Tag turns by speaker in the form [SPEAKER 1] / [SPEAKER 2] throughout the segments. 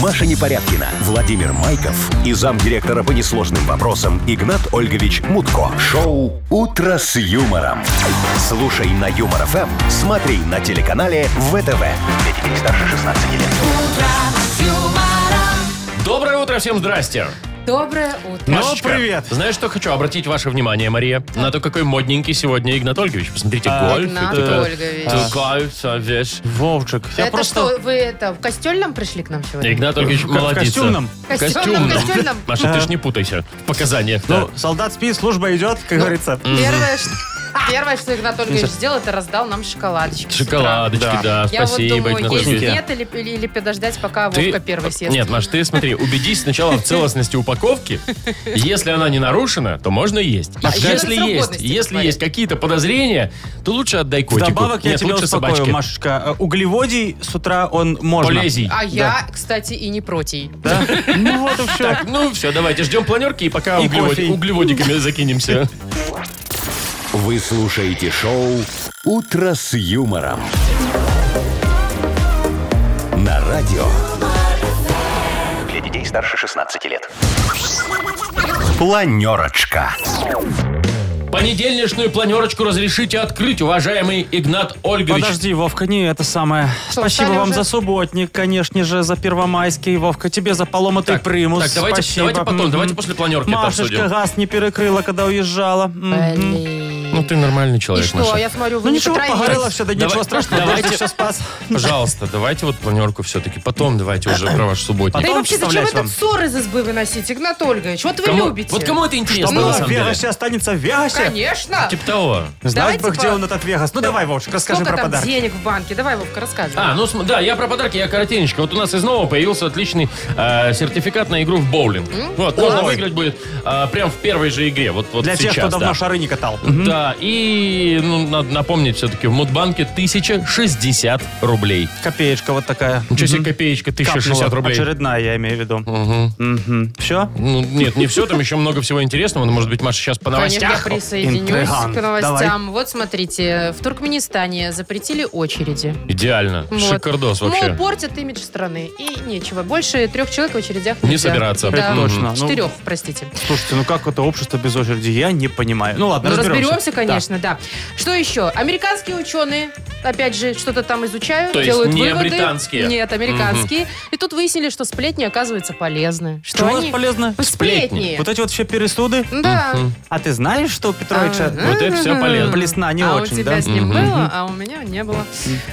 [SPEAKER 1] Маша Непорядкина, Владимир Майков и замдиректора по несложным вопросам Игнат Ольгович Мутко. Шоу «Утро с юмором». Слушай на Юмор ФМ, смотри на телеканале ВТВ. Для детей старше 16 лет.
[SPEAKER 2] Доброе утро, всем здрасте.
[SPEAKER 3] Доброе утро.
[SPEAKER 4] Ну, привет.
[SPEAKER 2] Знаешь, что хочу обратить ваше внимание, Мария? На то, какой модненький сегодня Игнат Ольгович. Посмотрите, гольф.
[SPEAKER 3] Игнат
[SPEAKER 2] это-
[SPEAKER 3] А, Ольгович.
[SPEAKER 2] такая вся вещь.
[SPEAKER 4] Вовчик, я
[SPEAKER 3] это
[SPEAKER 4] просто...
[SPEAKER 3] что, вы это, в костельном пришли к нам сегодня?
[SPEAKER 2] Игнат Ольгович
[SPEAKER 4] В ко-
[SPEAKER 2] молодец.
[SPEAKER 4] костюмном?
[SPEAKER 3] Костюмном, костюмном.
[SPEAKER 2] Маша, ты ж не путайся в показаниях. да.
[SPEAKER 4] Ну, солдат спит, служба идет,
[SPEAKER 3] Ну,
[SPEAKER 4] как говорится.
[SPEAKER 3] Первое, что, первое, что Игнат Ольгович сделал, это раздал нам шоколадочки. с утра.
[SPEAKER 2] Шоколадочки, да,
[SPEAKER 3] Я
[SPEAKER 2] спасибо,
[SPEAKER 3] вот
[SPEAKER 2] Игнат
[SPEAKER 3] думаю, есть
[SPEAKER 2] Ольгович.
[SPEAKER 3] нет или, или, или подождать, пока
[SPEAKER 2] Ты-
[SPEAKER 3] Вовка первый съест.
[SPEAKER 2] Нет, Маш, ты смотри, убедись сначала в целостности упаковки. Если она не нарушена, то можно есть.
[SPEAKER 3] А еще
[SPEAKER 2] Если
[SPEAKER 3] срок
[SPEAKER 2] есть,
[SPEAKER 3] годности,
[SPEAKER 2] если
[SPEAKER 3] говорят.
[SPEAKER 2] есть какие-то подозрения, то лучше отдай котику.
[SPEAKER 4] Вдобавок я
[SPEAKER 2] Нет,
[SPEAKER 4] тебя
[SPEAKER 2] лучше
[SPEAKER 4] успокою,
[SPEAKER 2] собачке.
[SPEAKER 4] Машечка. э, Углеводий с утра он можно.
[SPEAKER 2] Полезий.
[SPEAKER 3] А я, кстати, и не против.
[SPEAKER 4] Да? Ну вот и все.
[SPEAKER 2] Так, ну все, давайте ждем планерки и пока
[SPEAKER 4] И
[SPEAKER 2] углевод-
[SPEAKER 4] кофе.
[SPEAKER 2] углеводиками закинемся.
[SPEAKER 1] Вы слушаете шоу «Утро с юмором». На радио. Для детей старше 16 лет. Планерочка.
[SPEAKER 2] Понедельничную планерочку разрешите открыть, уважаемый Игнат Ольгович.
[SPEAKER 4] Подожди, Вовка, не это самое.
[SPEAKER 3] Что,
[SPEAKER 4] Спасибо
[SPEAKER 3] встали
[SPEAKER 4] вам
[SPEAKER 3] уже?
[SPEAKER 4] за субботник, конечно же, за первомайский. Вовка, тебе за поломатый
[SPEAKER 2] Так,
[SPEAKER 4] примус.
[SPEAKER 2] так, давайте-
[SPEAKER 4] Спасибо.
[SPEAKER 2] давайте потом,
[SPEAKER 4] М-м.
[SPEAKER 2] давайте после планерки это
[SPEAKER 4] Машечка
[SPEAKER 2] обсудим.
[SPEAKER 4] газ не перекрыла, когда уезжала. М-м.
[SPEAKER 2] Ну ты нормальный
[SPEAKER 3] И
[SPEAKER 2] человек,
[SPEAKER 3] что,
[SPEAKER 2] Маша.
[SPEAKER 3] я смотрю, вы
[SPEAKER 4] Ну
[SPEAKER 3] Э, не
[SPEAKER 4] ничего, погорело
[SPEAKER 3] потравились.
[SPEAKER 4] все, да
[SPEAKER 2] Давай-
[SPEAKER 4] ничего страшного.
[SPEAKER 2] давайте-
[SPEAKER 4] Дождик все спас.
[SPEAKER 2] Пожалуйста, давайте вот планерку все-таки. Потом давайте уже про ваш субботник.
[SPEAKER 3] Да и
[SPEAKER 4] Потом
[SPEAKER 3] вообще, зачем
[SPEAKER 4] представлять
[SPEAKER 3] этот
[SPEAKER 4] вам.
[SPEAKER 3] ссор из избы выносить, Игнат Ольгович? Вот вы
[SPEAKER 2] Кому-
[SPEAKER 3] любите.
[SPEAKER 2] Вот кому это интересно,
[SPEAKER 4] Ну,
[SPEAKER 2] на
[SPEAKER 4] в
[SPEAKER 2] самом деле?
[SPEAKER 4] Вегасе останется в Вегасе.
[SPEAKER 3] Конечно.
[SPEAKER 2] Типа того.
[SPEAKER 4] Знать
[SPEAKER 3] Давайте
[SPEAKER 4] бы, где
[SPEAKER 3] по-
[SPEAKER 4] он этот Вегас. Ну давай, Вовчик, расскажи
[SPEAKER 3] типа, Сколько
[SPEAKER 4] про
[SPEAKER 3] там
[SPEAKER 4] подарок.
[SPEAKER 3] денег в банке? Давай, Вовка, рассказывай.
[SPEAKER 2] А, ну см- да, я про подарки, я коротенечко. Вот у нас из нового появился отличный э, сертификат на игру в боулинг. Вот, можно
[SPEAKER 4] Ой.
[SPEAKER 2] выиграть будет э, прям в первой же игре. Вот, вот
[SPEAKER 4] Для
[SPEAKER 2] сейчас,
[SPEAKER 4] тех, кто
[SPEAKER 2] да.
[SPEAKER 4] давно шары не катал.
[SPEAKER 2] Да, и ну, надо напомнить все-таки, в Мудбанке 1060 рублей.
[SPEAKER 4] Копеечка вот такая.
[SPEAKER 2] Ничего себе копеечка, 1060
[SPEAKER 4] Капнула. А
[SPEAKER 2] рублей.
[SPEAKER 4] Очередная, я имею в виду. Все?
[SPEAKER 2] Ну, нет, не все, там еще много всего интересного. Но, может быть, Маша сейчас по
[SPEAKER 3] Конечно, я
[SPEAKER 2] новостях.
[SPEAKER 3] присоединюсь
[SPEAKER 4] Интриган.
[SPEAKER 3] к новостям. Вот смотрите, в Туркменистане запретили очереди.
[SPEAKER 2] Идеально.
[SPEAKER 3] Вот. Ну,
[SPEAKER 2] Шикардос вообще.
[SPEAKER 3] Мол, портят имидж страны. И нечего. Больше трех человек в очередях
[SPEAKER 2] Не
[SPEAKER 3] нельзя.
[SPEAKER 2] собираться.
[SPEAKER 3] Да.
[SPEAKER 4] Это точно. Ну,
[SPEAKER 3] Четырех, простите.
[SPEAKER 4] Слушайте, ну как это общество без очереди? Я не понимаю. Ну ладно,
[SPEAKER 3] Ну,
[SPEAKER 4] разберемся.
[SPEAKER 3] разберемся, конечно, да. Что еще? Американские ученые, опять же, что-то там изучают,
[SPEAKER 2] То есть
[SPEAKER 3] делают
[SPEAKER 2] не
[SPEAKER 3] выводы.
[SPEAKER 2] британские?
[SPEAKER 3] Нет, американские. И тут выяснили, что сплетни, оказывается, полезны. Что
[SPEAKER 4] Что у вас
[SPEAKER 3] они...
[SPEAKER 4] полезно?
[SPEAKER 3] Сплетни.
[SPEAKER 4] Вот эти вот все пересуды.
[SPEAKER 3] Да.
[SPEAKER 4] А ты знаешь, что у Петровича
[SPEAKER 2] Вот это все полезно.
[SPEAKER 4] блесна не
[SPEAKER 3] а у
[SPEAKER 4] очень,
[SPEAKER 3] тебя
[SPEAKER 4] да?
[SPEAKER 3] с ним
[SPEAKER 2] Мгм.
[SPEAKER 3] было, а у меня не было.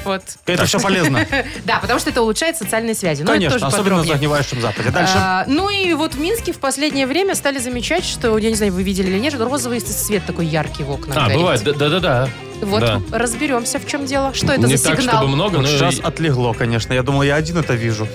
[SPEAKER 3] Вот.
[SPEAKER 4] Это все полезно.
[SPEAKER 3] Да, потому что Ну, это улучшает социальные связи. Но это
[SPEAKER 4] Конечно,
[SPEAKER 3] тоже
[SPEAKER 4] особенно на
[SPEAKER 3] подробнее.
[SPEAKER 4] загнивающем западе. Дальше.
[SPEAKER 3] А, ну и вот в Минске в последнее время стали замечать, что, я не знаю, вы видели или нет, розовый свет такой яркий в окнах.
[SPEAKER 2] А,
[SPEAKER 3] горит.
[SPEAKER 2] бывает, да- да-да-да.
[SPEAKER 3] Вот,
[SPEAKER 2] Да.
[SPEAKER 3] разберемся, в чем дело. Что это
[SPEAKER 2] не
[SPEAKER 3] за
[SPEAKER 2] так,
[SPEAKER 3] сигнал?
[SPEAKER 2] чтобы много,
[SPEAKER 4] Вот
[SPEAKER 2] но...
[SPEAKER 4] сейчас отлегло, конечно. Я думал, я один это вижу.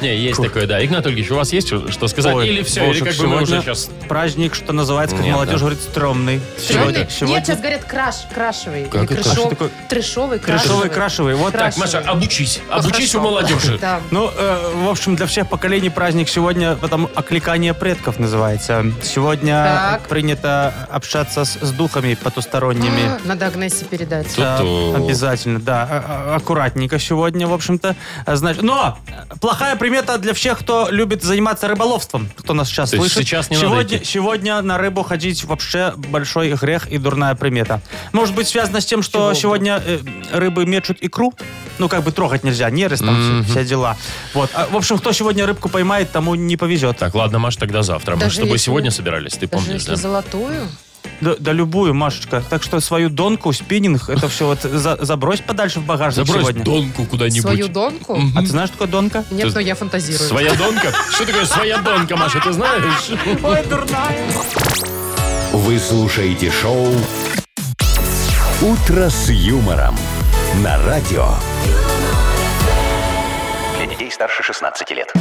[SPEAKER 2] Не, есть такое, да. Игнат Ольгич, у вас есть что что сказать?
[SPEAKER 4] Ой,
[SPEAKER 2] Или все,
[SPEAKER 4] Боже,
[SPEAKER 2] или как бы мы
[SPEAKER 4] сегодня
[SPEAKER 2] уже сейчас...
[SPEAKER 4] Праздник, что называется, как
[SPEAKER 2] Нет,
[SPEAKER 4] молодежь
[SPEAKER 2] да.
[SPEAKER 4] говорит, стрёмный.
[SPEAKER 3] Стрёмный?
[SPEAKER 4] Сегодня. сегодня-
[SPEAKER 3] Нет, сейчас говорят краш, крашевый.
[SPEAKER 2] Как
[SPEAKER 3] Или
[SPEAKER 2] это?
[SPEAKER 3] крышов-
[SPEAKER 2] А что
[SPEAKER 4] такое?
[SPEAKER 3] Трешовый,
[SPEAKER 4] Крышовый,
[SPEAKER 3] крашевый.
[SPEAKER 4] крашевый. Вот так.
[SPEAKER 2] Так, Маша, обучись.
[SPEAKER 3] Ну,
[SPEAKER 2] Обучись у
[SPEAKER 3] хорошо.
[SPEAKER 2] молодежи.
[SPEAKER 3] Да.
[SPEAKER 4] Ну, э, в общем, для всех поколений праздник сегодня, потом окликание предков называется. Сегодня
[SPEAKER 3] Так.
[SPEAKER 4] принято общаться с, с духами потусторонними.
[SPEAKER 3] Надо Агнессе передать.
[SPEAKER 4] Да,
[SPEAKER 2] Ту-ту.
[SPEAKER 4] обязательно, да. А- а- Аккуратненько сегодня, в общем-то. А, Значит, но плохая примета для всех, кто любит заниматься рыболовством, кто нас сейчас
[SPEAKER 2] То есть
[SPEAKER 4] слышит.
[SPEAKER 2] сейчас не надо
[SPEAKER 4] сегодня,
[SPEAKER 2] идти?
[SPEAKER 4] сегодня на рыбу ходить вообще большой грех и дурная примета. Может быть, связано с тем, что
[SPEAKER 3] Чего?
[SPEAKER 4] сегодня э, рыбы мечут икру. Ну, как бы трогать нельзя, нерест там все- все, дела. Вот. А, в общем, кто сегодня рыбку поймает, тому не повезет.
[SPEAKER 2] Так, ладно, Маш, тогда завтра. Мы с
[SPEAKER 3] Даже
[SPEAKER 2] тобой
[SPEAKER 3] если-
[SPEAKER 2] сегодня собирались, ты
[SPEAKER 3] Даже
[SPEAKER 2] помнишь,
[SPEAKER 3] если
[SPEAKER 2] да?
[SPEAKER 3] золотую.
[SPEAKER 4] Да, да любую, Машечка. Так что свою донку, спиннинг, это все вот за- забрось подальше в багажник
[SPEAKER 2] Забрось
[SPEAKER 4] сегодня.
[SPEAKER 2] донку куда-нибудь.
[SPEAKER 3] Свою донку?
[SPEAKER 4] А ты знаешь, что такое донка?
[SPEAKER 3] Нет,
[SPEAKER 2] Ты-
[SPEAKER 3] но я фантазирую.
[SPEAKER 2] Своя донка? Что такое своя донка, Маша, ты знаешь?
[SPEAKER 4] Ой, дурная.
[SPEAKER 1] Вы слушаете шоу «Утро с юмором» на радио. Для детей старше 16 лет.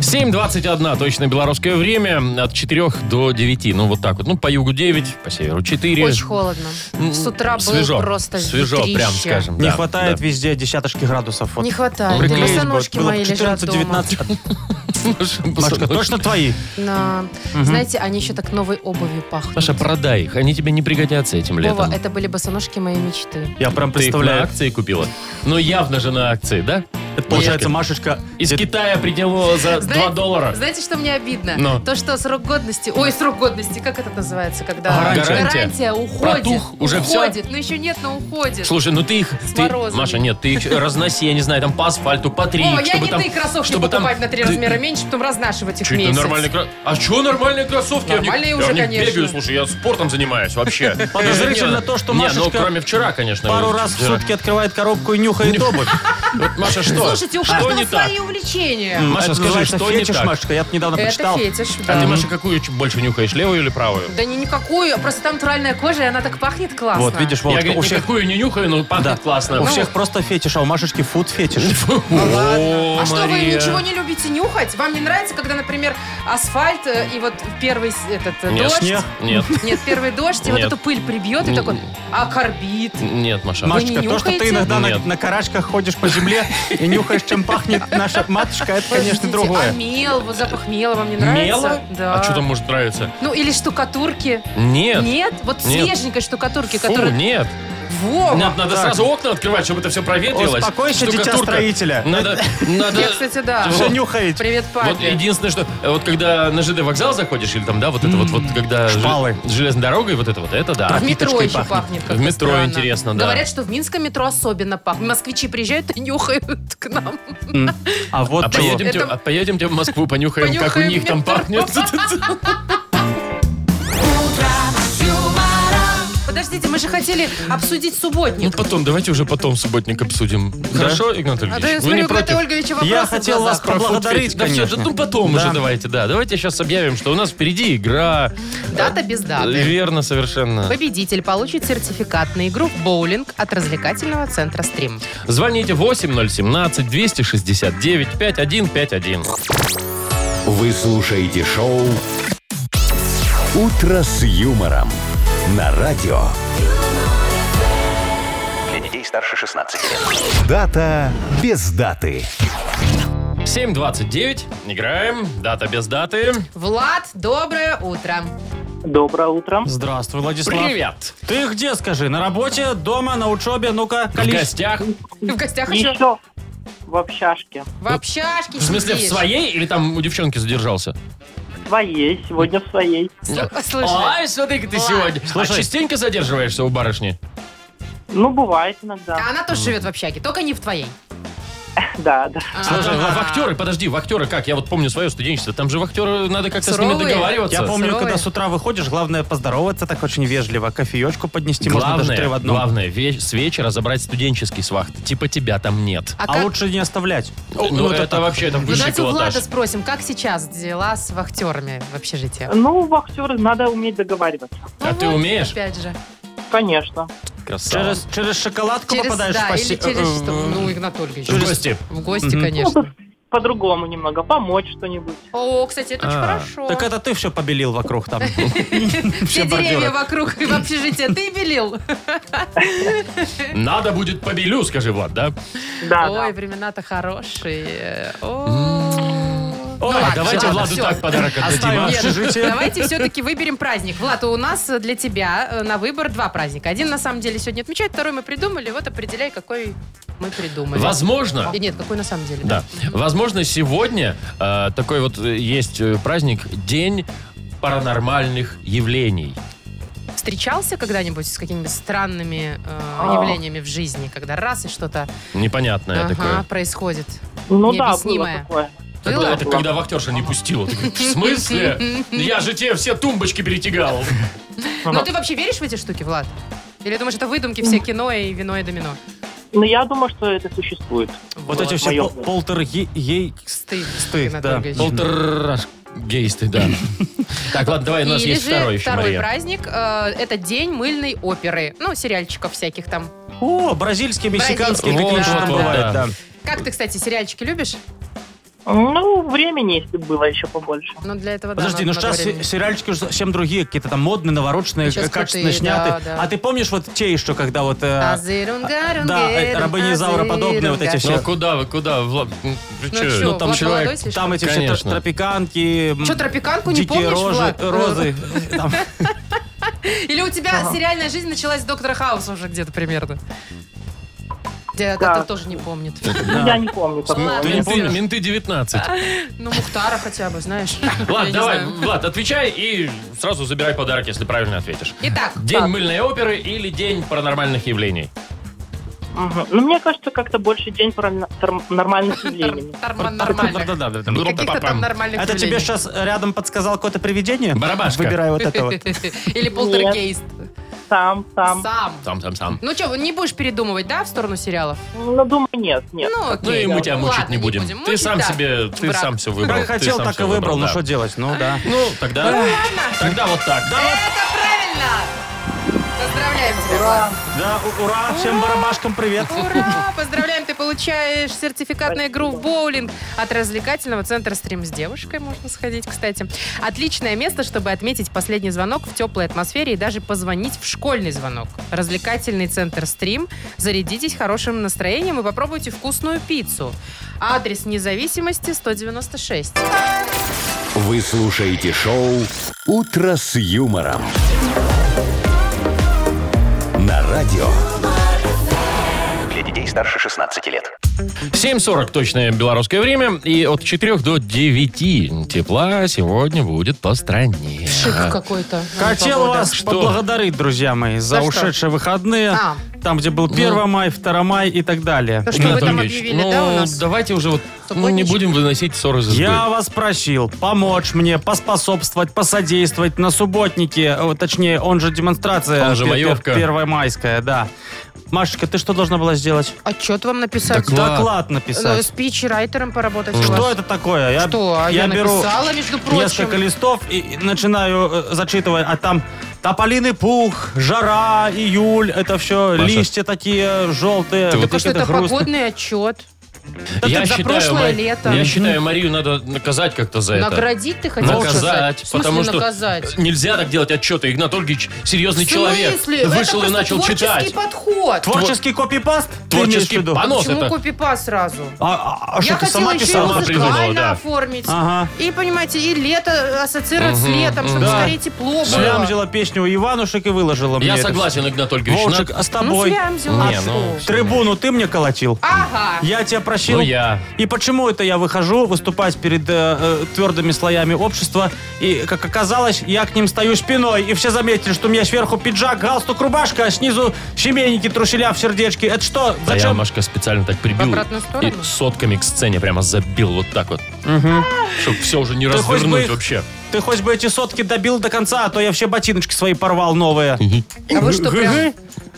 [SPEAKER 2] 7.21, точно белорусское время, от 4 до 9. Ну, вот так вот. Ну, по югу 9, по северу 4.
[SPEAKER 3] Очень холодно. С утра было
[SPEAKER 2] свежо,
[SPEAKER 3] просто
[SPEAKER 2] Свежо,
[SPEAKER 3] ветрище.
[SPEAKER 2] прям скажем.
[SPEAKER 4] Не
[SPEAKER 2] да,
[SPEAKER 4] хватает
[SPEAKER 2] да.
[SPEAKER 4] везде десяточки градусов. Вот.
[SPEAKER 3] Не хватает.
[SPEAKER 2] Приклеить бы,
[SPEAKER 3] Босоножки
[SPEAKER 4] Было бы
[SPEAKER 3] мои лежат дома.
[SPEAKER 4] 14-19.
[SPEAKER 2] Маша,
[SPEAKER 4] Машка,
[SPEAKER 2] пацаны,
[SPEAKER 4] точно твои?
[SPEAKER 3] На- Знаете, они еще так новой обувью пахнут.
[SPEAKER 2] Маша, продай их, они тебе не пригодятся этим
[SPEAKER 3] Вова,
[SPEAKER 2] летом.
[SPEAKER 3] это были босоножки моей мечты.
[SPEAKER 4] Я прям
[SPEAKER 2] Ты их на
[SPEAKER 4] представляю.
[SPEAKER 2] акции купила? Ну, явно же на акции, да?
[SPEAKER 4] Это получается, Машечка...
[SPEAKER 2] Из
[SPEAKER 4] где-
[SPEAKER 2] Китая прилетело за 2 доллара.
[SPEAKER 3] Знаете, что мне обидно?
[SPEAKER 2] Ну.
[SPEAKER 3] То, что срок годности... Ой, срок годности, как это называется, когда...
[SPEAKER 2] А, Гарантия. Гарантия
[SPEAKER 3] Гарантия уходит.
[SPEAKER 2] Протух, уже всё?
[SPEAKER 3] уходит. Ну, еще нет, но уходит.
[SPEAKER 2] Слушай, ну ты их... ты-
[SPEAKER 3] морозами.
[SPEAKER 2] Маша, нет, ты их разноси, я не знаю, там по асфальту, по три.
[SPEAKER 3] О, я
[SPEAKER 2] чтобы
[SPEAKER 3] не
[SPEAKER 2] там-
[SPEAKER 3] ты кроссовки
[SPEAKER 2] чтобы там-
[SPEAKER 3] покупать на три
[SPEAKER 2] Ты-
[SPEAKER 3] размера меньше, потом разнашивать их
[SPEAKER 2] Чуть
[SPEAKER 3] месяц.
[SPEAKER 2] ну, нормальные кроссовки. А что нормальные кроссовки?
[SPEAKER 3] Нормальные
[SPEAKER 2] я в них,
[SPEAKER 3] уже,
[SPEAKER 2] я в них
[SPEAKER 3] конечно.
[SPEAKER 2] бегаю, слушай, я спортом занимаюсь вообще.
[SPEAKER 4] Подозрительно то, что
[SPEAKER 2] Не, ну
[SPEAKER 4] Машечка
[SPEAKER 2] кроме вчера, конечно.
[SPEAKER 4] Пару раз в
[SPEAKER 2] вчера.
[SPEAKER 4] сутки открывает коробку и нюхает обувь.
[SPEAKER 2] Вот, Маша, что?
[SPEAKER 3] Слушайте, у
[SPEAKER 2] что
[SPEAKER 3] каждого
[SPEAKER 2] не так?
[SPEAKER 3] свои увлечения.
[SPEAKER 2] Маша,
[SPEAKER 4] Это
[SPEAKER 2] скажи,
[SPEAKER 4] называется
[SPEAKER 2] что не
[SPEAKER 4] фетиш,
[SPEAKER 2] так?
[SPEAKER 4] Машечка, я тут недавно
[SPEAKER 3] Это
[SPEAKER 4] прочитал.
[SPEAKER 3] фетиш,
[SPEAKER 2] А
[SPEAKER 3] да.
[SPEAKER 2] ты, Маша, какую ч- больше нюхаешь, левую или правую?
[SPEAKER 3] Да не никакую, просто там натуральная кожа, и она так пахнет классно.
[SPEAKER 4] Вот, видишь,
[SPEAKER 2] Я,
[SPEAKER 4] Володька,
[SPEAKER 2] говорит,
[SPEAKER 4] у всех...
[SPEAKER 2] никакую не нюхаю, но пахнет
[SPEAKER 4] да,
[SPEAKER 2] классно.
[SPEAKER 4] У всех просто фетиш, а у Машечки фуд фетиш.
[SPEAKER 2] О,
[SPEAKER 3] А что, вы
[SPEAKER 2] Мария.
[SPEAKER 3] ничего не любите нюхать? Вам не нравится, когда, например, асфальт э, и вот первый с- этот э,
[SPEAKER 2] Нет.
[SPEAKER 3] дождь?
[SPEAKER 4] Снег?
[SPEAKER 2] Нет,
[SPEAKER 3] Нет, первый дождь, и вот
[SPEAKER 2] Нет.
[SPEAKER 3] эту пыль прибьет, и
[SPEAKER 2] Н-
[SPEAKER 3] такой, а корбит.
[SPEAKER 2] нет, Маша.
[SPEAKER 4] Машечка, то, что ты
[SPEAKER 3] нюхаете?
[SPEAKER 4] иногда на,
[SPEAKER 2] Нет.
[SPEAKER 4] на карачках ходишь по земле и нюхаешь, чем пахнет наша матушка, это, конечно,
[SPEAKER 3] А
[SPEAKER 4] другое.
[SPEAKER 3] мел, вот запах мела вам не нравится?
[SPEAKER 2] Мело?
[SPEAKER 3] Да.
[SPEAKER 2] А что там может нравиться?
[SPEAKER 3] Ну, или штукатурки.
[SPEAKER 2] Нет.
[SPEAKER 3] Нет? Вот
[SPEAKER 2] Нет.
[SPEAKER 3] свеженькой штукатурки,
[SPEAKER 2] Фу,
[SPEAKER 3] которая...
[SPEAKER 2] нет.
[SPEAKER 3] Вова!
[SPEAKER 2] Нам надо
[SPEAKER 4] так.
[SPEAKER 2] сразу окна открывать, чтобы это все проветрилось.
[SPEAKER 4] Успокойся, дитя
[SPEAKER 2] Штукатурка.
[SPEAKER 4] строителя.
[SPEAKER 2] Надо, надо...
[SPEAKER 3] Я, кстати, да.
[SPEAKER 4] Все нюхаете.
[SPEAKER 3] Привет, папе.
[SPEAKER 2] Вот единственное, что э, вот когда на ЖД вокзал заходишь, или там, да, вот это вот, вот когда жел-
[SPEAKER 4] Шпалы.
[SPEAKER 2] с железной дорогой, вот это вот, это да.
[SPEAKER 3] В метро
[SPEAKER 4] Пропиточкой
[SPEAKER 3] еще
[SPEAKER 4] пахнет.
[SPEAKER 3] пахнет. как-то
[SPEAKER 2] В метро
[SPEAKER 3] странно.
[SPEAKER 2] интересно, да.
[SPEAKER 3] Говорят, что в Минском метро особенно пахнет. Москвичи приезжают и нюхают к нам.
[SPEAKER 4] А
[SPEAKER 2] А
[SPEAKER 4] вот чего.
[SPEAKER 2] поедемте,
[SPEAKER 3] Это-
[SPEAKER 2] а поедемте в Москву, понюхаем, как у
[SPEAKER 3] Понюхаем
[SPEAKER 2] них там
[SPEAKER 3] метро.
[SPEAKER 2] пахнет.
[SPEAKER 3] Подождите, мы же хотели обсудить
[SPEAKER 2] Ну
[SPEAKER 3] субботник.
[SPEAKER 2] потом, давайте уже потом субботник обсудим. Хорошо, Игнат
[SPEAKER 3] А
[SPEAKER 2] Ольгович?
[SPEAKER 3] то я
[SPEAKER 2] Вы не
[SPEAKER 3] смотрю, у Игната
[SPEAKER 2] против?
[SPEAKER 3] Ольговича вопросы
[SPEAKER 4] Я
[SPEAKER 3] в
[SPEAKER 4] хотел вас
[SPEAKER 3] глазах.
[SPEAKER 2] Про фуд-фетиш?
[SPEAKER 4] поблагодарить,
[SPEAKER 2] Да все,
[SPEAKER 4] конечно.
[SPEAKER 2] да, ну потом
[SPEAKER 4] Да.
[SPEAKER 2] уже давайте, да. Давайте сейчас объявим, что у нас впереди игра.
[SPEAKER 3] Дата без даты.
[SPEAKER 2] Верно, совершенно.
[SPEAKER 3] Победитель получит сертификат на игру в боулинг от развлекательного центра «Стрим».
[SPEAKER 2] Звоните 8017-269-5151.
[SPEAKER 1] Вы слушаете шоу «Утро с юмором» на радио.
[SPEAKER 5] Для детей старше 16 лет.
[SPEAKER 1] Дата без даты.
[SPEAKER 2] 7.29. Играем. Дата без даты.
[SPEAKER 3] Влад, доброе утро.
[SPEAKER 6] Доброе утро.
[SPEAKER 4] Здравствуй, Владислав.
[SPEAKER 2] Привет.
[SPEAKER 4] Ты где, скажи? На работе, дома, на учебе? Ну-ка,
[SPEAKER 2] В
[SPEAKER 4] количество.
[SPEAKER 2] гостях.
[SPEAKER 3] В гостях еще
[SPEAKER 6] Еще в общажке.
[SPEAKER 3] в общажке
[SPEAKER 2] В смысле, в
[SPEAKER 3] сидишь.
[SPEAKER 2] своей или там у девчонки задержался?
[SPEAKER 6] Своей, сегодня в своей.
[SPEAKER 3] Слу- Слушай,
[SPEAKER 2] Ай, смотри, ты
[SPEAKER 3] Ой.
[SPEAKER 2] сегодня.
[SPEAKER 4] Слушай.
[SPEAKER 2] А частенько задерживаешься у барышни?
[SPEAKER 6] Ну, бывает иногда.
[SPEAKER 3] а она тоже живет в общаге, только не в твоей.
[SPEAKER 6] Да, да.
[SPEAKER 2] Слушай,
[SPEAKER 3] Ага.
[SPEAKER 2] а в актеры, подожди, в актеры как? Я вот помню свое студенчество. Там же в актеры надо как-то с ними
[SPEAKER 3] Суровые.
[SPEAKER 2] договариваться.
[SPEAKER 4] Я помню,
[SPEAKER 3] Здоровые.
[SPEAKER 4] когда с утра выходишь, главное поздороваться так очень вежливо, кофеечку поднести, можно типа, даже
[SPEAKER 2] Главное,
[SPEAKER 4] три в одном.
[SPEAKER 2] главное ве- с вечера забрать студенческий с вахты. Типа тебя там нет.
[SPEAKER 3] А
[SPEAKER 4] А,
[SPEAKER 3] как-
[SPEAKER 4] лучше не оставлять.
[SPEAKER 2] Ну, это, вообще это
[SPEAKER 3] Ну,
[SPEAKER 2] высший
[SPEAKER 3] давайте у
[SPEAKER 2] пилотаж.
[SPEAKER 3] Влада спросим, как сейчас дела с вахтерами в общежитии?
[SPEAKER 6] Ну, в актеры надо уметь договариваться.
[SPEAKER 2] А ты
[SPEAKER 3] вот,
[SPEAKER 2] умеешь?
[SPEAKER 3] Опять же.
[SPEAKER 6] Конечно.
[SPEAKER 2] Красава.
[SPEAKER 4] Через, через шоколадку
[SPEAKER 3] Через,
[SPEAKER 4] попадаешь в
[SPEAKER 3] да,
[SPEAKER 4] посе-
[SPEAKER 3] или через
[SPEAKER 4] э,
[SPEAKER 3] что? Ну, Игнат Ольгович.
[SPEAKER 2] В гости.
[SPEAKER 3] В гости,
[SPEAKER 4] Мгм.
[SPEAKER 6] Ну,
[SPEAKER 3] конечно.
[SPEAKER 6] тут по-другому немного, помочь что-нибудь.
[SPEAKER 3] О, кстати, это очень
[SPEAKER 2] А,
[SPEAKER 3] хорошо.
[SPEAKER 4] Так это ты все побелил вокруг там.
[SPEAKER 3] Все
[SPEAKER 4] все
[SPEAKER 3] деревья
[SPEAKER 4] бордюры.
[SPEAKER 3] вокруг и в общежитии ты белил?
[SPEAKER 2] Надо будет побелю, скажи, Влад, да?
[SPEAKER 6] А, Да,
[SPEAKER 3] Ой,
[SPEAKER 6] да.
[SPEAKER 3] времена-то хорошие. О. Ну
[SPEAKER 2] Ой,
[SPEAKER 3] ладно,
[SPEAKER 2] давайте
[SPEAKER 3] ладно,
[SPEAKER 2] Владу
[SPEAKER 3] всё.
[SPEAKER 2] так подарок отдадим.
[SPEAKER 4] Оставим.
[SPEAKER 2] а?
[SPEAKER 3] Нет,
[SPEAKER 4] Общежитие.
[SPEAKER 3] давайте все-таки выберем праздник. Влад, у нас э, для тебя э, на выбор два праздника. Один на самом деле сегодня отмечает, второй мы придумали. Вот определяй, какой мы придумали.
[SPEAKER 2] Возможно,
[SPEAKER 3] И нет, какой на самом деле.
[SPEAKER 2] да, возможно, сегодня э, такой вот э, есть э, праздник День паранормальных явлений.
[SPEAKER 3] Встречался когда-нибудь с какими-то странными э,
[SPEAKER 6] А.
[SPEAKER 3] явлениями в жизни, когда раз и что-то
[SPEAKER 2] Непонятное
[SPEAKER 3] ага,
[SPEAKER 2] такое.
[SPEAKER 3] происходит?
[SPEAKER 6] Ну да, было
[SPEAKER 3] необъяснимое.
[SPEAKER 6] такое.
[SPEAKER 2] Это,
[SPEAKER 3] Было?
[SPEAKER 2] это когда вахтерша не пустила. Ты говоришь, в смысле? Я же тебе все тумбочки перетягал.
[SPEAKER 3] Ну ты вообще веришь в эти штуки, Влад? Или думаешь, это выдумки, все кино и вино и домино?
[SPEAKER 6] Но я думаю, что это существует.
[SPEAKER 4] Вот эти все
[SPEAKER 6] моё.
[SPEAKER 4] пол- полтер е- ей...
[SPEAKER 3] Стыд,
[SPEAKER 4] Стыд,
[SPEAKER 3] Игнат
[SPEAKER 4] да.
[SPEAKER 3] Ольгович.
[SPEAKER 2] Полтораж гейсты, да. Так, ладно, давай, у нас
[SPEAKER 3] Или
[SPEAKER 2] есть
[SPEAKER 3] же
[SPEAKER 2] второй еще, Мария.
[SPEAKER 3] праздник, э, это день мыльной оперы. Ну, сериальчиков всяких там.
[SPEAKER 4] О, бразильские, мексиканские,
[SPEAKER 3] Бразильские,
[SPEAKER 4] такие
[SPEAKER 3] да,
[SPEAKER 4] что там
[SPEAKER 3] да.
[SPEAKER 4] бывает, да.
[SPEAKER 3] Как ты, кстати, сериальчики любишь?
[SPEAKER 6] Ну, времени, если бы было еще побольше.
[SPEAKER 3] Ну, для этого, да,
[SPEAKER 4] Подожди,
[SPEAKER 3] надо
[SPEAKER 4] ну
[SPEAKER 3] много
[SPEAKER 4] сейчас
[SPEAKER 3] времени.
[SPEAKER 4] сериальчики уже совсем другие, какие-то там модные, навороченные,
[SPEAKER 3] Сейчас
[SPEAKER 4] э, качественно
[SPEAKER 3] крутые, да,
[SPEAKER 4] сняты.
[SPEAKER 3] да.
[SPEAKER 4] А ты помнишь вот те еще, когда вот... э,
[SPEAKER 3] А, Азырунгарунгарун,
[SPEAKER 4] Да, э, рабыни Изаура подобные вот эти
[SPEAKER 3] азырунга.
[SPEAKER 4] все.
[SPEAKER 2] Ну куда вы, куда? Влад? Ну, вы
[SPEAKER 3] Ну
[SPEAKER 2] чё?
[SPEAKER 3] чё,
[SPEAKER 2] там
[SPEAKER 3] Влад
[SPEAKER 2] человек...
[SPEAKER 3] молодой слишком?
[SPEAKER 4] Там эти все
[SPEAKER 2] Конечно.
[SPEAKER 4] тр- тропиканки... м,
[SPEAKER 3] Чё, тропиканку не
[SPEAKER 4] дикие
[SPEAKER 3] помнишь,
[SPEAKER 4] рожи,
[SPEAKER 3] Влад?
[SPEAKER 4] розы. э, там.
[SPEAKER 3] Или у тебя сериальная жизнь началась с Доктора Хауса уже где-то примерно? Э,
[SPEAKER 6] Да.
[SPEAKER 3] Кто тоже не помнит.
[SPEAKER 6] Я не помню такого.
[SPEAKER 3] Ладно.
[SPEAKER 2] Ты не
[SPEAKER 3] Менты.
[SPEAKER 2] помнишь? Менты 19.
[SPEAKER 3] Ну, Мухтара хотя бы, знаешь. Я
[SPEAKER 2] Ладно,
[SPEAKER 3] не
[SPEAKER 2] давай,
[SPEAKER 3] знаю.
[SPEAKER 2] Влад, отвечай и сразу забирай подарок, если правильно ответишь.
[SPEAKER 3] Итак,
[SPEAKER 2] День
[SPEAKER 3] так,
[SPEAKER 2] мыльной оперы или день паранормальных явлений?
[SPEAKER 6] Мгм. Ну, мне кажется, как-то больше день парано- тор- нормальных явлений.
[SPEAKER 3] торма- нормальных.
[SPEAKER 2] Ну,
[SPEAKER 4] Да-да-да.
[SPEAKER 3] Каких-то там нормальных
[SPEAKER 4] А Это тебе
[SPEAKER 3] явлений.
[SPEAKER 4] сейчас рядом подсказал какое-то привидение?
[SPEAKER 2] Барабашка.
[SPEAKER 4] Выбирай вот это вот.
[SPEAKER 3] Или полтергейст.
[SPEAKER 6] Сам, сам.
[SPEAKER 3] Сам.
[SPEAKER 2] Сам-сам-сам.
[SPEAKER 3] Ну что, не будешь передумывать, да, в сторону сериалов?
[SPEAKER 6] Ну, думаю, нет, нет.
[SPEAKER 3] Ну,
[SPEAKER 2] Ну
[SPEAKER 3] окей.
[SPEAKER 2] и мы тебя
[SPEAKER 3] Ладно,
[SPEAKER 2] мучить не будем. Ты
[SPEAKER 3] Мучить,
[SPEAKER 2] сам
[SPEAKER 3] да.
[SPEAKER 2] себе, ты
[SPEAKER 3] Брак.
[SPEAKER 2] сам все выбрал.
[SPEAKER 4] Как
[SPEAKER 2] Ты
[SPEAKER 4] Ну, хотел,
[SPEAKER 2] сам
[SPEAKER 4] так и
[SPEAKER 2] всё
[SPEAKER 4] выбрал. Ну
[SPEAKER 2] да.
[SPEAKER 4] что делать? Ну да.
[SPEAKER 2] Ну, тогда... Тогда вот так.
[SPEAKER 3] Это правильно! Поздравляем тебя, Влад.
[SPEAKER 4] Да, у- ура, всем барабашкам привет.
[SPEAKER 3] Ура! Поздравляем, ты получаешь сертификат на игру в боулинг от развлекательного центра «Стрим с девушкой». Можно сходить, кстати. Отличное место, чтобы отметить последний звонок в теплой атмосфере и даже позвонить в школьный звонок. Развлекательный центр «Стрим». Зарядитесь хорошим настроением и попробуйте вкусную пиццу. Адрес независимости 196.
[SPEAKER 1] Вы слушаете шоу «Утро с юмором». На радио.
[SPEAKER 5] Для детей старше 16 лет.
[SPEAKER 2] 7.40 точное белорусское время. И от 4 до 9 тепла сегодня будет по стране.
[SPEAKER 3] Шик какой-то.
[SPEAKER 4] Хотел вас
[SPEAKER 2] Что?
[SPEAKER 4] поблагодарить, друзья мои,
[SPEAKER 3] За
[SPEAKER 4] за,
[SPEAKER 3] что?
[SPEAKER 4] ушедшие выходные.
[SPEAKER 3] А.
[SPEAKER 4] Там, где
[SPEAKER 2] Ну.
[SPEAKER 4] был 1 май, 2 май и так далее.
[SPEAKER 3] То, что вы
[SPEAKER 2] Игнат
[SPEAKER 3] там
[SPEAKER 2] Ольгович,
[SPEAKER 3] объявили,
[SPEAKER 2] ну,
[SPEAKER 3] да, у нас?
[SPEAKER 2] давайте уже вот ну, не
[SPEAKER 3] Субботничек.
[SPEAKER 2] будем выносить ссоры за
[SPEAKER 4] Я вас просил помочь мне, поспособствовать, посодействовать на субботнике, э, точнее, он же демонстрация
[SPEAKER 2] Он же
[SPEAKER 4] пе- пе-
[SPEAKER 2] маевка.
[SPEAKER 4] первомайская, да. Машечка, ты что должна была сделать?
[SPEAKER 3] Отчет а вам написать?
[SPEAKER 2] Так, Доклад.
[SPEAKER 4] Доклад
[SPEAKER 3] Э,
[SPEAKER 4] написать.
[SPEAKER 3] спичрайтером поработать у
[SPEAKER 4] Что
[SPEAKER 3] вас.
[SPEAKER 4] это такое? Я,
[SPEAKER 3] Что? А
[SPEAKER 4] я,
[SPEAKER 3] я
[SPEAKER 4] беру
[SPEAKER 3] написала, между прочим.
[SPEAKER 4] несколько листов и и начинаю э, зачитывать, а там тополиный пух, жара, июль, это все,
[SPEAKER 2] Маша.
[SPEAKER 4] листья такие желтые.
[SPEAKER 2] Ты вот-
[SPEAKER 3] Так что это
[SPEAKER 4] грустно.
[SPEAKER 3] погодный отчет.
[SPEAKER 2] сбой.
[SPEAKER 3] Да
[SPEAKER 2] я
[SPEAKER 3] ты за
[SPEAKER 2] считаю,
[SPEAKER 3] прошлое
[SPEAKER 2] Ма-
[SPEAKER 3] лето.
[SPEAKER 2] Я
[SPEAKER 3] Мгм.
[SPEAKER 2] считаю, Марию надо наказать как-то за это.
[SPEAKER 3] Наградить ты хотел сказать?
[SPEAKER 2] Наказать,
[SPEAKER 3] В смысле
[SPEAKER 2] потому что
[SPEAKER 3] наказать?
[SPEAKER 2] нельзя так делать отчеты. Игнат Ольгич серьезный
[SPEAKER 3] В
[SPEAKER 2] человек.
[SPEAKER 3] смысле? Это
[SPEAKER 2] Вышел и
[SPEAKER 3] просто
[SPEAKER 2] начал
[SPEAKER 3] творческий
[SPEAKER 2] читать.
[SPEAKER 3] подход.
[SPEAKER 4] Творческий копипаст? ты
[SPEAKER 2] Творческий
[SPEAKER 4] имеешь в виду?
[SPEAKER 2] панос. Нос
[SPEAKER 3] Почему
[SPEAKER 2] это.
[SPEAKER 3] копипа сразу?
[SPEAKER 4] А, а- а что,
[SPEAKER 3] Я
[SPEAKER 4] ты
[SPEAKER 3] хотела
[SPEAKER 4] сама
[SPEAKER 3] еще и
[SPEAKER 4] писала?
[SPEAKER 2] Сама придумала,
[SPEAKER 3] музыкально
[SPEAKER 2] да.
[SPEAKER 3] оформить.
[SPEAKER 4] Ага.
[SPEAKER 3] И, понимаете, и лето ассоциировать с летом, чтобы
[SPEAKER 4] Да.
[SPEAKER 3] скорее тепло было.
[SPEAKER 4] Слямзила песню у Иванушек и выложила мне
[SPEAKER 2] Я
[SPEAKER 4] это
[SPEAKER 2] согласен, Игнат
[SPEAKER 4] всё.
[SPEAKER 2] Ольгович.
[SPEAKER 4] Вовчик, а
[SPEAKER 3] Ну,
[SPEAKER 4] с тобой?
[SPEAKER 3] слямзила.
[SPEAKER 2] Не,
[SPEAKER 3] а
[SPEAKER 2] ну,
[SPEAKER 3] что?
[SPEAKER 4] Трибуну ты мне колотил?
[SPEAKER 3] Ага.
[SPEAKER 4] Я тебя просил.
[SPEAKER 2] Ну, я.
[SPEAKER 4] И почему это я выхожу выступать перед э, э, твердыми слоями общества, и, как оказалось, я к ним стою спиной, и все заметили, что у меня сверху пиджак, галстук, рубашка, а снизу щеменники, труселя в сердечке. Это что?
[SPEAKER 2] А я
[SPEAKER 4] Зачем?
[SPEAKER 2] Машка специально так прибил.
[SPEAKER 3] В обратную сторону?
[SPEAKER 2] И сотками к сцене прямо забил вот так вот. Чтобы все уже не
[SPEAKER 4] Ты хоть бы
[SPEAKER 2] развернуть
[SPEAKER 4] их-
[SPEAKER 2] вообще.
[SPEAKER 4] Ты хоть бы эти сотки добил до конца, а то я все ботиночки свои порвал новые.
[SPEAKER 3] А вы что, прям...
[SPEAKER 4] Гы-гы.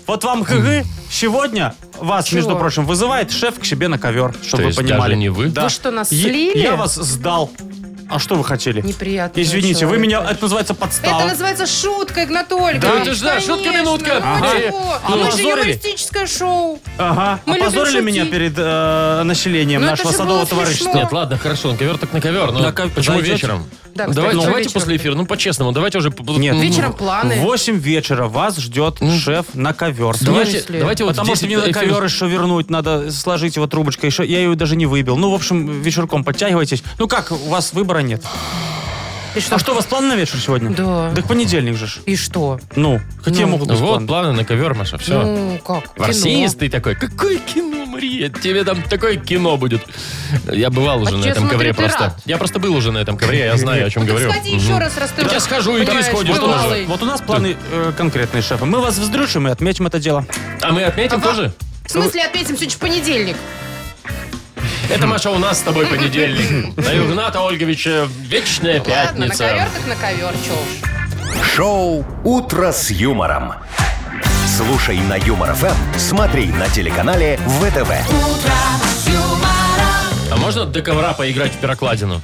[SPEAKER 4] Вот вам гы-гы сегодня вас,
[SPEAKER 3] Чего?
[SPEAKER 4] между прочим, вызывает шеф к себе на ковер,
[SPEAKER 2] То
[SPEAKER 4] чтобы вы
[SPEAKER 2] есть
[SPEAKER 4] понимали.
[SPEAKER 2] даже не вы?
[SPEAKER 4] Да.
[SPEAKER 3] Вы что, нас
[SPEAKER 4] Е-
[SPEAKER 3] слили?
[SPEAKER 4] Я вас сдал. А что вы хотели?
[SPEAKER 3] Неприятный
[SPEAKER 4] Извините, вы
[SPEAKER 3] человек,
[SPEAKER 4] меня,
[SPEAKER 3] конечно.
[SPEAKER 4] это называется
[SPEAKER 3] Это
[SPEAKER 4] подстава.
[SPEAKER 3] называется шутка, Игнатольевич.
[SPEAKER 2] Да, это ж, да, шутка-минутка. Ага. Ну,
[SPEAKER 4] А
[SPEAKER 3] А мы же
[SPEAKER 4] позорили?
[SPEAKER 3] юмористическое шоу.
[SPEAKER 4] Ага.
[SPEAKER 3] Мы любим
[SPEAKER 4] Опозорили меня
[SPEAKER 3] шутить.
[SPEAKER 4] перед э, населением
[SPEAKER 3] Ну, это
[SPEAKER 4] нашего
[SPEAKER 3] же было
[SPEAKER 4] садового
[SPEAKER 3] смешно.
[SPEAKER 4] товарищества.
[SPEAKER 2] Нет, ладно, хорошо, на ковер так на ковер. Но
[SPEAKER 4] На ков-
[SPEAKER 2] почему
[SPEAKER 4] зайдете?
[SPEAKER 2] вечером?
[SPEAKER 3] Да, кстати,
[SPEAKER 2] давайте
[SPEAKER 3] ну,
[SPEAKER 2] давайте
[SPEAKER 3] вечером.
[SPEAKER 2] после эфира. Ну, по-честному, давайте уже... по-
[SPEAKER 4] Нет.
[SPEAKER 2] ну,
[SPEAKER 3] Вечером планы.
[SPEAKER 4] В 8 вечера вас ждет шеф на ковер.
[SPEAKER 2] ну, Давайте,
[SPEAKER 3] смысле?
[SPEAKER 2] давайте вот
[SPEAKER 4] Потому что мне
[SPEAKER 2] здесь
[SPEAKER 4] на
[SPEAKER 2] эфир-
[SPEAKER 4] ковер еще вернуть надо, сложить его трубочкой еще. Я ее даже не выбил. Ну, в общем, вечерком подтягивайтесь. Ну как, у вас выбора нет.
[SPEAKER 3] И что?
[SPEAKER 4] А что, у вас план на вечер сегодня?
[SPEAKER 3] Да.
[SPEAKER 4] Так понедельник же. ж.
[SPEAKER 3] И что?
[SPEAKER 4] Ну, какие
[SPEAKER 3] Ну.
[SPEAKER 4] могут быть
[SPEAKER 2] Вот
[SPEAKER 4] планы?
[SPEAKER 2] планы на ковер, Маша, все.
[SPEAKER 3] Ну, как?
[SPEAKER 2] В России ты такой, какое кино, Мария? Тебе там такое кино будет. Я бывал уже
[SPEAKER 3] А
[SPEAKER 2] на
[SPEAKER 3] чё,
[SPEAKER 2] этом ковре
[SPEAKER 3] смотрю, ты
[SPEAKER 2] просто.
[SPEAKER 3] рад.
[SPEAKER 2] Я просто был уже на этом ковре, я знаю, о чем
[SPEAKER 3] Ну, так
[SPEAKER 2] говорю.
[SPEAKER 3] сходи
[SPEAKER 2] Мгм.
[SPEAKER 3] еще раз, раз ты
[SPEAKER 2] Так
[SPEAKER 3] уже,
[SPEAKER 2] я схожу, и ты
[SPEAKER 3] понимаешь,
[SPEAKER 2] сходишь тоже.
[SPEAKER 3] бывалый.
[SPEAKER 4] Вот у нас планы э, конкретные, шефа. Мы вас вздрючим и отметим это дело.
[SPEAKER 2] А мы отметим
[SPEAKER 3] Ага.
[SPEAKER 2] тоже?
[SPEAKER 3] В смысле, отметим сегодня же понедельник.
[SPEAKER 2] Это, Маша, у нас с тобой понедельник. На Игната Ольговича вечная
[SPEAKER 3] Ладно, на ковер
[SPEAKER 2] пятница.
[SPEAKER 3] так на ковер, чё уж.
[SPEAKER 1] Шоу «Утро с юмором». Слушай на Юмор ФМ, смотри на телеканале ВТВ.
[SPEAKER 2] А можно до ковра поиграть в пирокладину?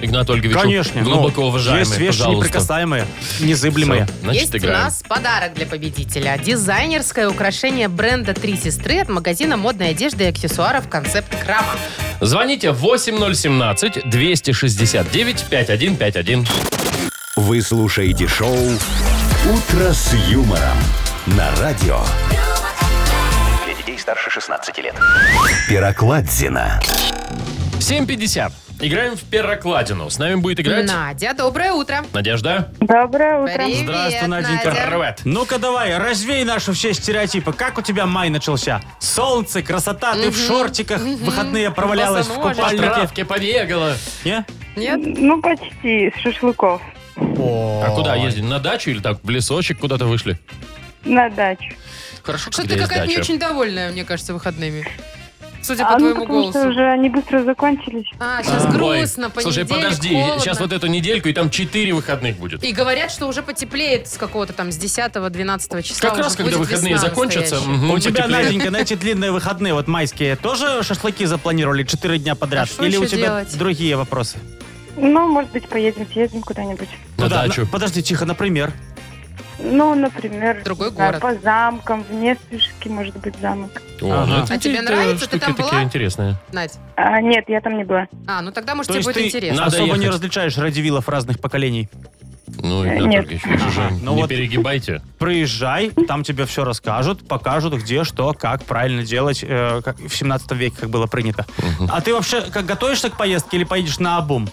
[SPEAKER 2] Игнат Ольгович,
[SPEAKER 4] Конечно. ну,
[SPEAKER 2] глубоко уважаемый,
[SPEAKER 4] Есть вещи
[SPEAKER 2] пожалуйста.
[SPEAKER 4] неприкасаемые, незыблемые.
[SPEAKER 2] Всё, значит,
[SPEAKER 3] Есть
[SPEAKER 2] играем.
[SPEAKER 3] у нас подарок для победителя. Дизайнерское украшение бренда «Три сестры» от магазина модной одежды и аксессуаров «Концепт Крама».
[SPEAKER 2] Звоните 8017-269-5151.
[SPEAKER 1] Вы слушаете шоу «Утро с юмором» на радио
[SPEAKER 5] Для детей старше 16 лет.
[SPEAKER 1] Пирокладзина.
[SPEAKER 2] 7.50. Играем в перокладину. С нами будет играть
[SPEAKER 3] Надя, доброе утро.
[SPEAKER 2] Надежда.
[SPEAKER 6] Доброе утро.
[SPEAKER 3] Привет,
[SPEAKER 4] Здравствуй, Наденька.
[SPEAKER 3] Надя.
[SPEAKER 2] Рвет.
[SPEAKER 4] Ну-ка давай, развей наши все стереотипы. Как у тебя май начался? Солнце, красота, ты в шортиках, в выходные провалялась в
[SPEAKER 2] По
[SPEAKER 3] Босоножка.
[SPEAKER 4] купальнике.
[SPEAKER 2] травке побегала.
[SPEAKER 4] Не?
[SPEAKER 3] Нет?
[SPEAKER 6] Ну, почти, с шашлыков
[SPEAKER 2] А куда ездили? На дачу или так? В лесочек куда-то вышли?
[SPEAKER 6] на дачу.
[SPEAKER 2] Хорошо,
[SPEAKER 3] Что
[SPEAKER 2] когда
[SPEAKER 3] ты
[SPEAKER 2] есть
[SPEAKER 3] какая-то не
[SPEAKER 2] дача.
[SPEAKER 3] очень довольная, мне кажется, выходными. Судя по
[SPEAKER 6] А, ну,
[SPEAKER 3] твоему
[SPEAKER 6] потому что
[SPEAKER 3] голосу.
[SPEAKER 6] уже они быстро закончились.
[SPEAKER 3] А, сейчас
[SPEAKER 2] Ой,
[SPEAKER 3] грустно,
[SPEAKER 2] Слушай,
[SPEAKER 3] понедельник,
[SPEAKER 2] подожди,
[SPEAKER 3] холодно.
[SPEAKER 2] сейчас вот эту недельку, и там 4 выходных будет.
[SPEAKER 3] И говорят, что уже потеплеет с какого-то там, с 10-12 числа.
[SPEAKER 2] Как
[SPEAKER 3] уже
[SPEAKER 2] раз, когда
[SPEAKER 3] будет
[SPEAKER 2] выходные
[SPEAKER 3] весна
[SPEAKER 2] закончатся,
[SPEAKER 3] настоящая.
[SPEAKER 2] мгм,
[SPEAKER 4] У тебя,
[SPEAKER 2] потеплеет.
[SPEAKER 4] Наденька, на эти длинные выходные, вот майские, тоже шашлыки запланировали 4 дня подряд?
[SPEAKER 3] А что
[SPEAKER 4] Или у
[SPEAKER 3] еще
[SPEAKER 4] тебя
[SPEAKER 3] делать?
[SPEAKER 4] другие вопросы?
[SPEAKER 6] Ну, может быть, поедем, съездим куда-нибудь.
[SPEAKER 2] на
[SPEAKER 4] Ну да,
[SPEAKER 2] дачу.
[SPEAKER 4] на- подожди, тихо, например.
[SPEAKER 6] Ну, например,
[SPEAKER 3] Другой
[SPEAKER 6] не знаю,
[SPEAKER 3] город.
[SPEAKER 6] по замкам, вне Свежки, может быть, замок.
[SPEAKER 2] О, ну
[SPEAKER 4] Ага.
[SPEAKER 2] это
[SPEAKER 3] А тебе
[SPEAKER 2] какие-то
[SPEAKER 3] нравится? Ты
[SPEAKER 2] штуки
[SPEAKER 3] там
[SPEAKER 2] такие
[SPEAKER 3] была?
[SPEAKER 2] интересные.
[SPEAKER 3] Надь.
[SPEAKER 6] А, нет, я там не была.
[SPEAKER 3] А, ну тогда, может,
[SPEAKER 4] То
[SPEAKER 3] тебе
[SPEAKER 4] есть
[SPEAKER 3] будет
[SPEAKER 4] ты
[SPEAKER 3] интересно.
[SPEAKER 2] Надо
[SPEAKER 4] особо не
[SPEAKER 2] ехать.
[SPEAKER 4] различаешь радивилов разных поколений.
[SPEAKER 2] Ну,
[SPEAKER 6] Э,
[SPEAKER 2] Игнат
[SPEAKER 6] нет.
[SPEAKER 2] Ольгович, вы же
[SPEAKER 4] Ага, ну
[SPEAKER 2] не
[SPEAKER 4] вот.
[SPEAKER 2] перегибайте.
[SPEAKER 4] Проезжай, там тебе все расскажут, покажут, где, что, как правильно делать, э, как в 17 веке, как было принято. А ты вообще как готовишься к поездке или поедешь на обум?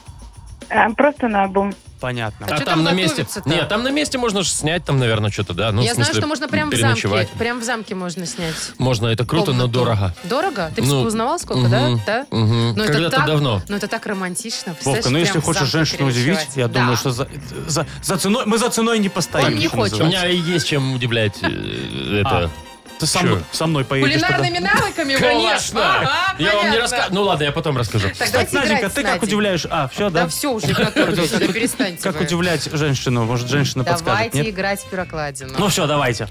[SPEAKER 6] А, просто на обум.
[SPEAKER 4] Понятно.
[SPEAKER 3] А
[SPEAKER 2] А
[SPEAKER 3] чё
[SPEAKER 2] там
[SPEAKER 3] там
[SPEAKER 2] на месте...
[SPEAKER 3] готовиться-то?
[SPEAKER 2] Нет, там на месте можно же снять там, наверное, что-то, да? Ну,
[SPEAKER 3] Я
[SPEAKER 2] в
[SPEAKER 3] знаю,
[SPEAKER 2] смысле,
[SPEAKER 3] что можно прям в замке.
[SPEAKER 2] переночевать.
[SPEAKER 3] Прям в замке можно снять.
[SPEAKER 2] Можно, это круто, но
[SPEAKER 3] Комнату.
[SPEAKER 2] дорого.
[SPEAKER 3] Дорого? Ты
[SPEAKER 2] Ну,
[SPEAKER 3] все узнавал сколько, да?
[SPEAKER 2] мгм,
[SPEAKER 3] Да?
[SPEAKER 2] мгм.
[SPEAKER 3] Ну, это
[SPEAKER 2] Когда-то
[SPEAKER 3] так-
[SPEAKER 2] давно.
[SPEAKER 3] Ну, это так романтично. представляешь,
[SPEAKER 4] Вовка, ну если
[SPEAKER 3] прям в
[SPEAKER 4] хочешь
[SPEAKER 3] замке
[SPEAKER 4] женщину удивить,
[SPEAKER 3] переночевать.
[SPEAKER 4] я
[SPEAKER 3] Да.
[SPEAKER 4] думаю, что за, за- за ценой мы за ценой не постоим.
[SPEAKER 3] Он не
[SPEAKER 4] что
[SPEAKER 3] хочет.
[SPEAKER 2] У
[SPEAKER 4] называется.
[SPEAKER 2] меня и есть чем удивлять э,
[SPEAKER 3] А.
[SPEAKER 2] это.
[SPEAKER 4] Ты со
[SPEAKER 2] Чё?
[SPEAKER 4] мной, со мной поедешь тогда.
[SPEAKER 3] Кулинарными навыками, Вова? Ага,
[SPEAKER 2] Я вам не
[SPEAKER 3] понятно.
[SPEAKER 2] расскажу. Ну ладно, я потом расскажу.
[SPEAKER 3] Так,
[SPEAKER 4] Кстати,
[SPEAKER 3] давайте
[SPEAKER 4] Наденька,
[SPEAKER 3] играть с
[SPEAKER 4] ты как
[SPEAKER 3] Надей.
[SPEAKER 4] удивляешь? А, все, да?
[SPEAKER 3] Да все уже, Игнат Ольгович, да перестаньте
[SPEAKER 4] Как
[SPEAKER 3] вы.
[SPEAKER 4] удивлять женщину? Может, женщина подскажет,
[SPEAKER 3] Давайте
[SPEAKER 4] нет?
[SPEAKER 3] играть в пирокладину.
[SPEAKER 4] Ну все, давайте.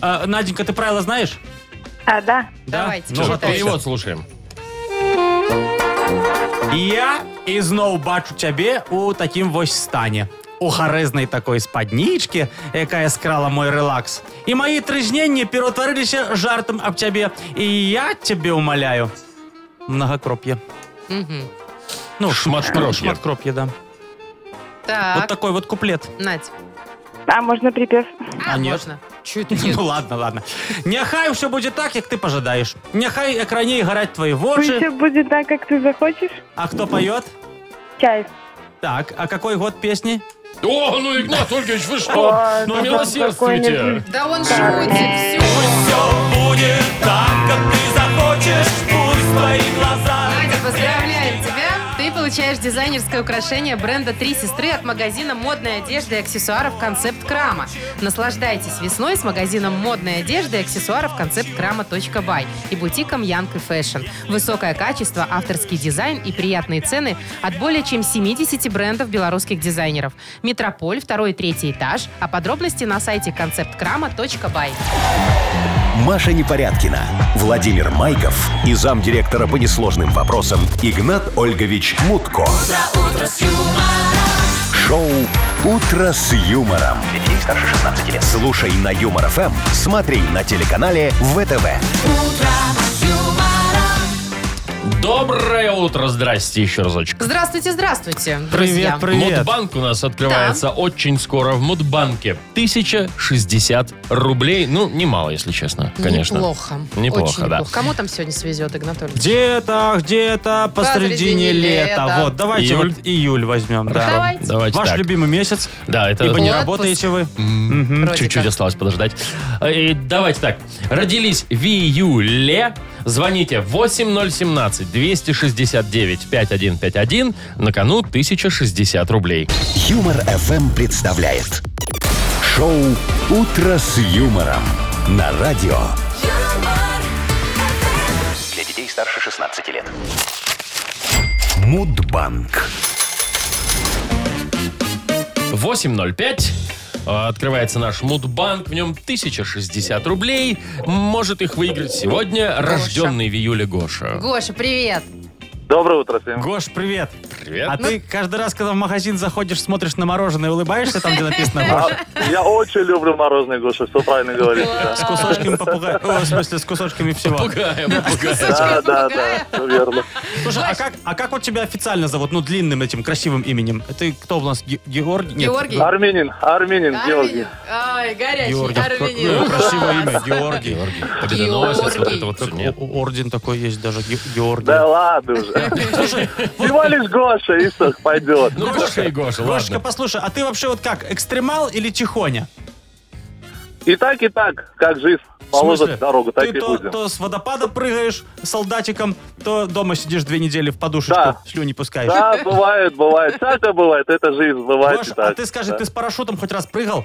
[SPEAKER 4] А, Наденька, ты правила знаешь?
[SPEAKER 6] А, да.
[SPEAKER 4] Да?
[SPEAKER 3] Давайте,
[SPEAKER 4] Ну,
[SPEAKER 3] читайте.
[SPEAKER 4] готовься.
[SPEAKER 2] Перевод слушаем.
[SPEAKER 4] Я і знову бачу тебе у такім вось стані. У харезнай такой спаднічкі, якая скрала мой релакс. І мої трызненні пераўтварыліся жартам аб цябе. І я цябе умаляю. Многокроп'е.
[SPEAKER 3] Мгм.
[SPEAKER 4] Ну,
[SPEAKER 2] Шматкроп'е.
[SPEAKER 4] Шматкроп'е, да. Вот
[SPEAKER 3] Так,
[SPEAKER 4] такой вот куплет.
[SPEAKER 3] Надь.
[SPEAKER 6] А можно припев?
[SPEAKER 3] А,
[SPEAKER 4] нет.
[SPEAKER 3] можно. Чё это нет?
[SPEAKER 4] Ну ладно, ладно. Няхай все будет так, як ты пожадаешь. Няхай экраней горать твои
[SPEAKER 6] Все
[SPEAKER 4] вочы.
[SPEAKER 6] будет так, как ты захочешь.
[SPEAKER 4] А кто поет?
[SPEAKER 6] Чай.
[SPEAKER 4] Так, а какой год песни?
[SPEAKER 2] О, ну Игнат Ольгович, вы что?
[SPEAKER 6] Ой,
[SPEAKER 2] Ну
[SPEAKER 6] да
[SPEAKER 2] милосердствуйте.
[SPEAKER 6] какой-нибудь.
[SPEAKER 3] Да он шутит, все.
[SPEAKER 4] будет так, как ты захочешь, пусть твои глаза.
[SPEAKER 3] Надя, поздравляем тебя! Ты получаешь дизайнерское украшение бренда «Три сестры» от магазина модной одежды и аксессуаров «Концепт Крама». Наслаждайтесь весной с магазином модной одежды и аксессуаров «Концепт Крама.бай» и бутиком «Янг и Фэшн». Высокое качество, авторский дизайн и приятные цены от более чем 70 брендов белорусских дизайнеров. Метрополь, второй и третий этаж, а подробности на сайте концепткрама.бай.
[SPEAKER 1] Маша Непорядкина, Владимир Майков и замдиректора по несложным вопросам Игнат Ольгович Мутко. Шоу Утро с юмором.
[SPEAKER 5] Для детей старше 16 лет.
[SPEAKER 1] Слушай на Юмор ФМ, смотри на телеканале ВТВ.
[SPEAKER 2] Доброе утро, здрасте еще разочек.
[SPEAKER 3] Здравствуйте, здравствуйте, друзья.
[SPEAKER 4] Привет, привет.
[SPEAKER 2] Мудбанк у нас открывается очень скоро в Мудбанке. 1060 рублей. Ну, немало, если честно, конечно.
[SPEAKER 3] Неплохо.
[SPEAKER 2] Неплохо,
[SPEAKER 3] Очень
[SPEAKER 2] да.
[SPEAKER 3] неплохо. Кому там сегодня свезет, Игнатольевич?
[SPEAKER 4] Где-то, где-то посредине
[SPEAKER 3] Посредине
[SPEAKER 4] лета.
[SPEAKER 3] лета.
[SPEAKER 4] Вот, давайте
[SPEAKER 2] Июль.
[SPEAKER 4] июль, июль возьмем. Да.
[SPEAKER 3] Давайте.
[SPEAKER 2] Давайте
[SPEAKER 4] Ваш
[SPEAKER 2] так.
[SPEAKER 4] любимый месяц.
[SPEAKER 2] Да, это...
[SPEAKER 4] Ибо не
[SPEAKER 3] Отпуск.
[SPEAKER 4] работаете вы.
[SPEAKER 2] М,
[SPEAKER 3] Вроде
[SPEAKER 2] Чуть-чуть
[SPEAKER 3] как.
[SPEAKER 2] осталось подождать. Э, давайте так. Родились в июле. Звоните 8017-269-5151. На кону 1060 рублей.
[SPEAKER 1] Юмор ФМ представляет шоу Утро с юмором на радио.
[SPEAKER 5] Для детей старше 16 лет.
[SPEAKER 1] Мудбанк.
[SPEAKER 2] 8.05. Э, Открывается наш мудбанк. В нем 1060 рублей. Может их выиграть сегодня рожденный в июле Гоша.
[SPEAKER 3] Гоша, привет.
[SPEAKER 7] Доброе утро всем.
[SPEAKER 4] Гош, привет.
[SPEAKER 2] Привет.
[SPEAKER 4] А
[SPEAKER 3] Ну.
[SPEAKER 4] ты каждый раз, когда в магазин заходишь, смотришь на мороженое, улыбаешься там, где написано Гош?
[SPEAKER 7] А, Я очень люблю мороженое, Гоша, все правильно говорите. да.
[SPEAKER 4] С кусочками попугая. О, В смысле, с кусочками всего.
[SPEAKER 2] Пугаем, пугаем.
[SPEAKER 7] Да,
[SPEAKER 3] Кусочками
[SPEAKER 7] да,
[SPEAKER 3] попугая.
[SPEAKER 7] да, всё верно.
[SPEAKER 4] Слушай, а как, а как вот тебя официально зовут? Ну, длинным этим красивым именем. Ты кто у нас? Ге- Георгий? Нет.
[SPEAKER 3] Георгий?
[SPEAKER 7] Армянин, армянин, Георгий.
[SPEAKER 3] Армянин. Ай, горячий
[SPEAKER 4] Георгий.
[SPEAKER 3] армянин.
[SPEAKER 4] Ну, красивое имя. Георгий.
[SPEAKER 2] Георгий. Победоносец, вот
[SPEAKER 3] Георгий.
[SPEAKER 2] это вот
[SPEAKER 4] Так,
[SPEAKER 2] всё. Нет.
[SPEAKER 4] о- о- орден такой есть даже, Ге- Георгий.
[SPEAKER 7] Да ладно уже.
[SPEAKER 4] Слушай,
[SPEAKER 7] Снимались Гоша, и все, пойдет.
[SPEAKER 2] Ну, Гоша и Гоша,
[SPEAKER 4] Гошечка,
[SPEAKER 2] ладно.
[SPEAKER 4] послушай, а ты вообще вот как, экстремал или тихоня?
[SPEAKER 7] И так, и так, как жив,
[SPEAKER 4] В
[SPEAKER 7] положит
[SPEAKER 4] смысле?
[SPEAKER 7] в дорогу, так
[SPEAKER 4] ты
[SPEAKER 7] и
[SPEAKER 4] то,
[SPEAKER 7] будем.
[SPEAKER 4] то с водопада прыгаешь солдатиком, то дома сидишь две недели в подушечку,
[SPEAKER 7] Да.
[SPEAKER 4] слюни пускаешь.
[SPEAKER 7] Да, бывает, бывает, всякое бывает, это жизнь, бывает
[SPEAKER 4] Гош,
[SPEAKER 7] и так.
[SPEAKER 4] а ты скажи,
[SPEAKER 7] да.
[SPEAKER 4] ты с парашютом хоть раз прыгал?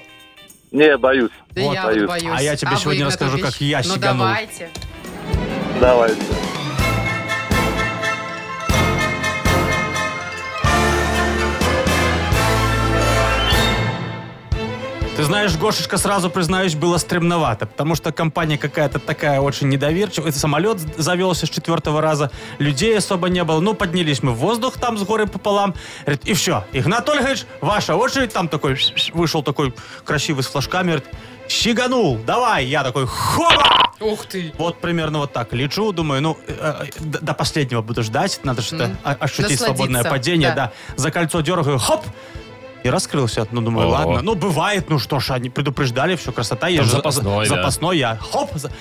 [SPEAKER 7] Не, боюсь,
[SPEAKER 3] Да
[SPEAKER 7] Вот,
[SPEAKER 3] я вот
[SPEAKER 7] боюсь.
[SPEAKER 3] боюсь.
[SPEAKER 4] А я тебе
[SPEAKER 3] вы,
[SPEAKER 4] сегодня
[SPEAKER 3] Игнат
[SPEAKER 4] расскажу,
[SPEAKER 3] Ильич?
[SPEAKER 4] как я
[SPEAKER 3] Ну
[SPEAKER 4] сиганул.
[SPEAKER 3] давайте.
[SPEAKER 7] давайте.
[SPEAKER 4] Ты знаешь, Гошечка, сразу признаюсь, было стремновато, потому что компания какая-то такая очень недоверчивая. Это самолет завелся с четвертого раза, людей особо не было. Ну, поднялись мы в воздух там с горы пополам. Говорит, и все. Игнат Ольгович, ваша очередь. Там такой вышел такой красивый с флажками. Говорит, щеганул, давай. Я такой, хоба!
[SPEAKER 3] Ух ты.
[SPEAKER 4] Вот примерно вот так лечу, думаю, ну, э, э, д- до последнего буду ждать, надо что-то
[SPEAKER 3] Мгм.
[SPEAKER 4] о- ощутить
[SPEAKER 3] Насладиться,
[SPEAKER 4] свободное падение,
[SPEAKER 3] да.
[SPEAKER 4] да. За кольцо дергаю, хоп! И раскрылся. Ну, думаю,
[SPEAKER 2] О.
[SPEAKER 4] ладно. Ну, бывает, ну что ж, они предупреждали, все, красота. Я
[SPEAKER 2] Там
[SPEAKER 4] же за-
[SPEAKER 2] запасной, да.
[SPEAKER 4] запасной, я хоп! за-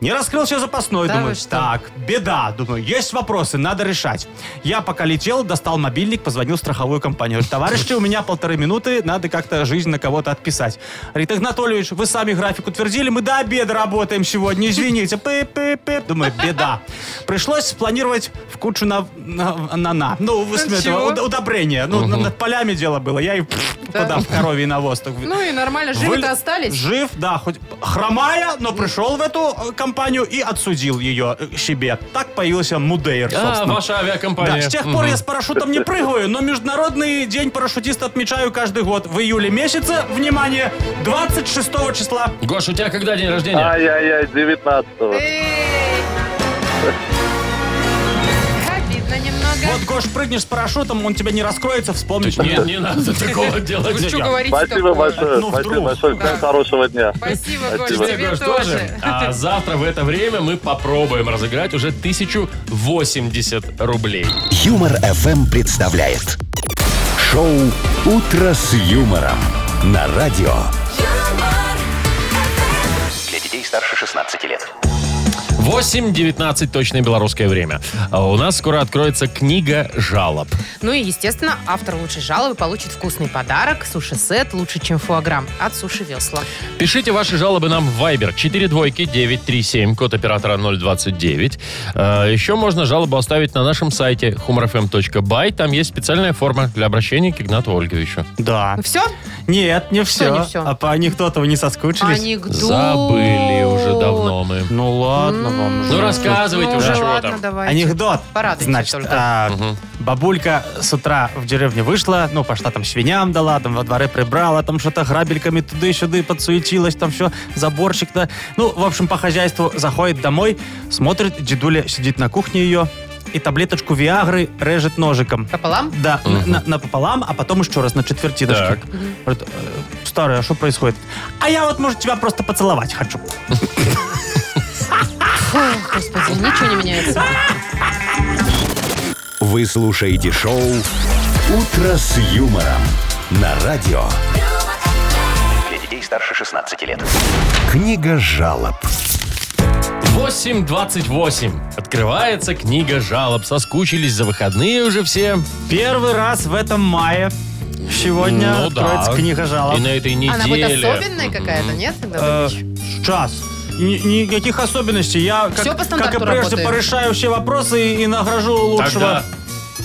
[SPEAKER 4] Не раскрылся запасной,
[SPEAKER 3] Да вы
[SPEAKER 4] думаю,
[SPEAKER 3] что?
[SPEAKER 4] так, беда, думаю, есть вопросы, надо решать. Я пока летел, достал мобильник, позвонил в страховую компанию. Говорю, товарищи, у меня полторы минуты, надо как-то жизнь на кого-то отписать. Говорит, Игнатольевич, вы сами график утвердили, мы до обеда работаем сегодня, извините. Пы-пы-пы. Думаю, беда. Пришлось спланировать в кучу на... на, на, на. Ну, вы
[SPEAKER 3] Ну,
[SPEAKER 4] смеете,
[SPEAKER 3] чего?
[SPEAKER 4] уд- удобрение. Ну,
[SPEAKER 2] Мгм.
[SPEAKER 4] над полями дело было, я и пф, туда в коровий навоз. Так,
[SPEAKER 3] Ну и нормально, живы-то
[SPEAKER 4] Выле-
[SPEAKER 3] остались.
[SPEAKER 4] Жив, да, хоть хромая, но пришел в эту э, компанию и отсудил ее э, себе. Так появился Мудейр,
[SPEAKER 2] А,
[SPEAKER 4] собственно.
[SPEAKER 2] ваша
[SPEAKER 4] Да,
[SPEAKER 2] авиакомпания.
[SPEAKER 4] с тех пор
[SPEAKER 2] Мгм.
[SPEAKER 4] я с парашютом не прыгаю, но Международный день парашютиста отмечаю каждый год. В июле месяце, внимание, 26 числа.
[SPEAKER 2] Гош, у тебя когда день
[SPEAKER 7] А,
[SPEAKER 2] рождения?
[SPEAKER 7] Ай-яй-яй, 19-го.
[SPEAKER 3] Эй! Обидно
[SPEAKER 4] Вот,
[SPEAKER 3] немного.
[SPEAKER 4] Гош, прыгнешь с парашютом, он тебя не раскроется,
[SPEAKER 2] То
[SPEAKER 4] вспомнишь.
[SPEAKER 2] есть Не, не надо такого делать.
[SPEAKER 3] Вы что говорите
[SPEAKER 7] Спасибо
[SPEAKER 3] такое?
[SPEAKER 7] большое,
[SPEAKER 4] Ну,
[SPEAKER 7] спасибо
[SPEAKER 4] вдруг.
[SPEAKER 7] большое, всем
[SPEAKER 3] Да.
[SPEAKER 7] хорошего дня.
[SPEAKER 3] Спасибо, Гош,
[SPEAKER 7] Спасибо.
[SPEAKER 2] Тебе,
[SPEAKER 3] тебе
[SPEAKER 2] Гош, тоже.
[SPEAKER 3] тоже.
[SPEAKER 2] А завтра в это время мы попробуем разыграть уже 1080 рублей.
[SPEAKER 1] Юмор FM представляет шоу Утро с юмором на радио.
[SPEAKER 5] Для детей старше 16 лет.
[SPEAKER 2] 8.19 точное белорусское время. А у нас скоро откроется книга жалоб.
[SPEAKER 3] Ну и, естественно, автор лучшей жалобы получит вкусный подарок. Суши-сет лучше, чем фуаграм от Суши Весла.
[SPEAKER 2] Пишите ваши жалобы нам в Viber 42937, код оператора 029. Э, Еще можно жалобу оставить на нашем сайте humorfm.by. Там есть специальная форма для обращения к Игнату Ольговичу.
[SPEAKER 4] Да.
[SPEAKER 3] Все?
[SPEAKER 4] Нет, не
[SPEAKER 3] Что
[SPEAKER 4] все.
[SPEAKER 3] не всё?
[SPEAKER 4] А по анекдоту вы не соскучились?
[SPEAKER 3] Анекдот.
[SPEAKER 2] Забыли уже давно мы.
[SPEAKER 4] Ну ладно вам.
[SPEAKER 2] Ну
[SPEAKER 4] же.
[SPEAKER 2] рассказывайте
[SPEAKER 3] Ну
[SPEAKER 2] уже,
[SPEAKER 3] уже,
[SPEAKER 2] чего
[SPEAKER 3] ладно,
[SPEAKER 2] там.
[SPEAKER 3] давайте.
[SPEAKER 4] Анекдот.
[SPEAKER 3] Порадуйте
[SPEAKER 4] Значит,
[SPEAKER 3] только.
[SPEAKER 4] а,
[SPEAKER 2] Мгм.
[SPEAKER 4] бабулька с утра в деревню вышла, ну, пошла там свиням дала, там во дворе прибрала, там что-то грабельками туды-сюды подсуетилась, там все, заборчик-то. Ну, в общем, по хозяйству заходит домой, смотрит, дедуля сидит на кухне ее и таблеточку Виагры режет ножиком.
[SPEAKER 3] Пополам?
[SPEAKER 4] Да, на- на- напополам, а потом еще раз на четвертиночки.
[SPEAKER 2] Так.
[SPEAKER 4] Говорит, «Э, старая, а что происходит? А я вот, может, тебя просто поцеловать хочу.
[SPEAKER 3] Господи, ничего не меняется.
[SPEAKER 1] Вы слушаете шоу Утро с юмором на радио.
[SPEAKER 5] Для детей старше 16 лет.
[SPEAKER 1] Книга жалоб.
[SPEAKER 2] 8.28. Открывается книга жалоб. Соскучились за выходные уже все.
[SPEAKER 4] Первый раз в этом мае сегодня
[SPEAKER 2] Ну да.
[SPEAKER 4] откроется книга жалоб.
[SPEAKER 2] И на этой неделе.
[SPEAKER 3] Она будет особенная какая-то, нет?
[SPEAKER 4] Э, Сейчас. Ни- Никаких особенностей. Я, как,
[SPEAKER 3] Всё по стандарту
[SPEAKER 4] как и прежде,
[SPEAKER 3] работает.
[SPEAKER 4] порешаю все вопросы и, и награжу лучшего.
[SPEAKER 2] Тогда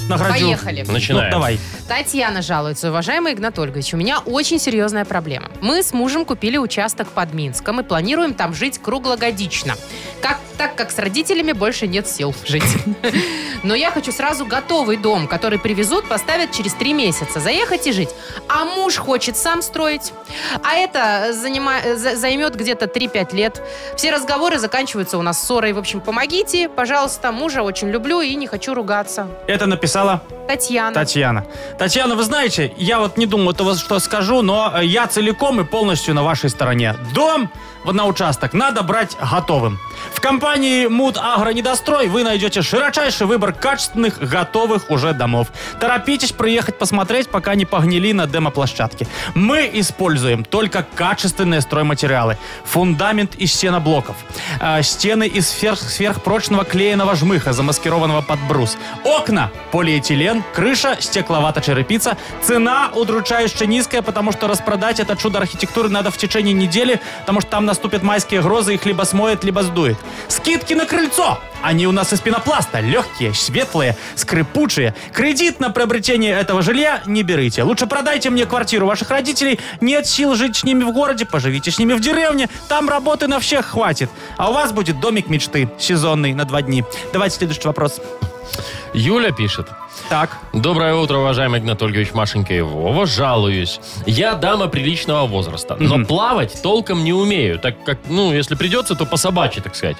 [SPEAKER 4] Награжу.
[SPEAKER 3] Поехали.
[SPEAKER 4] Ну,
[SPEAKER 2] начинаем.
[SPEAKER 4] давай.
[SPEAKER 3] Татьяна жалуется. Уважаемый Игнат Ольгович, у меня очень серьезная проблема. Мы с мужем купили участок под Минском и планируем там жить круглогодично. Как, так как с родителями больше нет сил жить. Но я хочу сразу готовый дом, который привезут, поставят через три месяца. Заехать и жить. А муж хочет сам строить. А это занима- за- займет где-то 3-5 лет. Все разговоры заканчиваются у нас ссорой. В общем, помогите, пожалуйста. Мужа очень люблю и не хочу ругаться.
[SPEAKER 4] Это написала
[SPEAKER 3] Татьяна.
[SPEAKER 4] Татьяна. Татьяна, вы знаете, я вот не думал этого, что скажу, но э, я целиком и полностью на вашей стороне. Дом в- на участок надо брать готовым. В компании Муд Агро Недострой вы найдете широчайший выбор качественных, готовых уже домов. Торопитесь приехать посмотреть, пока не погнили на демоплощадке. Мы используем только качественные стройматериалы. Фундамент из стеноблоков. э, Стены из сверх- сверхпрочного клееного жмыха, замаскированного под брус. Окна – полиэтилен, крыша – стекловато-черепица. Цена удручающе низкая, потому что распродать это чудо архитектуры надо в течение недели, потому что там наступят майские грозы, их либо смоет, либо сдует. Скидки на крыльцо! Они у нас из пенопласта, легкие, светлые, скрипучие. Кредит на приобретение этого жилья не берите. Лучше продайте мне квартиру ваших родителей. Нет сил жить с ними в городе, поживите с ними в деревне. Там работы на всех хватит. А у вас будет домик мечты, сезонный, на два дни. Давайте следующий вопрос.
[SPEAKER 2] Юля пишет.
[SPEAKER 4] Так.
[SPEAKER 2] Доброе утро, уважаемый Игнат Ольгович, Машенька и Вова. Жалуюсь. Я дама приличного возраста, но
[SPEAKER 4] Мгм.
[SPEAKER 2] плавать толком не умею, так как, ну, если придется, то по собачьи, так сказать.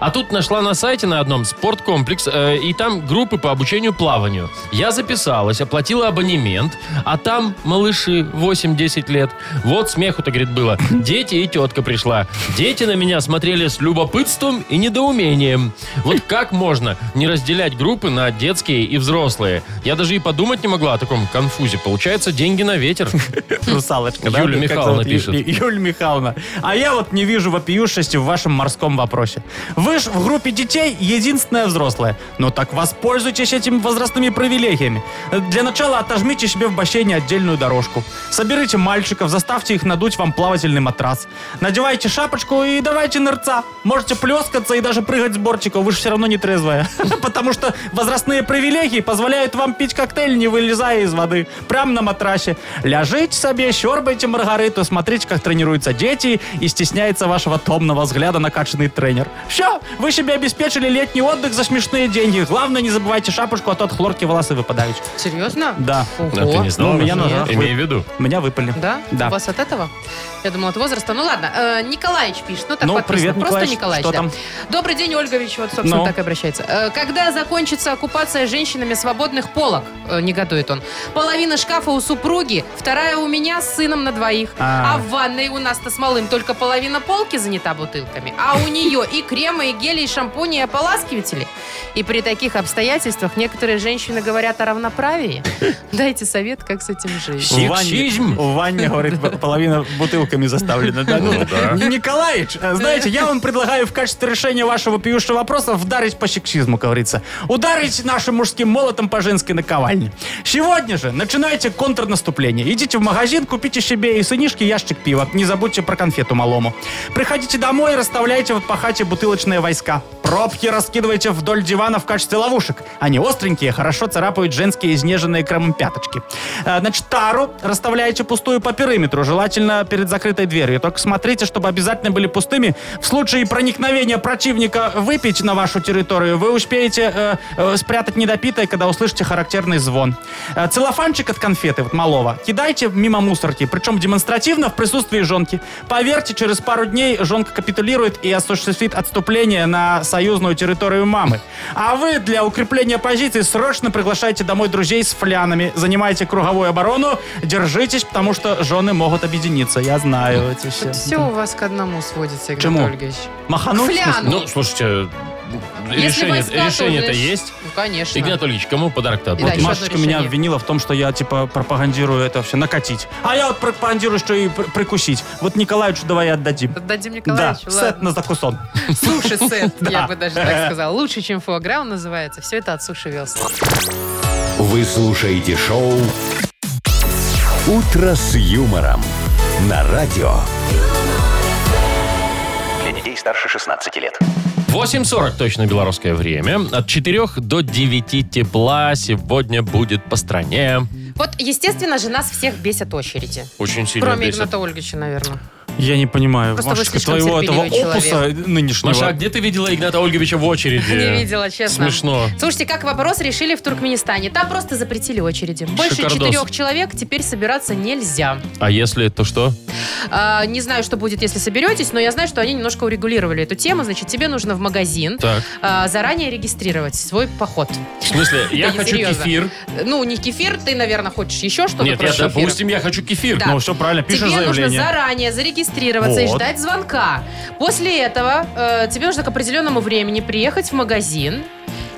[SPEAKER 2] А тут нашла на сайте на одном спорткомплекс, э, и там группы по обучению плаванию. Я записалась, оплатила абонемент, а там малыши 8-10 лет. Вот смеху-то, говорит, было. Дети и тетка пришла. Дети на меня смотрели с любопытством и недоумением. Вот как можно не разделять группы на детские и взрослые? Я даже и подумать не могла о таком конфузе. Получается, деньги на ветер.
[SPEAKER 4] Русалочка, да?
[SPEAKER 2] Юля
[SPEAKER 4] Как
[SPEAKER 2] Михайловна
[SPEAKER 4] зовут? Ю-
[SPEAKER 2] пишет.
[SPEAKER 4] Ю- Юля Михайловна. А я вот не вижу вопиющести в вашем морском вопросе. Вы ж в группе детей единственная взрослая. Ну так воспользуйтесь этими возрастными привилегиями. Для начала отожмите себе в бассейне отдельную дорожку. Соберите мальчиков, заставьте их надуть вам плавательный матрас. Надевайте шапочку и давайте нырца. Можете плескаться и даже прыгать с бортика, вы же все равно не трезвая. Потому что возрастные привилегии позволяют вам пить коктейль, не вылезая из воды, прямо на матрасе. Ляжите себе, щербайте маргариту, смотрите, как тренируются дети и стесняется вашего томного взгляда накачанный тренер. Все, вы себе обеспечили летний отдых за смешные деньги. Главное, не забывайте шапочку, а то от хлорки волосы выпадают.
[SPEAKER 3] Серьезно?
[SPEAKER 4] Да.
[SPEAKER 3] Ого.
[SPEAKER 2] А ты не знала?
[SPEAKER 4] Ну, меня
[SPEAKER 2] Маша?
[SPEAKER 4] ножа.
[SPEAKER 2] Имей в виду.
[SPEAKER 4] Меня выпали.
[SPEAKER 3] Да?
[SPEAKER 4] Да.
[SPEAKER 3] У вас от этого? Я думала, от возраста. Ну ладно. Э, Николаевич пишет. Ну так
[SPEAKER 4] Ну,
[SPEAKER 3] подписано.
[SPEAKER 4] привет,
[SPEAKER 3] Просто
[SPEAKER 4] Николаевич.
[SPEAKER 3] Николаевич.
[SPEAKER 4] Что
[SPEAKER 3] да.
[SPEAKER 4] там?
[SPEAKER 3] Добрый день, Ольгович. Вот, собственно,
[SPEAKER 4] Ну.
[SPEAKER 3] так и обращается. Э, Когда закончится оккупация женщинами свободных полок, Э, негодует он. Половина шкафа у супруги, вторая у меня с сыном на двоих.
[SPEAKER 4] А.
[SPEAKER 3] А, в ванной у нас-то с малым только половина полки занята бутылками. А у нее и кремы, и гели, и шампуни, и ополаскиватели. И при таких обстоятельствах некоторые женщины говорят о равноправии. Дайте совет, как с этим жить.
[SPEAKER 4] В ванне-
[SPEAKER 2] Сексизм.
[SPEAKER 4] В ванне, говорит, б- половина бутылками заставлена. Да? Ну, Н- Николаевич, э, знаете, я вам предлагаю в качестве решения вашего пьющего вопроса вдарить по сексизму, как говорится. Ударить нашим мужским молотом по женской наковальне. Сегодня же начинайте контрнаступление. Идите в магазин, купите себе и сынишке ящик пива. Не забудьте про конфету малому. Приходите домой и расставляйте вот по хате бутылочные войска. Пробки раскидывайте вдоль дивана в качестве ловушек. Они остренькие, хорошо царапают женские изнеженные кремом пяточки. Э, Значит, тару расставляете пустую по периметру, желательно перед закрытой дверью. Только смотрите, чтобы обязательно были пустыми. В случае проникновения противника выпить на вашу территорию, вы успеете э, э, спрятать недопитое, когда услышите характерный звон. Э, целлофанчик от конфеты, вот малого, кидайте мимо мусорки, причем демонстративно в присутствии жонки. Поверьте, через пару дней жонка капитулирует и осуществит отступление на союзную территорию мамы. А вы для укрепления позиций срочно приглашайте домой друзей с флянами, занимайте круговую оборону, держитесь, потому что жены могут объединиться, я знаю эти все.
[SPEAKER 3] Все у вас к одному сводится, Игнат
[SPEAKER 4] Чему?
[SPEAKER 3] Ольгович.
[SPEAKER 4] Махануть?
[SPEAKER 3] К
[SPEAKER 4] в смысле?
[SPEAKER 3] фляну.
[SPEAKER 2] Ну, слушайте,
[SPEAKER 3] Если
[SPEAKER 2] решение-
[SPEAKER 3] войска, то
[SPEAKER 2] решение-то
[SPEAKER 3] уже ж-
[SPEAKER 2] есть.
[SPEAKER 3] Ну, конечно.
[SPEAKER 2] Игнат Ольгич, кому подарок-то
[SPEAKER 3] Да,
[SPEAKER 2] отдадим?
[SPEAKER 3] еще
[SPEAKER 4] Машечка
[SPEAKER 3] одно решение.
[SPEAKER 4] меня обвинила в том, что я, типа, пропагандирую это все, накатить. А я вот пропагандирую, что и пр- прикусить. Вот Николаевичу давай и отдадим.
[SPEAKER 3] Отдадим
[SPEAKER 4] Да,
[SPEAKER 3] Николаевичу.
[SPEAKER 4] сет на закусон.
[SPEAKER 3] Суши сет,
[SPEAKER 4] Да.
[SPEAKER 3] я бы даже так сказала. Лучше, чем фуагра он называется. Все это от суши вес.
[SPEAKER 1] Вы слушаете шоу «Утро с юмором» на радио.
[SPEAKER 5] Для детей старше 16 лет.
[SPEAKER 2] 8.40 точно белорусское время. От 4 до 9 тепла сегодня будет по стране.
[SPEAKER 3] Вот, естественно же, нас всех бесят очереди.
[SPEAKER 2] Очень сильно
[SPEAKER 3] Кроме
[SPEAKER 2] бесит.
[SPEAKER 3] Игната Ольгича, наверное.
[SPEAKER 4] Я не понимаю,
[SPEAKER 3] Просто вы
[SPEAKER 4] Машечка,
[SPEAKER 3] слишком
[SPEAKER 4] твоего этого
[SPEAKER 3] терпеливый
[SPEAKER 4] опуса нынешнего.
[SPEAKER 2] Маша, а где ты видела Игната Ольговича в очереди?
[SPEAKER 3] Не видела, честно.
[SPEAKER 2] Смешно.
[SPEAKER 3] Слушайте, как вопрос решили в Туркменистане. Там просто запретили очереди. Больше
[SPEAKER 2] Шикардос.
[SPEAKER 3] четырех человек теперь собираться нельзя.
[SPEAKER 2] А если то что?
[SPEAKER 3] А, не знаю, что будет, если соберетесь, но я знаю, что они немножко урегулировали эту тему. Значит, тебе нужно в магазин
[SPEAKER 2] Так.
[SPEAKER 3] а, заранее регистрировать свой поход.
[SPEAKER 2] В смысле, я
[SPEAKER 3] Да не,
[SPEAKER 2] хочу
[SPEAKER 3] серьезно.
[SPEAKER 2] кефир.
[SPEAKER 3] Ну, не кефир, ты, наверное, хочешь еще что-то
[SPEAKER 2] Нет,
[SPEAKER 3] кроме
[SPEAKER 2] я,
[SPEAKER 3] кефира.
[SPEAKER 2] допустим, я хочу кефир.
[SPEAKER 3] Да.
[SPEAKER 4] Ну, все правильно, пишешь
[SPEAKER 3] тебе
[SPEAKER 4] заявление.
[SPEAKER 3] нужно заранее зарегистрироваться и
[SPEAKER 4] Вот.
[SPEAKER 3] ждать звонка. После этого э, тебе нужно к определенному времени приехать в магазин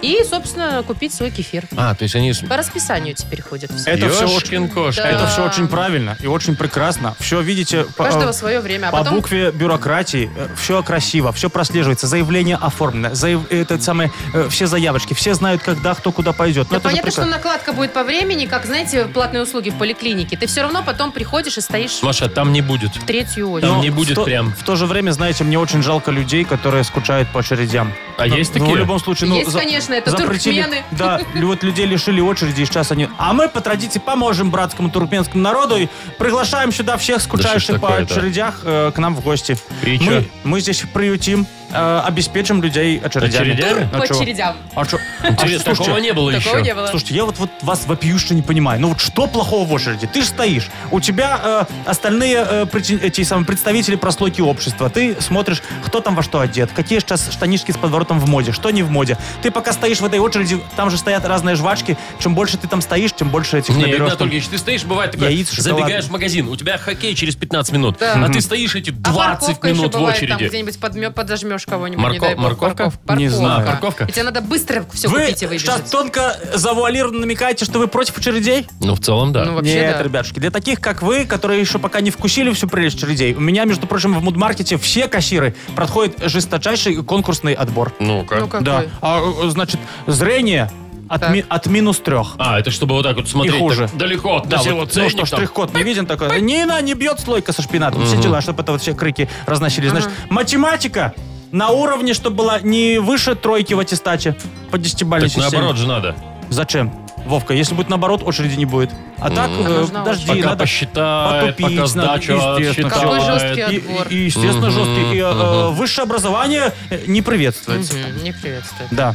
[SPEAKER 3] и, собственно, купить свой кефир.
[SPEAKER 2] А, то есть они...
[SPEAKER 3] По расписанию теперь ходят все.
[SPEAKER 4] Это все
[SPEAKER 2] Ёшкин
[SPEAKER 4] очень,
[SPEAKER 2] кошка.
[SPEAKER 3] Да.
[SPEAKER 4] это все очень правильно и очень прекрасно. Все видите
[SPEAKER 3] У
[SPEAKER 4] по,
[SPEAKER 3] каждого
[SPEAKER 4] э,
[SPEAKER 3] свое время. А
[SPEAKER 4] по
[SPEAKER 3] потом
[SPEAKER 4] букве бюрократии. Все красиво, все прослеживается, заявление оформлено, заяв- этот самый, э, все заявочки, все знают, когда кто куда пойдет. Ну,
[SPEAKER 3] Да
[SPEAKER 4] это же
[SPEAKER 3] понятно, что
[SPEAKER 4] прекрасно.
[SPEAKER 3] накладка будет по времени, как, знаете, платные услуги в поликлинике. Ты все равно потом приходишь и стоишь
[SPEAKER 2] Маша, там не будет.
[SPEAKER 3] в третью очередь.
[SPEAKER 2] Там
[SPEAKER 4] Но
[SPEAKER 2] не будет
[SPEAKER 4] в то-
[SPEAKER 2] прям.
[SPEAKER 4] В то же время, знаете, мне очень жалко людей, которые скучают по очередям.
[SPEAKER 2] А
[SPEAKER 4] Ну,
[SPEAKER 2] есть
[SPEAKER 4] ну,
[SPEAKER 2] такие?
[SPEAKER 4] в любом случае, ну,
[SPEAKER 3] Есть,
[SPEAKER 4] за-
[SPEAKER 3] конечно, это
[SPEAKER 4] запретили-
[SPEAKER 3] туркмены.
[SPEAKER 4] Да, лю- вот людей лишили очереди, и сейчас они... А мы по традиции поможем братскому туркменскому народу и приглашаем сюда всех
[SPEAKER 2] что ж
[SPEAKER 4] скучающих по
[SPEAKER 2] такое-то?
[SPEAKER 4] очередях э, к нам в гости.
[SPEAKER 2] И чё?
[SPEAKER 4] мы, мы здесь приютим, э, обеспечим людей очередями.
[SPEAKER 2] Очередями?
[SPEAKER 4] А
[SPEAKER 3] По
[SPEAKER 4] чё?
[SPEAKER 3] очередям.
[SPEAKER 4] А чё?
[SPEAKER 2] Интересно,
[SPEAKER 4] А,
[SPEAKER 2] такого
[SPEAKER 4] слушайте,
[SPEAKER 2] не было
[SPEAKER 3] Такого
[SPEAKER 2] еще.
[SPEAKER 3] не было.
[SPEAKER 4] Слушайте, я вот, вот вас вопиюще не понимаю. Ну вот что плохого в очереди? Ты же стоишь. У тебя э, остальные э, причи- эти самые представители прослойки общества. Ты смотришь, кто там во что одет, какие сейчас штанишки с подворотом в моде, что не в моде. Ты пока стоишь в этой очереди, там же стоят разные жвачки. Чем больше ты там стоишь, тем больше этих
[SPEAKER 2] Не, ну,
[SPEAKER 4] наберешь.
[SPEAKER 2] Игнат Ольгович, ты стоишь, бывает такое,
[SPEAKER 4] Яиц, шоколад.
[SPEAKER 2] забегаешь в магазин, у тебя хоккей через 15 минут,
[SPEAKER 3] Да.
[SPEAKER 2] а ты стоишь эти
[SPEAKER 3] А
[SPEAKER 2] 20
[SPEAKER 3] парковка еще
[SPEAKER 2] минут в
[SPEAKER 3] бывает, там
[SPEAKER 2] очереди.
[SPEAKER 3] где-нибудь подмё- подожмешь кого-нибудь, не
[SPEAKER 2] Марко-
[SPEAKER 3] дай бог.
[SPEAKER 2] морковка?
[SPEAKER 3] Парков-
[SPEAKER 4] Не знаю.
[SPEAKER 2] Парковка?
[SPEAKER 3] И тебе надо быстро все
[SPEAKER 4] Вы
[SPEAKER 3] купить и
[SPEAKER 4] сейчас
[SPEAKER 3] выбежать.
[SPEAKER 4] тонко завуалированно намекаете, что вы против очередей?
[SPEAKER 2] Ну, в целом, да.
[SPEAKER 3] Ну, вообще,
[SPEAKER 4] Нет,
[SPEAKER 3] да.
[SPEAKER 4] ребятушки, для таких, как вы, которые еще пока не вкусили всю прелесть очередей, у меня, между прочим, в мудмаркете все кассиры проходят жесточайший конкурсный отбор.
[SPEAKER 2] Ну-ка.
[SPEAKER 3] Ну, какой?
[SPEAKER 4] Да. А, э, значит, зрение от,
[SPEAKER 3] Так.
[SPEAKER 4] ми- от минус трех.
[SPEAKER 2] А, это чтобы вот так вот смотреть.
[SPEAKER 4] И хуже.
[SPEAKER 2] так далеко от
[SPEAKER 4] Да,
[SPEAKER 2] носила
[SPEAKER 4] вот, ну
[SPEAKER 2] ценник
[SPEAKER 4] что,
[SPEAKER 2] там.
[SPEAKER 4] штрих-код не виден такой. Нина, не бьет слойка со шпинатом. Все дела, чтобы это вот все крики разносились. Значит, математика на уровне, чтобы была не выше тройки в аттестате по десятибалльной
[SPEAKER 2] Так
[SPEAKER 4] системе.
[SPEAKER 2] наоборот же надо.
[SPEAKER 4] Зачем? Вовка, если будет наоборот, очереди не будет. А так, э,
[SPEAKER 3] Нужна
[SPEAKER 4] подожди,
[SPEAKER 2] Пока
[SPEAKER 4] надо
[SPEAKER 2] посчитает,
[SPEAKER 4] потупить
[SPEAKER 2] пока
[SPEAKER 4] надо,
[SPEAKER 2] сдачу
[SPEAKER 4] естественно, всё.
[SPEAKER 3] Какой
[SPEAKER 2] отсчитает.
[SPEAKER 3] жесткий
[SPEAKER 4] И,
[SPEAKER 3] отбор.
[SPEAKER 4] и, естественно, жесткий. И, э, э, высшее образование э, не приветствуется.
[SPEAKER 3] Мгм, Не приветствую.
[SPEAKER 4] Да.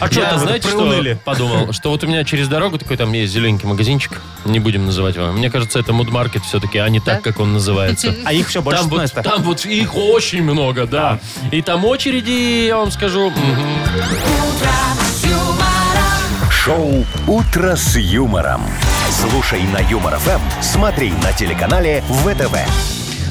[SPEAKER 4] А что
[SPEAKER 2] Я,
[SPEAKER 4] там,
[SPEAKER 2] знаете, что
[SPEAKER 4] приуныли?
[SPEAKER 2] подумал? Что вот у меня через дорогу такой там есть зелененький магазинчик. Не будем называть его. Мне кажется, это мудмаркет все-таки, а не так, как он называется.
[SPEAKER 3] М-м.
[SPEAKER 4] А их все больше
[SPEAKER 2] Там вот,
[SPEAKER 4] 16.
[SPEAKER 2] там вот их очень много, да. И там очереди, я вам скажу.
[SPEAKER 3] Ну,
[SPEAKER 2] мгм.
[SPEAKER 1] Шоу «Утро с юмором». Слушай на Юмор ФМ, смотри на телеканале ВТВ.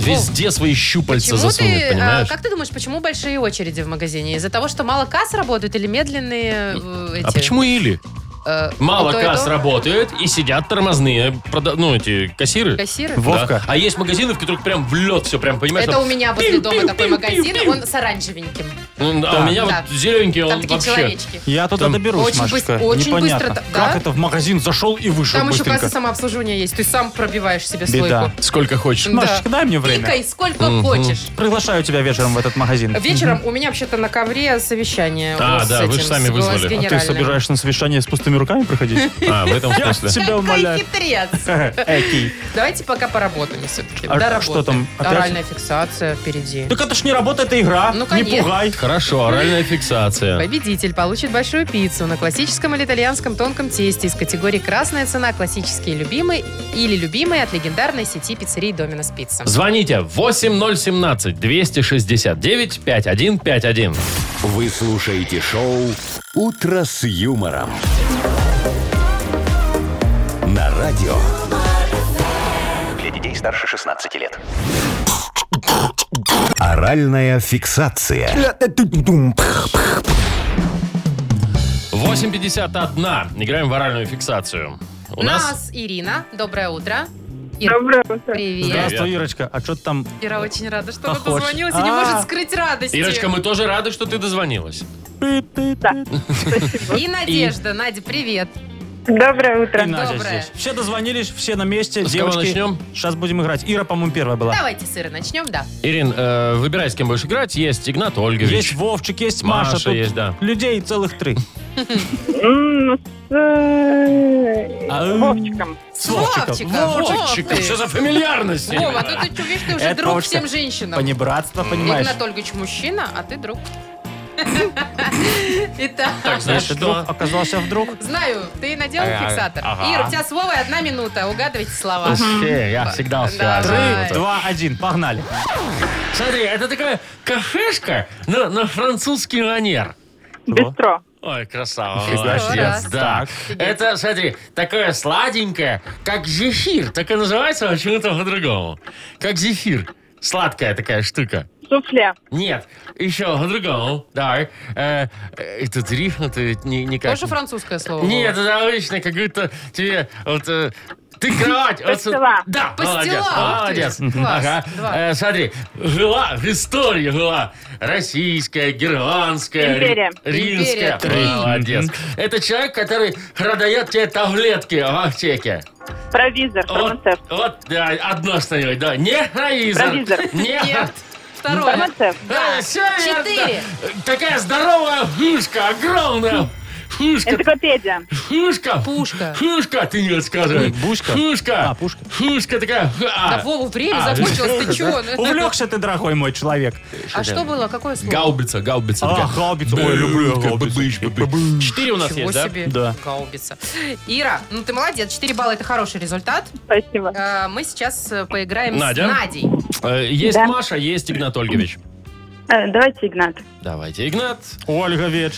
[SPEAKER 2] Везде свои щупальца
[SPEAKER 3] Почему
[SPEAKER 2] засунут,
[SPEAKER 3] ты, а,
[SPEAKER 2] понимаешь?
[SPEAKER 3] как ты думаешь, почему большие очереди в магазине? Из-за того, что мало касс работают или медленные э, эти...
[SPEAKER 2] А почему или?
[SPEAKER 3] э,
[SPEAKER 2] Мало
[SPEAKER 3] и то, и
[SPEAKER 2] касс
[SPEAKER 3] то?
[SPEAKER 2] работают и сидят тормозные, прода- ну, эти кассиры.
[SPEAKER 3] Кассиры?
[SPEAKER 4] Во- Вовка.
[SPEAKER 2] Да. А есть магазины, в которых прям в лед все, прям, понимаешь?
[SPEAKER 3] Это
[SPEAKER 2] там-
[SPEAKER 3] у меня возле
[SPEAKER 2] пиу,
[SPEAKER 3] дома
[SPEAKER 2] пиу,
[SPEAKER 3] такой
[SPEAKER 2] пиу,
[SPEAKER 3] магазин,
[SPEAKER 2] пиу, пиу.
[SPEAKER 3] он с оранжевеньким.
[SPEAKER 2] Ну, да,
[SPEAKER 4] Да.
[SPEAKER 2] у меня
[SPEAKER 3] Да.
[SPEAKER 2] вот зелененький,
[SPEAKER 3] Там
[SPEAKER 2] он
[SPEAKER 3] такие
[SPEAKER 2] вообще...
[SPEAKER 3] человечки.
[SPEAKER 4] Я туда
[SPEAKER 2] Там
[SPEAKER 4] доберусь,
[SPEAKER 3] очень
[SPEAKER 4] Машечка.
[SPEAKER 3] быстро- очень
[SPEAKER 4] Непонятно.
[SPEAKER 3] быстро, да.
[SPEAKER 4] Как это в магазин зашел и вышел
[SPEAKER 3] Там еще
[SPEAKER 4] быстренько?
[SPEAKER 3] касса самообслуживания есть. Ты сам пробиваешь себе
[SPEAKER 4] Беда.
[SPEAKER 3] слойку.
[SPEAKER 2] Сколько хочешь.
[SPEAKER 4] Машечка, дай мне время.
[SPEAKER 3] Пикай сколько хочешь.
[SPEAKER 4] Приглашаю тебя вечером в этот магазин. А
[SPEAKER 3] Вечером у меня вообще-то на ковре совещание.
[SPEAKER 2] А,
[SPEAKER 3] вот с
[SPEAKER 2] да,
[SPEAKER 3] этим,
[SPEAKER 2] вы ж сами
[SPEAKER 3] с
[SPEAKER 2] вызвали.
[SPEAKER 3] голос
[SPEAKER 2] А ты
[SPEAKER 4] А ты
[SPEAKER 3] генеральным.
[SPEAKER 4] собираешься на совещание с пустыми руками приходить?
[SPEAKER 2] А, в этом
[SPEAKER 4] Я
[SPEAKER 2] смысле.
[SPEAKER 4] тебя
[SPEAKER 3] Какой
[SPEAKER 4] умоляю.
[SPEAKER 3] хитрец.
[SPEAKER 4] Экий.
[SPEAKER 3] Давайте пока поработаем все-таки.
[SPEAKER 4] А что там, опять?
[SPEAKER 3] Оральная фиксация впереди.
[SPEAKER 4] Так это ж не работа, это игра.
[SPEAKER 3] Ну,
[SPEAKER 4] Не
[SPEAKER 3] конечно.
[SPEAKER 4] пугай.
[SPEAKER 2] Хорошо, оральная фиксация.
[SPEAKER 3] Победитель получит большую пиццу на классическом или итальянском тонком тесте из категории «Красная цена. Классические любимые» или «Любимые» от легендарной сети пиццерий «Доминос Пицца».
[SPEAKER 2] Звоните 8017-269-5151.
[SPEAKER 1] Вы слушаете шоу «Утро с юмором». На радио
[SPEAKER 5] Для детей старше 16 лет.
[SPEAKER 1] «Оральная фиксация».
[SPEAKER 2] 8.51. Играем в оральную фиксацию. У нас...
[SPEAKER 3] Ирина. Доброе утро. Ир,
[SPEAKER 6] Доброе утро.
[SPEAKER 3] привет.
[SPEAKER 4] Здравствуй, Ирочка. А что ты там?
[SPEAKER 3] Ира очень рада, что
[SPEAKER 4] Охоче.
[SPEAKER 3] вы дозвонилась и не
[SPEAKER 4] А.
[SPEAKER 3] может скрыть радости.
[SPEAKER 2] Ирочка, мы тоже рады, что ты дозвонилась.
[SPEAKER 3] И Надежда. Надя, привет.
[SPEAKER 6] Доброе утро.
[SPEAKER 4] И Надя
[SPEAKER 3] Доброе.
[SPEAKER 4] здесь. Все дозвонились, все на месте.
[SPEAKER 2] С кого
[SPEAKER 4] Девочки,
[SPEAKER 2] начнем?
[SPEAKER 4] сейчас будем играть. Ира, по-моему, первая была.
[SPEAKER 3] Давайте с Ирой начнем, да.
[SPEAKER 2] Ирин, э, выбирай, с кем будешь играть. Есть Игнат Ольгович.
[SPEAKER 4] Есть Вовчик, есть Маша.
[SPEAKER 2] Маша
[SPEAKER 4] тут
[SPEAKER 2] есть, да.
[SPEAKER 4] Людей целых три.
[SPEAKER 6] М, с, э,
[SPEAKER 4] А, э,
[SPEAKER 6] Вовчиком.
[SPEAKER 3] С
[SPEAKER 2] С Вовчиком.
[SPEAKER 3] Вовчика.
[SPEAKER 2] Вовчиком.
[SPEAKER 3] Вов ты.
[SPEAKER 2] Что за фамильярность?
[SPEAKER 3] Вова, ну ты что, видишь, ты уже
[SPEAKER 4] Это,
[SPEAKER 3] друг
[SPEAKER 4] Вовочка,
[SPEAKER 3] всем женщинам.
[SPEAKER 4] Понебратство, понимаешь?
[SPEAKER 3] Игнат Ольгович мужчина, а ты друг. Итак,
[SPEAKER 2] Так,
[SPEAKER 4] Знаешь, ну,
[SPEAKER 2] знаешь
[SPEAKER 4] ты вдруг
[SPEAKER 2] что?
[SPEAKER 4] оказался вдруг.
[SPEAKER 3] знаю, ты наделал
[SPEAKER 2] Ага,
[SPEAKER 3] фиксатор.
[SPEAKER 2] ага.
[SPEAKER 3] Ир, у тебя слово и одна минута. Угадывайте слова.
[SPEAKER 2] Вообще, я всегда успеваю.
[SPEAKER 3] Давай.
[SPEAKER 4] Три, два, один, погнали.
[SPEAKER 2] Смотри, это такая кафешка на, на французский манер.
[SPEAKER 6] Бистро.
[SPEAKER 2] Ой, красава.
[SPEAKER 4] Нифига
[SPEAKER 2] молодец,
[SPEAKER 3] себе. Раз.
[SPEAKER 2] да.
[SPEAKER 3] Офигеть.
[SPEAKER 2] Это, смотри, такое сладенькое, как зефир. Так и называется но почему-то по-другому. Как зефир. Сладкая такая штука.
[SPEAKER 6] Суфле.
[SPEAKER 2] Нет, еще по-другому. Давай. Э, э, тут рифма, ты не, никак.
[SPEAKER 3] Тоже французское слово?
[SPEAKER 2] Нет, это обычно как будто тебе вот э, ты кровать. вот с-
[SPEAKER 6] Пастила.
[SPEAKER 2] Да,
[SPEAKER 3] Пастила,
[SPEAKER 2] молодец,
[SPEAKER 3] ух
[SPEAKER 2] молодец.
[SPEAKER 3] ты, класс,
[SPEAKER 2] Ага.
[SPEAKER 3] два.
[SPEAKER 2] Э, смотри, жила, в истории была российская, германская, ри-
[SPEAKER 6] Империя.
[SPEAKER 2] римская.
[SPEAKER 3] Империя, три.
[SPEAKER 2] Молодец. Это человек, который продает тебе таблетки в аптеке.
[SPEAKER 6] Провизор.
[SPEAKER 2] Вот,
[SPEAKER 6] Фармацевт.
[SPEAKER 2] вот, да, одно что-нибудь, да. Не провизор.
[SPEAKER 6] Провизор.
[SPEAKER 2] Не
[SPEAKER 3] Нет. Второе.
[SPEAKER 2] А.
[SPEAKER 6] Фармацевт.
[SPEAKER 3] Да,
[SPEAKER 2] всё верно.
[SPEAKER 3] четыре.
[SPEAKER 2] Такая здоровая фишка, огромная. Фишка,
[SPEAKER 6] Энциклопедия.
[SPEAKER 2] Фушка!
[SPEAKER 3] Пушка.
[SPEAKER 2] Фушка, ты не сказывай.
[SPEAKER 4] Ой, бушка.
[SPEAKER 2] Фушка.
[SPEAKER 4] А, пушка.
[SPEAKER 2] Фушка такая. ф- а.
[SPEAKER 3] Да, Вова, время
[SPEAKER 2] А,
[SPEAKER 3] закончилось, ты чего? Ну,
[SPEAKER 4] Увлекся ты, дорогой мой человек.
[SPEAKER 3] А что было? Какое слово?
[SPEAKER 2] Гаубица, гаубица.
[SPEAKER 4] А,
[SPEAKER 2] такая.
[SPEAKER 4] гаубица. Ой, люблю
[SPEAKER 2] Такая,
[SPEAKER 4] гаубицу.
[SPEAKER 2] бабыч, бабыч. Четыре у нас
[SPEAKER 3] Ничего
[SPEAKER 2] есть, да?
[SPEAKER 3] себе.
[SPEAKER 4] Да.
[SPEAKER 3] Гаубица. Ира, ну ты молодец. 4 балла – это хороший результат.
[SPEAKER 6] Спасибо.
[SPEAKER 3] Э, Мы сейчас э, поиграем
[SPEAKER 2] Надя?
[SPEAKER 3] с Надей.
[SPEAKER 2] Э, Есть
[SPEAKER 6] Да.
[SPEAKER 2] Маша, есть Игнат Ольгович.
[SPEAKER 6] Э, Давайте, Игнат.
[SPEAKER 2] Давайте, Игнат.
[SPEAKER 4] Ольга Веч.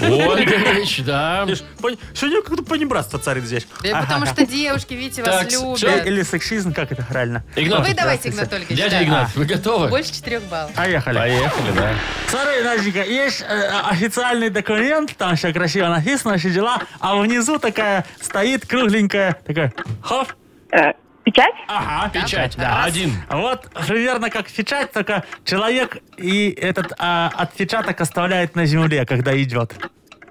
[SPEAKER 2] Ольгович, да.
[SPEAKER 4] Видишь, пон- Сегодня как-то понебратство царит здесь. Ну,
[SPEAKER 3] Да и Потому что девушки, видите,
[SPEAKER 2] Так,
[SPEAKER 3] вас
[SPEAKER 2] чё?
[SPEAKER 4] Или
[SPEAKER 3] любят.
[SPEAKER 4] или сексизм, как это правильно?
[SPEAKER 2] Игнат,
[SPEAKER 3] Вы давайте, Игнат Ольгович.
[SPEAKER 2] дядя
[SPEAKER 3] да.
[SPEAKER 2] Игнат, вы готовы?
[SPEAKER 3] Больше 4 баллов.
[SPEAKER 4] Поехали.
[SPEAKER 2] Поехали, да.
[SPEAKER 4] Смотри, Наденька, есть э, официальный документ, там все красиво написано, все дела, а внизу такая стоит кругленькая, такая, хоп,
[SPEAKER 6] Э, Печать?
[SPEAKER 4] ага,
[SPEAKER 2] Печать, да,
[SPEAKER 3] Раз.
[SPEAKER 2] один.
[SPEAKER 4] Вот примерно как печать, только человек и этот а, отпечаток оставляет на земле, когда идет.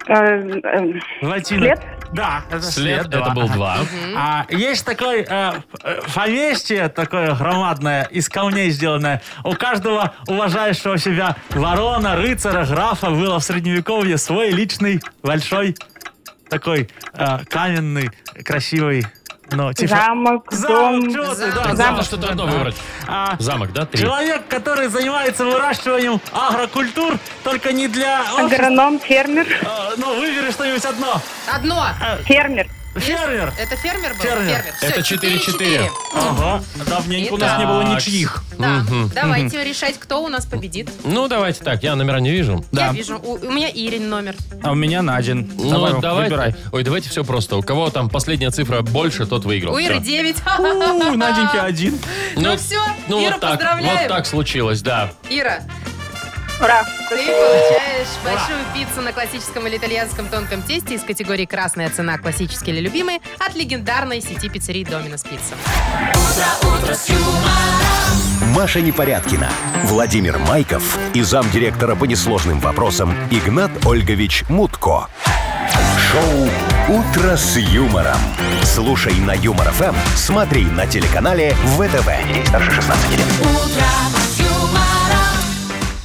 [SPEAKER 6] Э, э,
[SPEAKER 4] Латина.
[SPEAKER 6] След?
[SPEAKER 4] Да. это
[SPEAKER 2] След, это
[SPEAKER 4] да.
[SPEAKER 2] был два.
[SPEAKER 4] А, есть такое э, э, поместье, такое громадное, из камней сделанное. У каждого уважающего себя ворона, рыцаря, графа было в средневековье свой личный большой такой э, каменный, красивый, но типа...
[SPEAKER 6] Замок,
[SPEAKER 4] Замок,
[SPEAKER 6] дом.
[SPEAKER 4] чё ты,
[SPEAKER 3] Замок.
[SPEAKER 4] да,
[SPEAKER 2] Так,
[SPEAKER 4] замок.
[SPEAKER 2] Замок что-то одно выбрать.
[SPEAKER 4] А,
[SPEAKER 2] Замок, да, три.
[SPEAKER 4] Человек, который занимается выращиванием агрокультур, только не для... общества.
[SPEAKER 6] Агроном, фермер.
[SPEAKER 4] Э, Ну, выбери что-нибудь одно.
[SPEAKER 3] Одно.
[SPEAKER 6] Фермер.
[SPEAKER 4] Фермер.
[SPEAKER 3] Это фермер был?
[SPEAKER 4] Фермер.
[SPEAKER 3] Всё,
[SPEAKER 2] Это
[SPEAKER 3] четыре,
[SPEAKER 2] 4-4.
[SPEAKER 3] четыре.
[SPEAKER 4] Ага, давненько у нас не было
[SPEAKER 2] Итак.
[SPEAKER 4] ничьих.
[SPEAKER 3] Да, давайте решать, кто у нас победит.
[SPEAKER 2] Ну, давайте так, я номера не вижу.
[SPEAKER 3] Я вижу, у, у меня Ирин номер.
[SPEAKER 4] А у меня на один.
[SPEAKER 2] Ну,
[SPEAKER 4] давай,
[SPEAKER 2] давай.
[SPEAKER 4] выбирай.
[SPEAKER 2] Ой, давайте все просто. У кого там последняя цифра больше, тот выиграл.
[SPEAKER 3] У Иры
[SPEAKER 2] Всё.
[SPEAKER 3] 9.
[SPEAKER 4] У, Наденьки один.
[SPEAKER 3] Ну все,
[SPEAKER 2] ну,
[SPEAKER 3] Ира,
[SPEAKER 2] вот так,
[SPEAKER 3] поздравляем.
[SPEAKER 2] Вот так случилось, да.
[SPEAKER 3] Ира,
[SPEAKER 6] Ура.
[SPEAKER 3] ты получаешь большую пиццу на классическом или итальянском тонком тесте из категории «Красная цена. Классические или любимые» от легендарной сети пиццерий «Доминос Пицца».
[SPEAKER 1] Маша Непорядкина, Владимир Майков и замдиректора по несложным вопросам Игнат Ольгович Мутко. Шоу «Утро с юмором». Слушай на Юмор ФМ, смотри на телеканале ВТВ. Здесь старше 16 лет.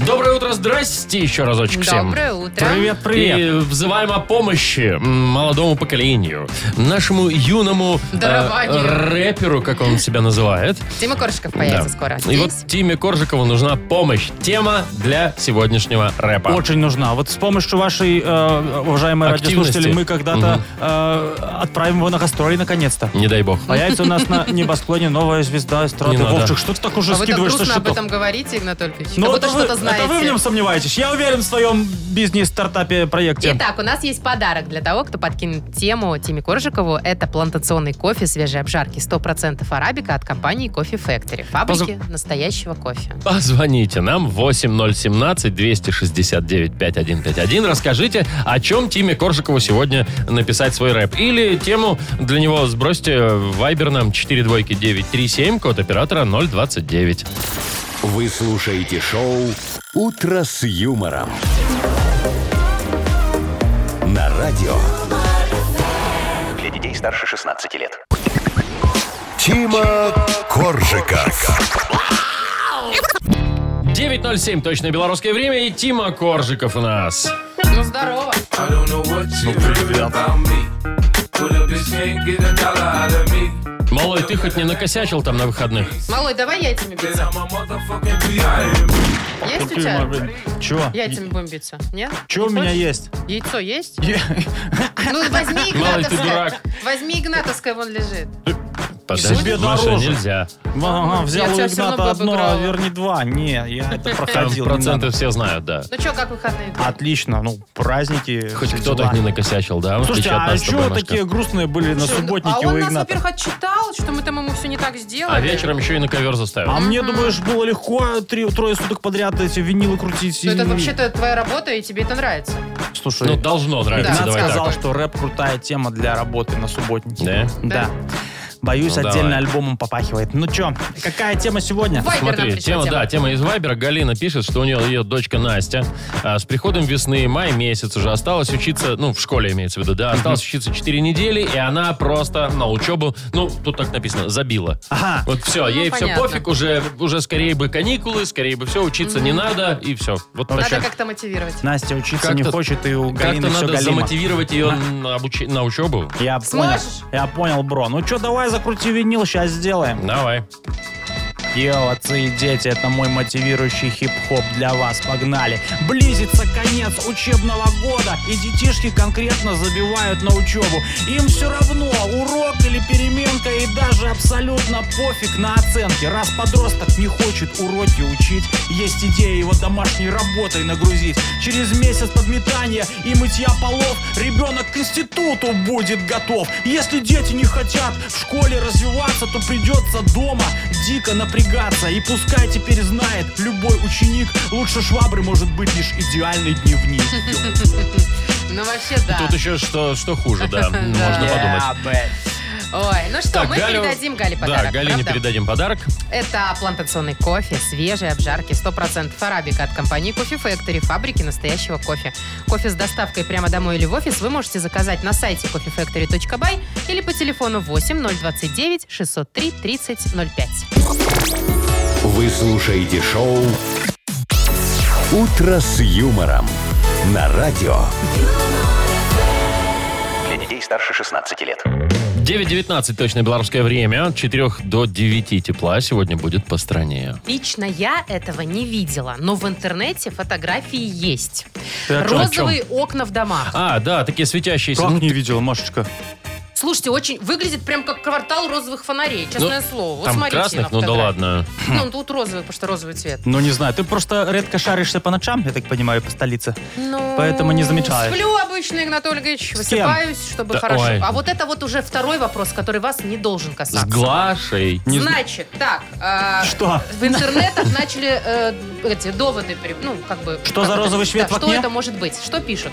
[SPEAKER 2] Доброе утро, здрасте еще разочек всем.
[SPEAKER 3] Доброе утро.
[SPEAKER 4] Привет, привет.
[SPEAKER 2] И взываем о помощи м, молодому поколению, нашему юному э,
[SPEAKER 3] Дарованию.
[SPEAKER 2] рэперу, как он себя называет.
[SPEAKER 3] Дима Коршиков появится
[SPEAKER 2] Да.
[SPEAKER 3] скоро.
[SPEAKER 2] И
[SPEAKER 3] Здесь.
[SPEAKER 2] вот Тиме Коржикову нужна помощь. Тема для сегодняшнего рэпа.
[SPEAKER 4] Очень нужна. Вот с помощью вашей, э, уважаемые
[SPEAKER 2] Активности.
[SPEAKER 4] радиослушатели, мы когда-то э, отправим его на гастроли наконец-то.
[SPEAKER 2] Не дай бог.
[SPEAKER 4] Появится у нас на небосклоне новая звезда эстрады.
[SPEAKER 2] Не надо.
[SPEAKER 4] Вовчик, что ты так уже
[SPEAKER 3] а вы так
[SPEAKER 4] скидываешь со
[SPEAKER 3] грустно об
[SPEAKER 4] счетов?
[SPEAKER 3] этом говорите, Игнатольевич.
[SPEAKER 4] Ну,
[SPEAKER 3] как будто
[SPEAKER 4] это вы,
[SPEAKER 3] что-то знаете.
[SPEAKER 4] это вы в нем сомневаетесь. Я уверен в своем бизнес-стартапе проекте.
[SPEAKER 3] Итак, у нас есть подарок для того, кто подкинет тему Тиме Коржикову. Это плантационный кофе свежей обжарки 100% арабика от компании Кофе Factory. Фабрики настоящего кофе.
[SPEAKER 2] Позвоните нам 8017-269-5151. Расскажите, о чем Тиме Коржикову сегодня написать свой рэп. Или тему для него сбросьте в вайбер нам 4 двойки 937, код оператора 029.
[SPEAKER 1] Вы слушаете шоу «Утро с юмором». На радио
[SPEAKER 5] Для детей старше 16 лет.
[SPEAKER 1] Тима Коржика.
[SPEAKER 2] 9.07, точное белорусское время, и Тима Коржиков у нас.
[SPEAKER 3] Ну, здорово.
[SPEAKER 8] I don't know what you heard about me.
[SPEAKER 2] Малой, ты хоть не накосячил там на выходных?
[SPEAKER 3] Малой, давай яйцами биться. Есть у тебя?
[SPEAKER 4] Чего?
[SPEAKER 3] Яйцами будем биться. Нет?
[SPEAKER 4] Чего у
[SPEAKER 3] Не
[SPEAKER 4] меня
[SPEAKER 3] хочешь?
[SPEAKER 4] есть?
[SPEAKER 3] Яйцо есть? Ну, возьми
[SPEAKER 2] Малой, ты
[SPEAKER 3] Игнатовское.
[SPEAKER 2] дурак.
[SPEAKER 3] Возьми Игнатовское, вон лежит.
[SPEAKER 2] Подожди,
[SPEAKER 4] Себе
[SPEAKER 2] Маша,
[SPEAKER 4] дороже.
[SPEAKER 2] нельзя.
[SPEAKER 4] Ага, взял
[SPEAKER 3] Я
[SPEAKER 4] у
[SPEAKER 3] тебя всё равно
[SPEAKER 4] Игната
[SPEAKER 3] бы
[SPEAKER 4] одно, а
[SPEAKER 3] обыграла.
[SPEAKER 4] верни два. Не, я это
[SPEAKER 2] Там
[SPEAKER 4] проходил. не
[SPEAKER 2] проценты
[SPEAKER 4] надо.
[SPEAKER 2] все знают, да.
[SPEAKER 3] Ну что, как выходные?
[SPEAKER 4] Отлично, ну, праздники.
[SPEAKER 2] Хоть
[SPEAKER 4] все
[SPEAKER 2] кто-то
[SPEAKER 4] дела.
[SPEAKER 2] не накосячил, да? в
[SPEAKER 4] Слушайте,
[SPEAKER 2] отличие от
[SPEAKER 4] а
[SPEAKER 2] нас с тобой,
[SPEAKER 4] чего
[SPEAKER 2] Машка?
[SPEAKER 4] такие грустные были на
[SPEAKER 3] Слушай, ну,
[SPEAKER 4] субботнике
[SPEAKER 3] а
[SPEAKER 4] у
[SPEAKER 3] он нас,
[SPEAKER 4] Игната?
[SPEAKER 3] во-первых, отчитал, что мы там ему все не так сделали.
[SPEAKER 2] А вечером еще и на ковер заставил.
[SPEAKER 4] А мне,
[SPEAKER 3] м-м.
[SPEAKER 4] думаешь, было легко три, трое суток подряд эти винилы крутить?
[SPEAKER 3] Ну, это
[SPEAKER 4] и-
[SPEAKER 3] вообще-то твоя работа, и тебе это нравится.
[SPEAKER 4] Слушай,
[SPEAKER 2] Ну, должно нравиться,
[SPEAKER 3] Да,
[SPEAKER 4] Игнат
[SPEAKER 2] давай
[SPEAKER 4] сказал,
[SPEAKER 2] так.
[SPEAKER 3] так.
[SPEAKER 4] что рэп крутая тема для работы на субботнике.
[SPEAKER 2] Да?
[SPEAKER 4] Да. Боюсь,
[SPEAKER 2] Ну,
[SPEAKER 4] отдельно
[SPEAKER 2] давай.
[SPEAKER 4] альбомом попахивает. Ну чё, какая тема сегодня?
[SPEAKER 3] Вайбер нам
[SPEAKER 2] Смотри,
[SPEAKER 3] пришла
[SPEAKER 2] тема, да, тема из Вайбера. Галина пишет, что у нее ее дочка Настя а, с приходом весны, май месяц уже осталось учиться, ну, в школе имеется в виду, да, осталось учиться 4 недели, и она просто на учебу, ну, тут так написано, забила.
[SPEAKER 4] Ага.
[SPEAKER 2] Вот все, ей все
[SPEAKER 3] Ну, понятно.
[SPEAKER 2] пофиг, уже, уже скорее бы каникулы, скорее бы все, учиться не надо, и все. Вот
[SPEAKER 4] Вообще,
[SPEAKER 3] Ну,
[SPEAKER 4] Ну,
[SPEAKER 3] Надо как-то мотивировать.
[SPEAKER 4] Настя учиться не
[SPEAKER 2] Как-то-
[SPEAKER 4] хочет, и у
[SPEAKER 2] Как-то
[SPEAKER 4] Галины все
[SPEAKER 2] надо
[SPEAKER 4] галимо.
[SPEAKER 2] замотивировать ее на, обучи- на учебу.
[SPEAKER 4] Я понял,
[SPEAKER 3] Сможешь?
[SPEAKER 4] я понял, бро. Ну чё, давай закрути винил, сейчас сделаем.
[SPEAKER 2] Давай.
[SPEAKER 4] Йоу, отцы и дети, это мой мотивирующий хип-хоп для вас. Погнали. Близится конец учебного года, и детишки конкретно забивают на учебу. Им все равно, урок или переменка, и даже абсолютно пофиг на оценки. Раз подросток не хочет уроки учить, есть идея его домашней работой нагрузить. Через месяц подметания и мытья полов ребенок к институту будет готов. Если дети не хотят в школе развиваться, то придется дома дико напрягаться. И пускай теперь знает любой ученик, лучше швабры может быть лишь идеальный дневник.
[SPEAKER 3] Ну, вообще, да.
[SPEAKER 2] Тут еще что, что хуже, да,
[SPEAKER 3] Да.
[SPEAKER 2] можно подумать.
[SPEAKER 3] Ой, ну что,
[SPEAKER 2] Так,
[SPEAKER 3] мы
[SPEAKER 2] Галю-
[SPEAKER 3] передадим Гале подарок.
[SPEAKER 2] Да, Галине
[SPEAKER 3] правда?
[SPEAKER 2] передадим подарок.
[SPEAKER 3] Это плантационный кофе, свежие обжарки, 100% арабика от компании Coffee Factory, фабрики настоящего кофе. Кофе с доставкой прямо домой или в офис вы можете заказать на сайте coffeefactory.by или по телефону 8029 603 3005.
[SPEAKER 1] Вы слушаете шоу «Утро с юмором» на радио.
[SPEAKER 5] Для детей старше 16 лет.
[SPEAKER 2] 9.19 точно белорусское время. От 4 до 9 тепла сегодня будет по стране.
[SPEAKER 3] Лично я этого не видела, но в интернете фотографии есть.
[SPEAKER 4] Ты о чём, о чём?
[SPEAKER 3] Розовые окна в домах.
[SPEAKER 2] А, да, такие светящиеся.
[SPEAKER 4] Как
[SPEAKER 2] Ну,
[SPEAKER 4] не видела, Машечка?
[SPEAKER 3] Слушайте, очень выглядит прям как квартал розовых фонарей, честное слово. Вот
[SPEAKER 2] там
[SPEAKER 3] смотрите на
[SPEAKER 2] красных, ну да
[SPEAKER 3] фотографии.
[SPEAKER 2] ладно.
[SPEAKER 3] Ну, тут розовый, потому что розовый цвет.
[SPEAKER 4] Ну, не знаю, ты просто редко шаришься по ночам, я так понимаю, по столице.
[SPEAKER 3] Ну,
[SPEAKER 4] Поэтому не замечаешь.
[SPEAKER 3] Сплю обычно, Игнат Ольгович,
[SPEAKER 4] С кем?
[SPEAKER 3] высыпаюсь, чтобы
[SPEAKER 2] Да,
[SPEAKER 3] хорошо.
[SPEAKER 2] ой.
[SPEAKER 3] А вот это вот уже второй вопрос, который вас не должен
[SPEAKER 2] С
[SPEAKER 3] касаться.
[SPEAKER 2] Глашей.
[SPEAKER 4] Не зна-
[SPEAKER 3] Значит, так, э,
[SPEAKER 4] Что?
[SPEAKER 3] в интернетах начали э, эти доводы, при- ну, как бы...
[SPEAKER 4] Что
[SPEAKER 3] как
[SPEAKER 4] за
[SPEAKER 3] это-
[SPEAKER 4] розовый свет
[SPEAKER 3] да,
[SPEAKER 4] в
[SPEAKER 3] Что
[SPEAKER 4] окне?
[SPEAKER 3] это может быть? Что пишут?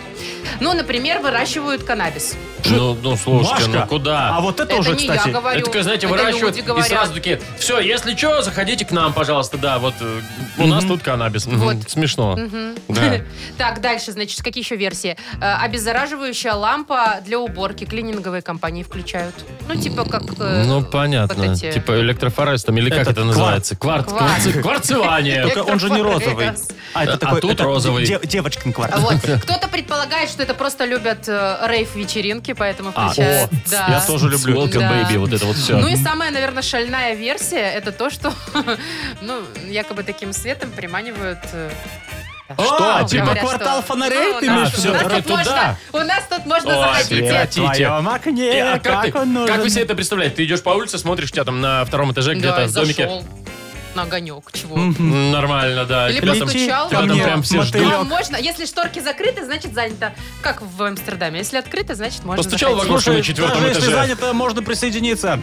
[SPEAKER 3] Ну, например, выращивают каннабис.
[SPEAKER 2] Ну, ну слушайте, ну куда?
[SPEAKER 4] А вот это,
[SPEAKER 3] это
[SPEAKER 4] уже,
[SPEAKER 3] не
[SPEAKER 4] кстати,
[SPEAKER 3] я говорю.
[SPEAKER 2] Это, такое, знаете,
[SPEAKER 3] это
[SPEAKER 2] выращивают
[SPEAKER 3] люди
[SPEAKER 2] и
[SPEAKER 3] говорят.
[SPEAKER 2] сразу такие, все, если что, заходите к нам, пожалуйста, да, вот э, у нас тут каннабис. Мгм,
[SPEAKER 3] Вот.
[SPEAKER 2] Смешно.
[SPEAKER 3] Мгм.
[SPEAKER 2] Да.
[SPEAKER 3] Так, дальше, значит, какие еще версии? Э, обеззараживающая лампа для уборки клининговой компании включают. Ну, типа как... э,
[SPEAKER 2] Ну, понятно.
[SPEAKER 3] вот эти-
[SPEAKER 2] Типа электрофорез там, или как
[SPEAKER 4] Это
[SPEAKER 2] это называется? Кварц.
[SPEAKER 3] Кварц.
[SPEAKER 2] кварц- Кварцевание.
[SPEAKER 4] Только он же не розовый.
[SPEAKER 3] Электрофорез.
[SPEAKER 4] А, это
[SPEAKER 2] А
[SPEAKER 4] такой,
[SPEAKER 2] тут
[SPEAKER 4] это
[SPEAKER 2] розовый.
[SPEAKER 4] де- девочкин квартал.
[SPEAKER 3] А Вот. Кто-то предполагает, что это просто любят э, рейв-вечеринки, поэтому
[SPEAKER 2] А,
[SPEAKER 3] включают.
[SPEAKER 4] о,
[SPEAKER 3] да.
[SPEAKER 4] я тоже люблю.
[SPEAKER 2] Welcome,
[SPEAKER 3] Да.
[SPEAKER 2] baby, вот это вот все.
[SPEAKER 3] Ну и самая, наверное, шальная версия, это то, что ну, якобы таким светом приманивают... э, ну,
[SPEAKER 4] Что,
[SPEAKER 2] А,
[SPEAKER 4] типа
[SPEAKER 3] говорят,
[SPEAKER 4] квартал
[SPEAKER 3] что-
[SPEAKER 4] фонарей
[SPEAKER 3] Ну,
[SPEAKER 4] ты
[SPEAKER 3] у нас-
[SPEAKER 4] имеешь в
[SPEAKER 3] у
[SPEAKER 4] виду?
[SPEAKER 3] нас
[SPEAKER 2] всё-таки
[SPEAKER 3] тут можно-
[SPEAKER 2] туда.
[SPEAKER 3] У нас тут можно
[SPEAKER 2] Ой,
[SPEAKER 3] заходить.
[SPEAKER 2] свет.
[SPEAKER 3] э.
[SPEAKER 4] В твоем
[SPEAKER 2] Э,
[SPEAKER 4] окне,
[SPEAKER 2] а
[SPEAKER 4] как,
[SPEAKER 2] как, ты,
[SPEAKER 4] он нужен.
[SPEAKER 2] как вы себе это представляете? Ты идешь по улице, смотришь, у тебя там на втором этаже
[SPEAKER 3] Да,
[SPEAKER 2] где-то
[SPEAKER 3] и
[SPEAKER 2] в домике.
[SPEAKER 3] зашел на огонек, чего.
[SPEAKER 2] М, Нормально, да.
[SPEAKER 3] Или
[SPEAKER 2] Тебя там-
[SPEAKER 3] постучал.
[SPEAKER 2] тебя там
[SPEAKER 3] Ко мне
[SPEAKER 2] прям все
[SPEAKER 4] мотылек.
[SPEAKER 2] ждут.
[SPEAKER 3] Вам Ну, можно, если шторки закрыты, значит занято. Как в Амстердаме. Если открыто, значит можно
[SPEAKER 2] Постучал в
[SPEAKER 3] заходить.
[SPEAKER 2] окошко на
[SPEAKER 4] Слушай,
[SPEAKER 2] четвертом
[SPEAKER 4] даже если
[SPEAKER 2] этаже.
[SPEAKER 4] занято, можно присоединиться.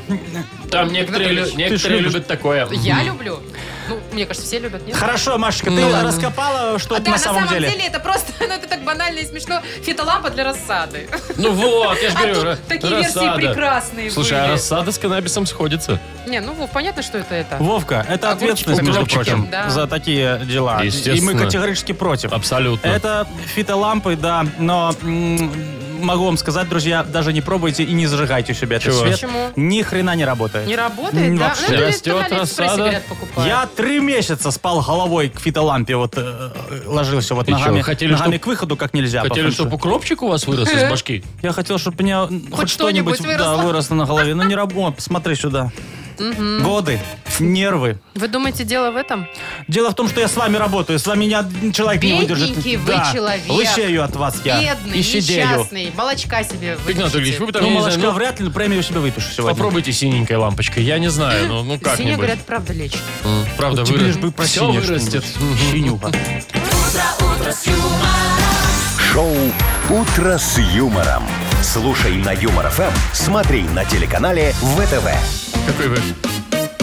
[SPEAKER 2] Там некоторые, лю-
[SPEAKER 3] Игнатович, ты
[SPEAKER 2] некоторые
[SPEAKER 4] ж любишь.
[SPEAKER 2] любят такое.
[SPEAKER 3] Я люблю. Ну, мне кажется, все любят, нет?
[SPEAKER 4] Хорошо, Машечка, ты
[SPEAKER 2] ладно.
[SPEAKER 4] раскопала, что
[SPEAKER 3] А
[SPEAKER 4] это
[SPEAKER 3] да,
[SPEAKER 4] на самом деле?
[SPEAKER 3] это просто, ну это так банально и смешно, фитолампа для рассады.
[SPEAKER 2] Ну вот, я же
[SPEAKER 3] А
[SPEAKER 2] говорю,
[SPEAKER 3] тут
[SPEAKER 2] ра-
[SPEAKER 3] такие версии
[SPEAKER 2] рассада.
[SPEAKER 3] прекрасные
[SPEAKER 2] Слушай, а
[SPEAKER 3] были.
[SPEAKER 2] рассада с каннабисом сходится.
[SPEAKER 3] Не, ну Вов, понятно, что это это.
[SPEAKER 4] Вовка, это
[SPEAKER 3] Огурчик
[SPEAKER 4] ответственность, между
[SPEAKER 2] укропчиком.
[SPEAKER 4] прочим,
[SPEAKER 3] Да.
[SPEAKER 4] за такие дела. И
[SPEAKER 2] Естественно.
[SPEAKER 4] мы категорически против.
[SPEAKER 2] Абсолютно.
[SPEAKER 4] Это фитолампы, да, но м, могу вам сказать, друзья, даже не пробуйте и не зажигайте у себя этот
[SPEAKER 2] Чего?
[SPEAKER 4] свет.
[SPEAKER 3] Почему?
[SPEAKER 4] Ни хрена не работает.
[SPEAKER 3] Не работает,
[SPEAKER 4] М,
[SPEAKER 3] да?
[SPEAKER 4] вообще.
[SPEAKER 3] Ну, это
[SPEAKER 2] Растет
[SPEAKER 3] на Алиэкспрессе,
[SPEAKER 2] рассада.
[SPEAKER 3] говорят, покупают.
[SPEAKER 4] Я три месяца спал головой к фитолампе, вот э, э, ложился вот
[SPEAKER 2] И чё,
[SPEAKER 4] ногами,
[SPEAKER 2] хотели,
[SPEAKER 4] ногами
[SPEAKER 2] чтоб-
[SPEAKER 4] к выходу как нельзя. по
[SPEAKER 2] Хотели,
[SPEAKER 4] фэншую.
[SPEAKER 2] чтобы укропчик у вас вырос из башки?
[SPEAKER 4] Я хотел, чтобы у меня м, хоть,
[SPEAKER 3] что-нибудь
[SPEAKER 4] что-нибудь да,
[SPEAKER 3] выросло.
[SPEAKER 4] выросло на голове, но не работает. Смотри сюда. Годы, нервы.
[SPEAKER 3] Вы думаете, дело в этом?
[SPEAKER 4] Дело в том, что я с вами работаю, с вами ни один человек не
[SPEAKER 3] Бедненький
[SPEAKER 4] выдержит.
[SPEAKER 3] вы
[SPEAKER 4] Да.
[SPEAKER 3] человек.
[SPEAKER 4] Лысею от вас я.
[SPEAKER 3] Бедный,
[SPEAKER 4] И щадею.
[SPEAKER 3] несчастный, молочка себе
[SPEAKER 2] Игнат Ильич, вы бы там,
[SPEAKER 4] Ну,
[SPEAKER 2] я не знаю,
[SPEAKER 4] малышка,
[SPEAKER 2] ну,
[SPEAKER 4] вряд ли премию себе выпишу сегодня.
[SPEAKER 2] попробуйте синенькой лампочкой. Я не знаю, ну, ну
[SPEAKER 3] Синяя,
[SPEAKER 2] как-нибудь.
[SPEAKER 3] говорят, правда лечит.
[SPEAKER 2] М, Правда,
[SPEAKER 4] Тебе
[SPEAKER 2] вырастет.
[SPEAKER 4] лишь бы про
[SPEAKER 2] Все
[SPEAKER 4] синее
[SPEAKER 2] вырастет.
[SPEAKER 4] что-нибудь. Синюха.
[SPEAKER 1] Шоу «Утро с юмором». Слушай на Юмор ФМ, смотри на телеканале ВТВ.
[SPEAKER 2] Какой вы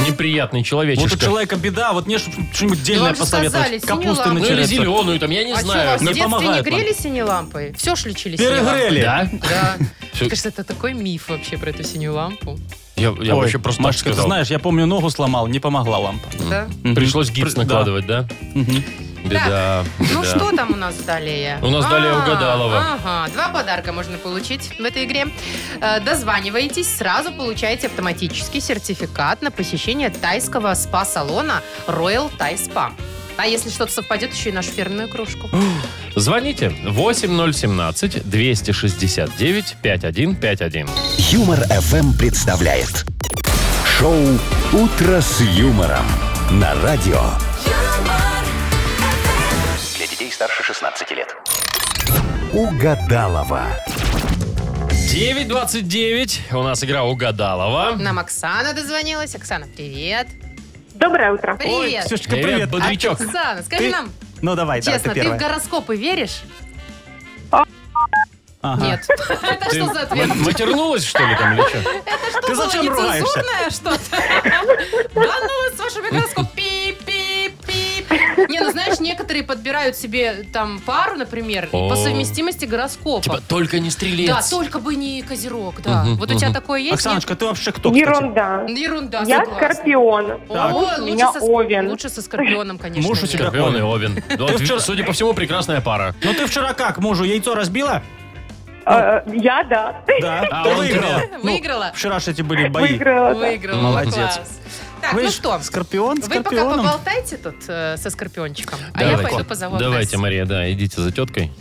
[SPEAKER 2] неприятный
[SPEAKER 4] Вот у
[SPEAKER 2] человечишка.
[SPEAKER 4] человека беда, а вот мне чтоб что-нибудь дельное
[SPEAKER 3] вам же сказали,
[SPEAKER 4] посоветовать.
[SPEAKER 3] синюю
[SPEAKER 4] Капусты
[SPEAKER 3] лампу.
[SPEAKER 2] Ну или
[SPEAKER 4] начали.
[SPEAKER 2] зеленую, там, я не
[SPEAKER 3] а что,
[SPEAKER 2] знаю.
[SPEAKER 3] вас в
[SPEAKER 4] не
[SPEAKER 3] детстве не
[SPEAKER 4] помогает вам.
[SPEAKER 3] грели синей лампой? Все ж лечили синей лампой.
[SPEAKER 4] Перегрели.
[SPEAKER 2] Да?
[SPEAKER 3] Да.
[SPEAKER 2] Всё.
[SPEAKER 3] Мне кажется, это такой миф вообще про эту синюю лампу.
[SPEAKER 2] Я, я
[SPEAKER 4] Ой,
[SPEAKER 2] вообще просто так
[SPEAKER 4] Машечка, ты
[SPEAKER 2] сказал.
[SPEAKER 4] знаешь, я помню, ногу сломал, не помогла лампа.
[SPEAKER 3] Да?
[SPEAKER 4] Мгм.
[SPEAKER 2] Пришлось гипс
[SPEAKER 4] Пр- да.
[SPEAKER 2] накладывать, да?
[SPEAKER 4] Мгм.
[SPEAKER 2] Беда.
[SPEAKER 3] Ну
[SPEAKER 2] беда.
[SPEAKER 3] что там у нас далее?
[SPEAKER 2] У нас далее
[SPEAKER 3] А,
[SPEAKER 2] угадалово.
[SPEAKER 3] Ага, два подарка можно получить в этой игре. Э, Дозваниваетесь, сразу получаете автоматический сертификат на посещение тайского спа-салона Royal Thai Spa. А если что-то совпадет, еще и нашу фирменную кружку.
[SPEAKER 4] А.
[SPEAKER 2] Звоните 8017 269 5151.
[SPEAKER 1] Юмор ФМ представляет. Шоу «Утро с юмором» на радио.
[SPEAKER 5] Для детей старше 16 лет.
[SPEAKER 1] Угадалова.
[SPEAKER 2] 929. У нас игра угадалова.
[SPEAKER 3] Нам Оксана дозвонилась. Оксана, привет.
[SPEAKER 6] Доброе утро.
[SPEAKER 3] Привет.
[SPEAKER 4] Ксюшечка,
[SPEAKER 2] Привет,
[SPEAKER 4] привет.
[SPEAKER 2] бад- бодрячок.
[SPEAKER 3] Оксана, скажи
[SPEAKER 4] Ты-
[SPEAKER 3] нам,
[SPEAKER 4] Ну давай, да,
[SPEAKER 3] честно,
[SPEAKER 4] ты
[SPEAKER 3] ты в
[SPEAKER 4] первая.
[SPEAKER 3] гороскопы веришь?
[SPEAKER 4] Ага.
[SPEAKER 3] Нет. А. Это
[SPEAKER 2] Ты
[SPEAKER 3] что за ответ?
[SPEAKER 2] м- матернулась, что ли, там, или что?
[SPEAKER 4] Ты зачем
[SPEAKER 3] Было
[SPEAKER 4] ругаешься?
[SPEAKER 3] нецензурное что-то. Да ну, с вашим гороскопом. Пип-пип-пип. Не, ну знаешь, некоторые подбирают себе там пару, например, и
[SPEAKER 2] О.
[SPEAKER 3] по совместимости
[SPEAKER 2] Типа,
[SPEAKER 3] гороскопа.
[SPEAKER 2] только не стрелец.
[SPEAKER 3] Да, только бы не козерог, да.
[SPEAKER 2] Мгм,
[SPEAKER 3] Вот у тебя
[SPEAKER 2] мгм.
[SPEAKER 3] такое есть? нет?
[SPEAKER 4] Оксаночка, ты вообще кто, кстати?
[SPEAKER 6] Ерунда.
[SPEAKER 3] Ерунда,
[SPEAKER 6] Я
[SPEAKER 3] Ну, согласна.
[SPEAKER 6] скорпион.
[SPEAKER 4] Так.
[SPEAKER 3] О,
[SPEAKER 6] У
[SPEAKER 3] лучше
[SPEAKER 6] меня
[SPEAKER 3] со,
[SPEAKER 6] Овен.
[SPEAKER 3] лучше со скорпионом, конечно.
[SPEAKER 4] Муж у
[SPEAKER 3] нет.
[SPEAKER 4] тебя
[SPEAKER 2] Скорпион Ну, типа, и Овен. Да, вот,
[SPEAKER 4] вчера-
[SPEAKER 2] Судя по всему, прекрасная пара.
[SPEAKER 4] Ну ты вчера как, мужу яйцо разбила?
[SPEAKER 6] Э, Я, да.
[SPEAKER 4] Да.
[SPEAKER 2] А,
[SPEAKER 4] Ты
[SPEAKER 2] он
[SPEAKER 4] выиграла.
[SPEAKER 2] тебе.
[SPEAKER 4] Ну,
[SPEAKER 3] Выиграла.
[SPEAKER 4] Вчера же эти были бои.
[SPEAKER 6] Выиграла. да.
[SPEAKER 3] Выиграл.
[SPEAKER 4] Ну, Молодец.
[SPEAKER 3] Класс. Так, ну
[SPEAKER 4] Видишь,
[SPEAKER 3] что,
[SPEAKER 4] Скорпион,
[SPEAKER 3] вы пока
[SPEAKER 4] скорпионом.
[SPEAKER 3] поболтайте тут э, со скорпиончиком, а я
[SPEAKER 2] Давайте.
[SPEAKER 3] пойду позову
[SPEAKER 2] Давайте,
[SPEAKER 3] Настю.
[SPEAKER 2] Мария, да, идите за теткой.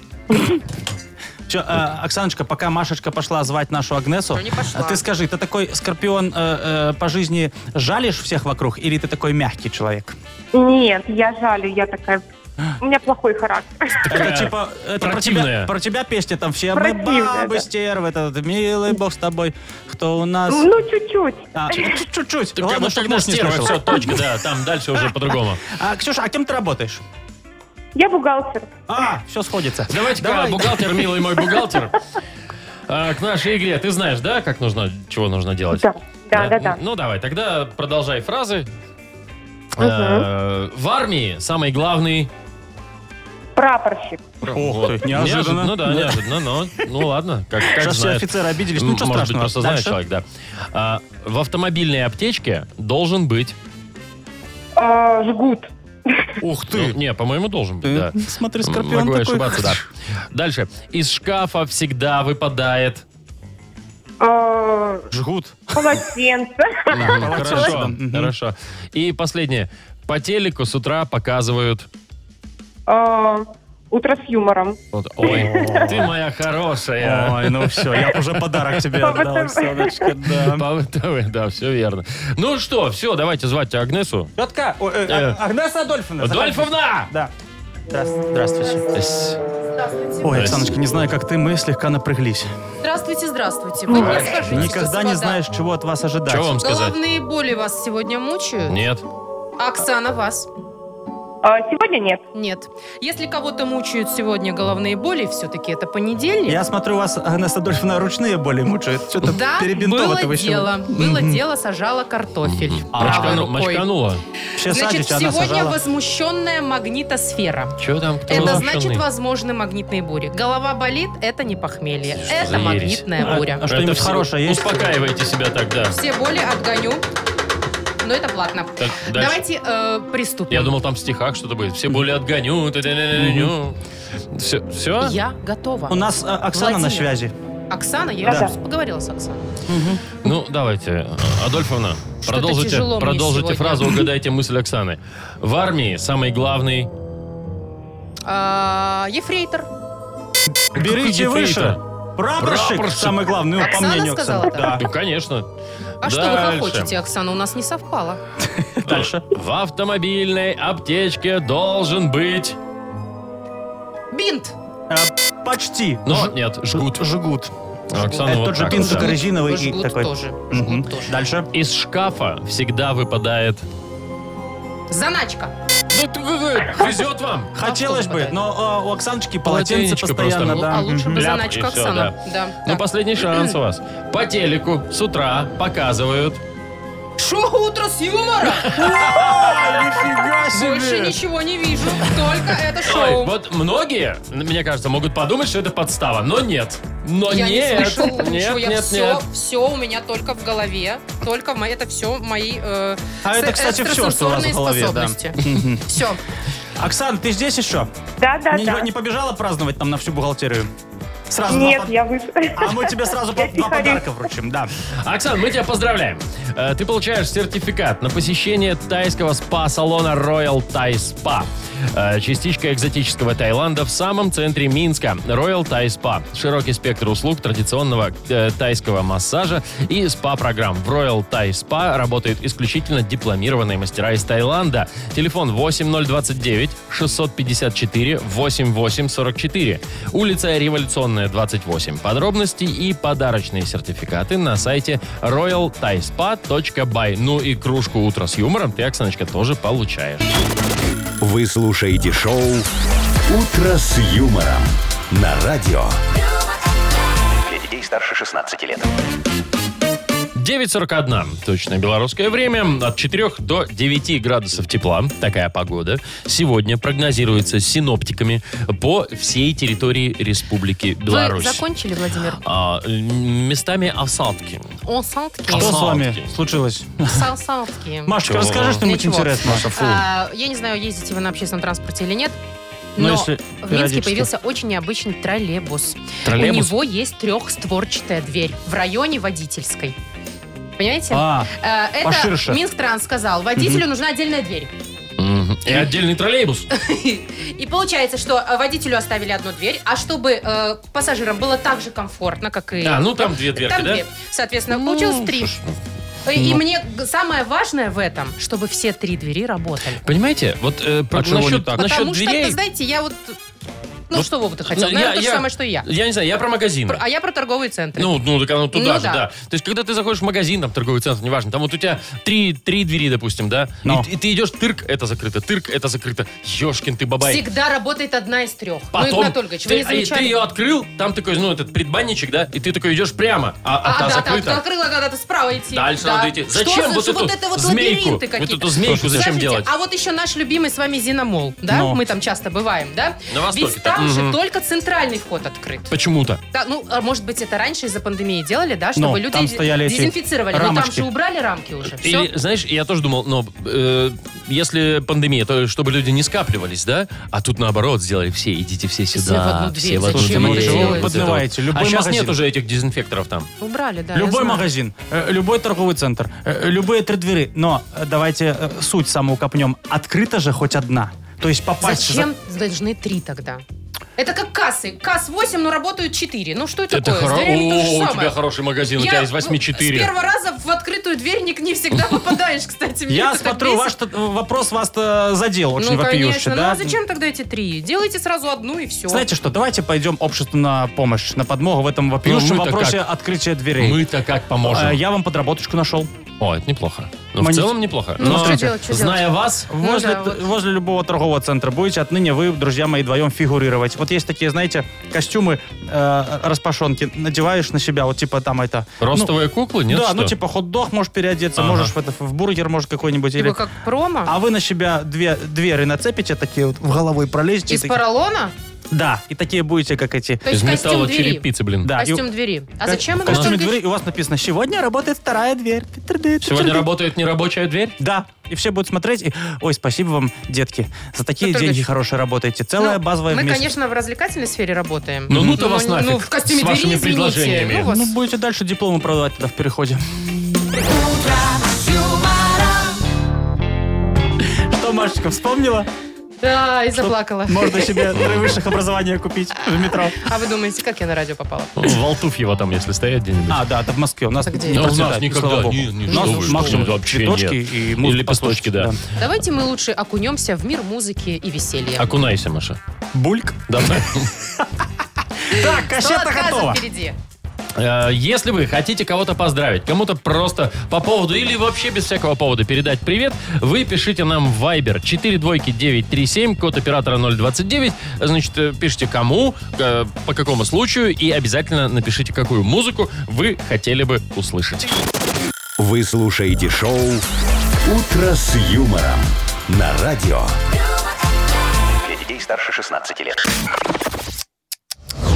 [SPEAKER 4] Чё, э, Оксаночка, пока Машечка пошла звать нашу Агнесу,
[SPEAKER 3] Ну, не пошла.
[SPEAKER 4] а ты скажи, ты такой скорпион э, э, по жизни жалишь всех вокруг или ты такой мягкий человек?
[SPEAKER 6] Нет, я жалю, я такая... У меня плохой характер.
[SPEAKER 2] Такая
[SPEAKER 4] Это типа это про,
[SPEAKER 2] противная.
[SPEAKER 4] тебя, про тебя песня там все мы
[SPEAKER 6] Противная,
[SPEAKER 4] бабы,
[SPEAKER 6] да.
[SPEAKER 4] стервы, этот милый бог с тобой, кто у нас.
[SPEAKER 6] Ну, чуть-чуть.
[SPEAKER 4] А, ну, чуть- чуть-чуть.
[SPEAKER 2] Только
[SPEAKER 4] Ладно,
[SPEAKER 2] вот
[SPEAKER 4] чтоб
[SPEAKER 2] тогда
[SPEAKER 4] муж не
[SPEAKER 2] стерва,
[SPEAKER 4] слышал.
[SPEAKER 2] все, точка, да, там дальше уже по-другому.
[SPEAKER 4] А, Ксюша, а кем ты работаешь?
[SPEAKER 6] Я бухгалтер.
[SPEAKER 4] А, все сходится.
[SPEAKER 2] Давайте-ка,
[SPEAKER 4] Давай.
[SPEAKER 2] бухгалтер, милый мой бухгалтер, а, к нашей игре. Ты знаешь, да, как нужно, чего нужно делать?
[SPEAKER 6] Да, да, да, да.
[SPEAKER 2] Ну, давай, тогда продолжай фразы. Э, В армии самый главный...
[SPEAKER 6] Прапорщик.
[SPEAKER 4] Ух ты, неожиданно.
[SPEAKER 2] Ну да,
[SPEAKER 4] Да.
[SPEAKER 2] неожиданно, но ну ладно, как, как
[SPEAKER 4] Сейчас все
[SPEAKER 2] знает.
[SPEAKER 4] офицеры обиделись. Ну, ничего
[SPEAKER 2] Может
[SPEAKER 4] страшного.
[SPEAKER 2] быть, просто знает
[SPEAKER 4] Дальше.
[SPEAKER 2] человек, да. А, в автомобильной аптечке должен быть...
[SPEAKER 6] э, Жгут.
[SPEAKER 4] Ух ты.
[SPEAKER 2] Ну, не, по-моему, должен быть, да.
[SPEAKER 4] Ты, Смотри, скорпион
[SPEAKER 2] Могу я
[SPEAKER 4] такой.
[SPEAKER 2] ошибаться, да. Дальше. Из шкафа всегда выпадает...
[SPEAKER 6] э,
[SPEAKER 4] Жгут.
[SPEAKER 6] Полотенце.
[SPEAKER 2] Хорошо,
[SPEAKER 4] Мгм.
[SPEAKER 2] хорошо. И последнее. По телеку с утра показывают...
[SPEAKER 6] э, Утро с юмором.
[SPEAKER 2] Вот, ой, ты моя хорошая.
[SPEAKER 4] Ой, ну все, я уже подарок тебе отдал, Оксаночка, да.
[SPEAKER 2] По ВТВ, Да, все верно. Ну что, все, давайте звать Агнесу.
[SPEAKER 4] Тетка, о, э,
[SPEAKER 2] Э.
[SPEAKER 4] А- Агнеса Адольфовна.
[SPEAKER 2] Адольфовна!
[SPEAKER 4] Да. Здравствуйте. Здравствуйте. Ой, Оксаночка, не знаю, как ты, мы слегка напряглись.
[SPEAKER 3] Здравствуйте, здравствуйте. Вы мне скажите,
[SPEAKER 4] Ну, Никогда не
[SPEAKER 3] господа,
[SPEAKER 4] знаешь, чего от вас ожидать.
[SPEAKER 2] Что вам сказать?
[SPEAKER 3] Головные боли вас сегодня мучают?
[SPEAKER 2] Нет.
[SPEAKER 3] А Оксана вас?
[SPEAKER 6] Э, Сегодня нет.
[SPEAKER 3] Нет. Если кого-то мучают сегодня головные боли, все-таки это понедельник.
[SPEAKER 4] Я смотрю, у вас, Агнеса Адольфовна, ручные боли мучают. Что-то
[SPEAKER 3] Да, было
[SPEAKER 4] перебинтовато вы еще.
[SPEAKER 3] дело. Было дело, сажала картофель правой
[SPEAKER 2] Мочкану-
[SPEAKER 3] рукой.
[SPEAKER 2] Мочканула.
[SPEAKER 4] Все
[SPEAKER 3] Значит,
[SPEAKER 4] садите, она
[SPEAKER 3] сегодня
[SPEAKER 4] сажала.
[SPEAKER 3] возмущенная магнитосфера.
[SPEAKER 2] Че там? кто
[SPEAKER 3] Это
[SPEAKER 2] возмущенный?
[SPEAKER 3] значит, возможны магнитные бури. Голова болит, это не похмелье.
[SPEAKER 2] Что за
[SPEAKER 3] это
[SPEAKER 2] ересь?
[SPEAKER 3] магнитная
[SPEAKER 4] А-
[SPEAKER 3] буря.
[SPEAKER 4] а что-нибудь
[SPEAKER 2] все-
[SPEAKER 4] хорошее есть?
[SPEAKER 2] Успокаивайте себя тогда.
[SPEAKER 3] Все боли отгоню, но это платно.
[SPEAKER 2] Так, дальше.
[SPEAKER 3] Давайте э, приступим.
[SPEAKER 2] Я думал, там в стихах что-то будет. Все боли отгоню. Все, все?
[SPEAKER 3] Я готова.
[SPEAKER 4] У нас э, Оксана на
[SPEAKER 3] Владимир.
[SPEAKER 4] связи.
[SPEAKER 3] Оксана, я
[SPEAKER 6] Да-да.
[SPEAKER 3] уже поговорила с Оксаной.
[SPEAKER 2] Ну, давайте, Адольфовна,
[SPEAKER 3] Что-то
[SPEAKER 2] продолжите,
[SPEAKER 3] тяжело мне
[SPEAKER 2] продолжите
[SPEAKER 3] сегодня.
[SPEAKER 2] фразу, угадайте мысль Оксаны. В армии самый главный...
[SPEAKER 3] А, Ефрейтор.
[SPEAKER 4] Берите
[SPEAKER 2] Какой
[SPEAKER 4] выше. Прапорщик,
[SPEAKER 2] Прапорщик.
[SPEAKER 4] самый главный, ну, по
[SPEAKER 3] Оксана
[SPEAKER 4] мнению
[SPEAKER 3] сказала
[SPEAKER 4] Оксаны.
[SPEAKER 3] так?
[SPEAKER 4] Да.
[SPEAKER 2] Ну, конечно.
[SPEAKER 3] А что вы
[SPEAKER 2] Дальше.
[SPEAKER 3] хохочете, Оксана? У нас не совпало.
[SPEAKER 4] Дальше.
[SPEAKER 2] В автомобильной аптечке должен быть...
[SPEAKER 3] Бинт.
[SPEAKER 4] А, почти.
[SPEAKER 2] Но
[SPEAKER 4] Ж-
[SPEAKER 2] нет, жгут.
[SPEAKER 4] Жгут.
[SPEAKER 2] Ну, Оксана
[SPEAKER 4] Это
[SPEAKER 2] вот
[SPEAKER 4] тот же
[SPEAKER 2] так
[SPEAKER 4] пин
[SPEAKER 2] вот, да.
[SPEAKER 4] только резиновый Ну, и
[SPEAKER 3] Жгут
[SPEAKER 4] такой.
[SPEAKER 3] тоже.
[SPEAKER 4] Мгм.
[SPEAKER 3] Жгут тоже.
[SPEAKER 4] Дальше.
[SPEAKER 2] Из шкафа всегда выпадает... Ну,
[SPEAKER 3] Заначка.
[SPEAKER 2] Везет вам!
[SPEAKER 4] Хотелось бы,
[SPEAKER 3] попадает?
[SPEAKER 4] но а, у Оксаночки полотенце
[SPEAKER 2] Полотенечко
[SPEAKER 4] постоянно,
[SPEAKER 2] просто.
[SPEAKER 4] да.
[SPEAKER 3] А лучше бы
[SPEAKER 2] Ляп, и
[SPEAKER 3] заначка,
[SPEAKER 2] всё,
[SPEAKER 3] Оксана. Да.
[SPEAKER 2] Ну,
[SPEAKER 3] Так.
[SPEAKER 2] последний шанс у вас. По телеку с утра показывают...
[SPEAKER 3] Шоу «Утро с юмором».
[SPEAKER 4] А, нифига себе!
[SPEAKER 3] Больше ничего не вижу, только это
[SPEAKER 2] Ой,
[SPEAKER 3] шоу.
[SPEAKER 2] вот многие, мне кажется, могут подумать, что это подстава, но нет. Но
[SPEAKER 3] Я
[SPEAKER 2] нет,
[SPEAKER 3] не слышала
[SPEAKER 2] нет,
[SPEAKER 3] ничего,
[SPEAKER 2] нет,
[SPEAKER 3] я
[SPEAKER 2] нет.
[SPEAKER 3] все, все у меня только в голове, только в моей- это все мои э,
[SPEAKER 4] А это, кстати, всё, что у вас в голове, да.
[SPEAKER 3] Все,
[SPEAKER 4] Оксан, ты здесь еще?
[SPEAKER 6] Да, да,
[SPEAKER 4] не,
[SPEAKER 6] да.
[SPEAKER 4] не побежала праздновать там на всю бухгалтерию? Сразу два
[SPEAKER 6] Нет,
[SPEAKER 4] под-
[SPEAKER 6] я вышла.
[SPEAKER 4] А мы тебе сразу по-
[SPEAKER 6] Я
[SPEAKER 4] два
[SPEAKER 6] психарю.
[SPEAKER 4] подарка вручим, да.
[SPEAKER 2] Оксан, мы тебя поздравляем. Э, Ты получаешь сертификат на посещение тайского спа-салона Royal Thai Spa. Э, Частичка экзотического Таиланда в самом центре Минска. Royal Thai Spa. Широкий спектр услуг традиционного э, тайского массажа и спа-программ. В Royal Thai Spa работают исключительно дипломированные мастера из Таиланда. Телефон 8029 654 8844. Улица Революционная, 28. Подробности и подарочные сертификаты на сайте royalthaispa.by. Ну и кружку «Утро с юмором» ты, Оксаночка, тоже получаешь.
[SPEAKER 1] Вы слушаете шоу «Утро с юмором» на радио.
[SPEAKER 5] Для детей старше 16 лет.
[SPEAKER 2] 9.41. Точное белорусское время. От 4 до 9 градусов тепла. Такая погода. Сегодня прогнозируется синоптиками по всей территории Республики
[SPEAKER 3] вы
[SPEAKER 2] Беларусь.
[SPEAKER 3] закончили, Владимир?
[SPEAKER 2] А, м, местами осадки.
[SPEAKER 3] Он салтки.
[SPEAKER 4] А. Что с вами
[SPEAKER 2] Салатки.
[SPEAKER 4] случилось?
[SPEAKER 3] Сал- салтки.
[SPEAKER 4] Машечка,
[SPEAKER 2] Чего?
[SPEAKER 4] расскажи что-нибудь
[SPEAKER 3] Ничего.
[SPEAKER 4] интересное.
[SPEAKER 3] А, я не знаю, ездите вы на общественном транспорте или нет,
[SPEAKER 4] Ну,
[SPEAKER 3] но
[SPEAKER 4] если
[SPEAKER 3] в Минске
[SPEAKER 4] периодически.
[SPEAKER 3] появился очень необычный троллейбус. У
[SPEAKER 2] Троллейбус?
[SPEAKER 3] него есть трехстворчатая дверь в районе водительской. Понимаете?
[SPEAKER 4] А,
[SPEAKER 3] Э, Это
[SPEAKER 4] поширше.
[SPEAKER 3] Минстранс сказал. Водителю нужна отдельная дверь.
[SPEAKER 2] Мгм. И отдельный троллейбус.
[SPEAKER 3] И получается, что э, водителю оставили одну дверь, а чтобы э, пассажирам было так же комфортно, как и...
[SPEAKER 2] А, ну там две дверки,
[SPEAKER 3] Там
[SPEAKER 2] да? ну,
[SPEAKER 3] две. Соответственно, получилось три. И и мне г- самое важное в этом, чтобы все три двери работали.
[SPEAKER 2] Понимаете, вот э, про-
[SPEAKER 4] А чего не
[SPEAKER 2] насчет,
[SPEAKER 4] так?
[SPEAKER 2] насчет
[SPEAKER 3] Потому что, это,
[SPEAKER 2] дверей...
[SPEAKER 3] знаете, я вот... Ну,
[SPEAKER 2] Ну,
[SPEAKER 3] что Вова ты хотел?
[SPEAKER 2] я-
[SPEAKER 3] Наверное, то же
[SPEAKER 2] я-
[SPEAKER 3] самое, что и я.
[SPEAKER 2] Я не знаю, я про магазины.
[SPEAKER 3] Про- А я про торговые центры.
[SPEAKER 2] Ну, ну, так оно туда
[SPEAKER 3] Ну
[SPEAKER 2] же, да.
[SPEAKER 3] да.
[SPEAKER 2] То есть, когда ты заходишь в магазин, там, торговый центр, неважно, там вот у тебя три, три двери, допустим, да, и
[SPEAKER 4] Но.
[SPEAKER 2] т- и, ты идешь, тырк, это закрыто, тырк, это закрыто, ешкин ты бабай.
[SPEAKER 3] Всегда работает одна из трех.
[SPEAKER 2] Потом
[SPEAKER 3] ну, Игнат Ольгович, вы
[SPEAKER 2] ты,
[SPEAKER 3] не
[SPEAKER 2] а, и ты
[SPEAKER 3] замечали?
[SPEAKER 2] ее открыл, там такой, ну, этот предбанничек, да, и ты такой идешь прямо, а, а
[SPEAKER 3] А,
[SPEAKER 2] та
[SPEAKER 3] да,
[SPEAKER 2] закрыта.
[SPEAKER 3] там открыла, надо справа идти.
[SPEAKER 2] Дальше
[SPEAKER 3] Да.
[SPEAKER 2] надо идти.
[SPEAKER 3] Что
[SPEAKER 2] Зачем
[SPEAKER 3] за-
[SPEAKER 2] вот,
[SPEAKER 3] что
[SPEAKER 2] эту
[SPEAKER 3] это вот
[SPEAKER 2] змейку?
[SPEAKER 3] лабиринты
[SPEAKER 2] Вот
[SPEAKER 3] какие-то?
[SPEAKER 2] эту змейку зачем
[SPEAKER 3] Скажите,
[SPEAKER 2] делать?
[SPEAKER 3] А вот еще наш любимый с вами Зиномол, да?
[SPEAKER 4] Ну.
[SPEAKER 3] Мы там часто бываем, да?
[SPEAKER 2] На Востоке
[SPEAKER 3] Ведь
[SPEAKER 2] так.
[SPEAKER 3] там же
[SPEAKER 2] Мгм.
[SPEAKER 3] только центральный вход открыт.
[SPEAKER 2] Почему-то.
[SPEAKER 3] Да, ну, а может быть, это раньше из-за пандемии делали, да, чтобы
[SPEAKER 4] Но,
[SPEAKER 3] люди
[SPEAKER 4] там стояли эти
[SPEAKER 3] дезинфицировали. Но там
[SPEAKER 4] рамочки.
[SPEAKER 3] же убрали рамки уже. Все.
[SPEAKER 2] Или, знаешь, я тоже думал, но э, если пандемия, то чтобы люди не скапливались, да? А тут наоборот сделали все, идите все
[SPEAKER 3] Все в
[SPEAKER 2] сюда.
[SPEAKER 3] одну дверь. Слушайте,
[SPEAKER 2] одну
[SPEAKER 3] ну
[SPEAKER 2] дверь.
[SPEAKER 3] чего вы
[SPEAKER 2] Вот это вот.
[SPEAKER 4] поднываете? Любой
[SPEAKER 2] а сейчас
[SPEAKER 4] магазин.
[SPEAKER 2] нет уже этих дезинфекторов там.
[SPEAKER 3] Убрали, да. я
[SPEAKER 4] Любой
[SPEAKER 3] знаю.
[SPEAKER 4] магазин, э, любой торговый центр, э, любые три двери. Но э, давайте э, суть саму копнем. Открыта же хоть одна. То есть попасть... за-
[SPEAKER 3] Зачем должны три тогда? Это как кассы. Касс 8, но работают 4. Ну что это,
[SPEAKER 2] Это
[SPEAKER 3] такое? С
[SPEAKER 2] хоро-
[SPEAKER 3] дверями то же
[SPEAKER 2] О, у
[SPEAKER 3] самое.
[SPEAKER 2] тебя хороший магазин, у
[SPEAKER 3] Я,
[SPEAKER 2] тебя из
[SPEAKER 3] ну,
[SPEAKER 2] 8 4.
[SPEAKER 3] С первого раза в открытую дверь не, не всегда попадаешь, кстати. Меня
[SPEAKER 4] Я
[SPEAKER 3] это так
[SPEAKER 4] смотрю,
[SPEAKER 3] бесит.
[SPEAKER 4] ваш тот- вопрос вас э, задел очень
[SPEAKER 3] Ну,
[SPEAKER 4] вопиюще,
[SPEAKER 3] конечно. Ну,
[SPEAKER 4] да?
[SPEAKER 3] а зачем тогда эти три? Делайте сразу одну и все.
[SPEAKER 4] Знаете что, давайте пойдем обществу на помощь, на подмогу в этом вопиющем
[SPEAKER 2] Ну, мы-то
[SPEAKER 4] вопросе
[SPEAKER 2] как?
[SPEAKER 4] открытия дверей.
[SPEAKER 2] Мы-то как поможем?
[SPEAKER 4] Э, Я вам подработочку нашел.
[SPEAKER 2] О, это неплохо. Ну, в
[SPEAKER 4] Манит-
[SPEAKER 2] целом неплохо.
[SPEAKER 3] Ну,
[SPEAKER 2] Но,
[SPEAKER 3] что делать, что
[SPEAKER 2] зная вас,
[SPEAKER 3] Ну
[SPEAKER 4] Возле,
[SPEAKER 3] да, вот.
[SPEAKER 4] возле любого торгового центра будете а отныне вы, друзья мои, вдвоем фигурировать. Вот есть такие, знаете, костюмы э, распашонки. Надеваешь на себя, вот типа там это... ну,
[SPEAKER 2] ростовые куклы, нет
[SPEAKER 4] да,
[SPEAKER 2] что?
[SPEAKER 4] ну типа хот-дог можешь переодеться,
[SPEAKER 2] Ага.
[SPEAKER 4] можешь в, это, в бургер, может, какой-нибудь.
[SPEAKER 3] Типа
[SPEAKER 4] Или...
[SPEAKER 3] как промо?
[SPEAKER 4] А вы на себя две двери нацепите, такие вот в головой пролезете. и
[SPEAKER 3] Из
[SPEAKER 4] такие-
[SPEAKER 3] поролона?
[SPEAKER 4] Да, и такие будете, как эти.
[SPEAKER 3] То
[SPEAKER 2] Из
[SPEAKER 3] есть костюм
[SPEAKER 2] металла
[SPEAKER 3] двери.
[SPEAKER 2] черепицы, блин.
[SPEAKER 4] Да. и-
[SPEAKER 3] Костюм двери. А
[SPEAKER 4] Как-
[SPEAKER 3] зачем
[SPEAKER 4] в
[SPEAKER 3] она
[SPEAKER 4] костюме
[SPEAKER 3] только-
[SPEAKER 4] двери у вас написано «Сегодня работает вторая дверь».
[SPEAKER 2] Сегодня работает нерабочая дверь?
[SPEAKER 4] Да, и все будут смотреть. и, Ой, спасибо вам, детки, за такие
[SPEAKER 3] Петр
[SPEAKER 4] деньги
[SPEAKER 3] Ильич,
[SPEAKER 4] хорошие работаете. Целая
[SPEAKER 3] Ну,
[SPEAKER 4] базовая
[SPEAKER 3] Мы,
[SPEAKER 4] в месяц.
[SPEAKER 3] конечно, в развлекательной сфере работаем.
[SPEAKER 2] Ну, ну-то вас
[SPEAKER 3] не-
[SPEAKER 2] нафиг.
[SPEAKER 3] Ну, в костюме
[SPEAKER 2] С
[SPEAKER 3] двери,
[SPEAKER 2] вашими
[SPEAKER 3] извините.
[SPEAKER 2] предложениями.
[SPEAKER 3] Ну, вас.
[SPEAKER 4] Ну, будете дальше дипломы продавать тогда в переходе. Что, Машечка, вспомнила?
[SPEAKER 3] Да, и заплакала.
[SPEAKER 4] Можно себе три высших образования купить в метро.
[SPEAKER 3] А вы думаете, как я на радио попала?
[SPEAKER 2] Волтуф его Ну, там, если стоят где-нибудь.
[SPEAKER 4] А, да, это в Москве. У нас
[SPEAKER 3] Это где?
[SPEAKER 4] не
[SPEAKER 3] Да
[SPEAKER 2] Ну, у нас
[SPEAKER 4] процветает,
[SPEAKER 2] никогда,
[SPEAKER 4] слава богу.
[SPEAKER 2] не- не,
[SPEAKER 4] У нас
[SPEAKER 2] что вы, что
[SPEAKER 4] максимум
[SPEAKER 2] вы, вообще
[SPEAKER 4] цветочки
[SPEAKER 2] нет.
[SPEAKER 4] и музыку
[SPEAKER 2] Или
[SPEAKER 4] послушать,
[SPEAKER 2] песочки, да.
[SPEAKER 3] Давайте мы лучше окунемся в мир музыки и
[SPEAKER 4] А.
[SPEAKER 3] веселья.
[SPEAKER 2] Окунайся, Маша.
[SPEAKER 4] Бульк.
[SPEAKER 2] Давай.
[SPEAKER 4] Так, кассета
[SPEAKER 3] отказов
[SPEAKER 4] готова.
[SPEAKER 3] впереди.
[SPEAKER 2] Э, Если вы хотите кого-то поздравить, кому-то просто по поводу или вообще без всякого повода передать привет, вы пишите нам в Viber 42937, код оператора 029. Значит, э, пишите кому, э, по какому случаю и обязательно напишите, какую музыку вы хотели бы услышать.
[SPEAKER 1] Вы слушаете шоу «Утро с юмором» на радио.
[SPEAKER 5] Для детей старше 16 лет.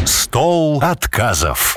[SPEAKER 1] Стол отказов.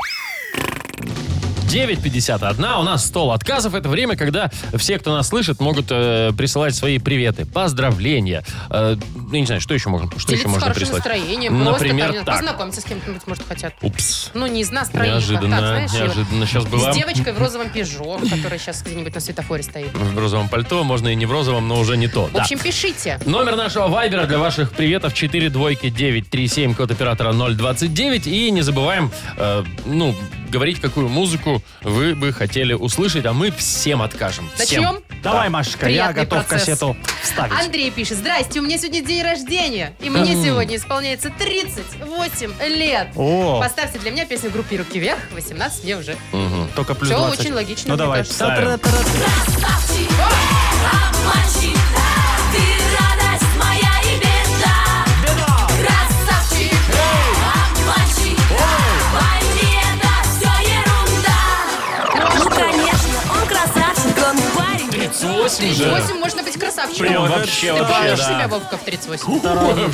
[SPEAKER 2] 9.51. У нас стол отказов. Это время, когда все, кто нас слышит, могут э, присылать свои приветы, поздравления. Э, я не знаю, что еще можно, что еще
[SPEAKER 3] Делиться
[SPEAKER 2] можно
[SPEAKER 3] хорошим
[SPEAKER 2] прислать. Ну,
[SPEAKER 3] настроением.
[SPEAKER 2] Например,
[SPEAKER 3] просто, там,
[SPEAKER 2] так.
[SPEAKER 3] Познакомиться с кем-нибудь, может, хотят.
[SPEAKER 2] Упс.
[SPEAKER 3] Ну, не из нас троих, а так,
[SPEAKER 2] Неожиданно,
[SPEAKER 3] знаешь, и вот
[SPEAKER 2] неожиданно. Сейчас была
[SPEAKER 3] С девочкой в розовом пижо, которая сейчас где-нибудь на светофоре стоит.
[SPEAKER 2] в розовом пальто, можно и не в розовом, но уже не то.
[SPEAKER 3] В
[SPEAKER 2] Да.
[SPEAKER 3] общем, пишите.
[SPEAKER 2] Номер нашего вайбера для ваших приветов 4 двойки 937, код оператора 029. И не забываем, э, ну, говорить, какую музыку вы бы хотели услышать, а мы всем откажем. Всем.
[SPEAKER 3] Начнем?
[SPEAKER 4] Давай, Машечка, я
[SPEAKER 3] Приятный
[SPEAKER 4] готов
[SPEAKER 3] процесс.
[SPEAKER 4] кассету вставить.
[SPEAKER 3] Андрей пишет, здрасте, у меня сегодня день рождения, и мне сегодня исполняется 38 лет.
[SPEAKER 4] О,
[SPEAKER 3] Поставьте для меня песню группы «Руки вверх», 18 мне уже.
[SPEAKER 2] Мгм.
[SPEAKER 4] только плюс
[SPEAKER 3] Все
[SPEAKER 4] 20.
[SPEAKER 3] очень логично,
[SPEAKER 4] Ну
[SPEAKER 3] мне
[SPEAKER 4] давай,
[SPEAKER 3] кажется.
[SPEAKER 2] Ставим. же.
[SPEAKER 3] 38 можно быть красавчиком.
[SPEAKER 2] Прям вообще,
[SPEAKER 3] Ты
[SPEAKER 2] вообще,
[SPEAKER 3] помнишь
[SPEAKER 2] да.
[SPEAKER 3] себя, Вовка, в 38?
[SPEAKER 2] В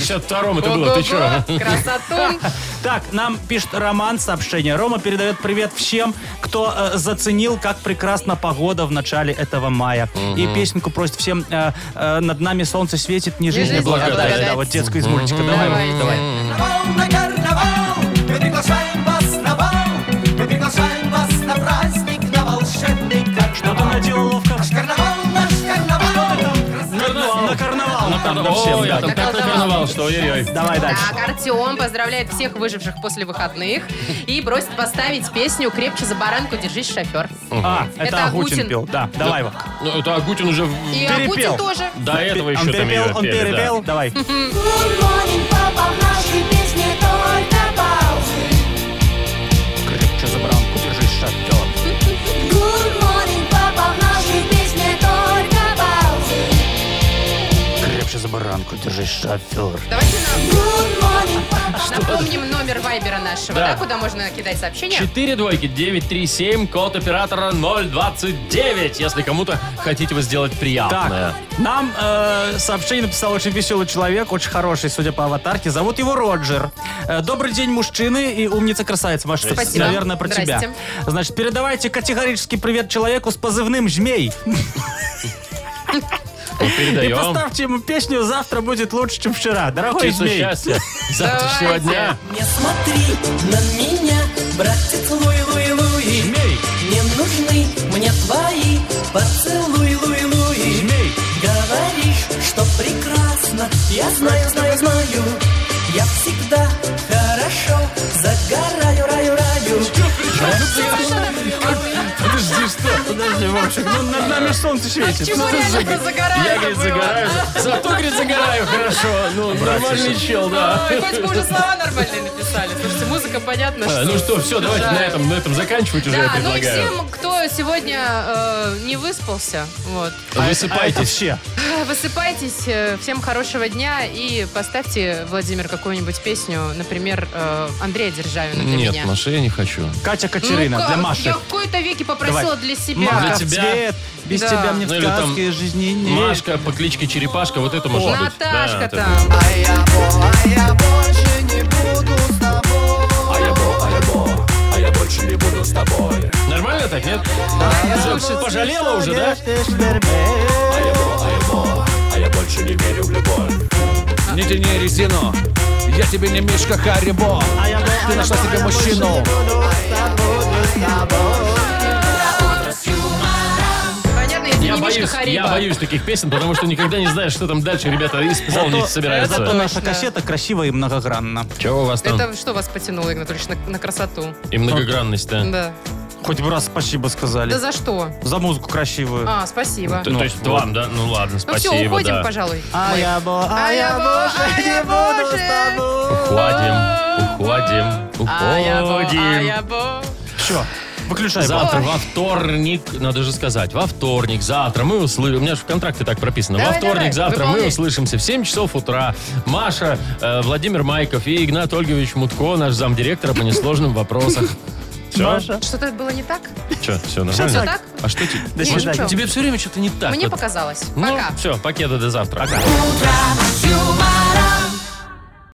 [SPEAKER 2] 62-м это было, ты чё?
[SPEAKER 3] Ого-го, Красотун.
[SPEAKER 4] Так, нам пишет Роман сообщение. Рома передает привет всем, кто э, заценил, как прекрасна погода в начале этого мая. И песенку просит всем э, э, «Над нами солнце светит, не жизнь, не
[SPEAKER 3] жизнь, не
[SPEAKER 4] благодать».
[SPEAKER 3] благодать.
[SPEAKER 4] Да, вот детская из мультика. Давай,
[SPEAKER 3] Давай.
[SPEAKER 4] Вов, давай.
[SPEAKER 8] на карнавал, мы приглашаем вас на бал, мы приглашаем вас на праздник, на волшебный
[SPEAKER 4] Что там
[SPEAKER 8] карнавал.
[SPEAKER 4] наделал Вовка?
[SPEAKER 8] Наш карнавал, наш карнавал,
[SPEAKER 4] На, на карнавал. там, да, всем,
[SPEAKER 2] О, я Ну,
[SPEAKER 4] да.
[SPEAKER 2] там так
[SPEAKER 3] Наколдовал.
[SPEAKER 2] накарнавал, что ой-ой-ой.
[SPEAKER 4] Давай дальше.
[SPEAKER 3] Так, Артем поздравляет всех выживших после выходных и просит поставить песню «Крепче за баранку, держись, шофер».
[SPEAKER 4] А, это,
[SPEAKER 3] Это
[SPEAKER 4] Агутин,
[SPEAKER 3] Агутин.
[SPEAKER 4] пел. Да, давай, Вовка.
[SPEAKER 2] Ну, это Агутин уже в-
[SPEAKER 3] И
[SPEAKER 4] Перепел.
[SPEAKER 3] Агутин тоже.
[SPEAKER 2] до этого еще
[SPEAKER 4] он
[SPEAKER 2] там
[SPEAKER 4] перепел,
[SPEAKER 2] ее
[SPEAKER 4] он
[SPEAKER 2] пели, да.
[SPEAKER 4] перепел. Давай. Крепче за бранку держись, шатер. Крепче за баранку держись, шофер.
[SPEAKER 3] Давайте нам напомним номер вайбера нашего,
[SPEAKER 2] Да.
[SPEAKER 3] да, куда можно кидать сообщения.
[SPEAKER 2] 4 двойки 937, код оператора 029, если кому-то хотите вы сделать
[SPEAKER 4] Так,
[SPEAKER 2] приятное.
[SPEAKER 4] нам э, сообщение написал очень веселый человек, очень хороший, судя по аватарке. Зовут его Роджер. Э, добрый день, мужчины и умница-красавица, Маша. это,
[SPEAKER 3] Спасибо.
[SPEAKER 4] Наверное, про тебя.
[SPEAKER 3] Здрасте.
[SPEAKER 4] Значит, передавайте категорический привет человеку с позывным «Жмей». И
[SPEAKER 2] Передаем.
[SPEAKER 4] поставьте ему песню «Завтра будет лучше, чем вчера». Дорогой
[SPEAKER 2] Птицу
[SPEAKER 4] «Жмей».
[SPEAKER 2] счастья. Завтрашнего
[SPEAKER 3] Давайте.
[SPEAKER 2] дня.
[SPEAKER 8] Не смотри на меня, братец Луи, Луи, Луи.
[SPEAKER 4] «Жмей»,
[SPEAKER 8] Не нужны мне твои поцелуй, Луи, Луи.
[SPEAKER 4] «Жмей».
[SPEAKER 8] Говоришь, что прекрасно, я знаю, знаю, знаю. Я всегда хорошо загораю, раю, раю.
[SPEAKER 3] Ну,
[SPEAKER 4] Подожди, что? Подожди, Вовчик, ну над нами солнце светит.
[SPEAKER 3] Чего
[SPEAKER 4] Ну,
[SPEAKER 3] реально загорает?
[SPEAKER 2] Я, говорит, загораю. Зато, говорит, загораю хорошо. Ну, нормальный чел, да.
[SPEAKER 3] Ой, хоть бы уже слова нормальные написали. Слушайте, музыка понятна,
[SPEAKER 2] А,
[SPEAKER 3] что...
[SPEAKER 2] Ну что, все, давайте
[SPEAKER 3] Да.
[SPEAKER 2] на этом, на этом заканчивать уже, я
[SPEAKER 3] Да, ну и
[SPEAKER 2] предлагаю.
[SPEAKER 3] всем, кто сегодня э, не выспался, вот,
[SPEAKER 4] А это
[SPEAKER 2] Высыпайтесь.
[SPEAKER 4] все.
[SPEAKER 3] высыпайтесь, э, всем хорошего дня и поставьте, Владимир, какую-нибудь песню, например, э, Андрея Державина для меня.
[SPEAKER 2] Нет, Маша, я не хочу.
[SPEAKER 4] Катя
[SPEAKER 3] Ну
[SPEAKER 4] Катерина
[SPEAKER 3] как,
[SPEAKER 4] для Маши.
[SPEAKER 3] Я в кои-то веки попросила
[SPEAKER 4] Давай.
[SPEAKER 3] для
[SPEAKER 2] Для
[SPEAKER 3] себя.
[SPEAKER 4] Маша в
[SPEAKER 2] тебя.
[SPEAKER 4] цвет, без
[SPEAKER 3] Да.
[SPEAKER 4] тебя мне в
[SPEAKER 2] Ну или там
[SPEAKER 4] сказке жизни нет.
[SPEAKER 2] Машка по кличке Черепашка, вот это может быть. Да,
[SPEAKER 3] Наташка
[SPEAKER 2] это-
[SPEAKER 3] там.
[SPEAKER 8] А я, бо- а я больше не буду.
[SPEAKER 4] ты ж вермеер.
[SPEAKER 9] Не тяни резину, я тебе не Мишка Харибо.
[SPEAKER 4] А я больше-
[SPEAKER 9] Ты нашла себе
[SPEAKER 4] я больше
[SPEAKER 9] мужчину.
[SPEAKER 4] не буду с тобой, с тобой.
[SPEAKER 3] Понятно,
[SPEAKER 2] Я
[SPEAKER 3] если не Мишка
[SPEAKER 2] боюсь, я
[SPEAKER 3] Хариба.
[SPEAKER 2] боюсь таких песен, потому что никогда не знаешь, что там дальше ребята исполнить
[SPEAKER 4] Зато- Зато
[SPEAKER 2] собираются.
[SPEAKER 4] наша кассета красива и многогранна.
[SPEAKER 2] Чего у вас там?
[SPEAKER 3] Это что вас потянуло, Игнатович, на, на красоту?
[SPEAKER 2] И многогранность-то.
[SPEAKER 3] Да.
[SPEAKER 4] Хоть бы раз спасибо
[SPEAKER 3] Да
[SPEAKER 4] сказали.
[SPEAKER 3] за что?
[SPEAKER 4] За музыку красивую.
[SPEAKER 3] А, спасибо.
[SPEAKER 2] То, то есть вам, да? Ну ладно,
[SPEAKER 3] ну
[SPEAKER 2] спасибо,
[SPEAKER 3] все, уходим,
[SPEAKER 2] да.
[SPEAKER 3] пожалуй.
[SPEAKER 4] А
[SPEAKER 3] Мы.
[SPEAKER 4] я, бо- а
[SPEAKER 3] А
[SPEAKER 4] я
[SPEAKER 3] я бо- а
[SPEAKER 4] больше не
[SPEAKER 3] я
[SPEAKER 4] буду
[SPEAKER 3] больше.
[SPEAKER 4] с тобой.
[SPEAKER 2] Уходим, уходим,
[SPEAKER 3] А я бо- а
[SPEAKER 2] уходим.
[SPEAKER 3] я бо-
[SPEAKER 4] Все, выключай. бо.
[SPEAKER 2] Завтра, во вторник, надо же сказать, во вторник, завтра мы услышим, у меня же в контракте так прописано, во
[SPEAKER 3] Давай,
[SPEAKER 2] вторник,
[SPEAKER 3] давай,
[SPEAKER 2] завтра мы
[SPEAKER 3] выполняй.
[SPEAKER 2] услышимся в 7 часов утра. Маша, э, Владимир Майков и Игнат Ольгович Мутко, наш замдиректора по несложным вопросам. Все? Маша?
[SPEAKER 3] Что-то было не так?
[SPEAKER 2] Че, все нормально?
[SPEAKER 3] Всё так?
[SPEAKER 2] А что тебе?
[SPEAKER 3] Не,
[SPEAKER 2] Маша,
[SPEAKER 3] ничего.
[SPEAKER 2] тебе все время что-то не так.
[SPEAKER 3] Мне
[SPEAKER 2] вот.
[SPEAKER 3] показалось.
[SPEAKER 2] Ну,
[SPEAKER 3] Пока.
[SPEAKER 2] все, покеда до завтра.
[SPEAKER 8] Утро с юмором.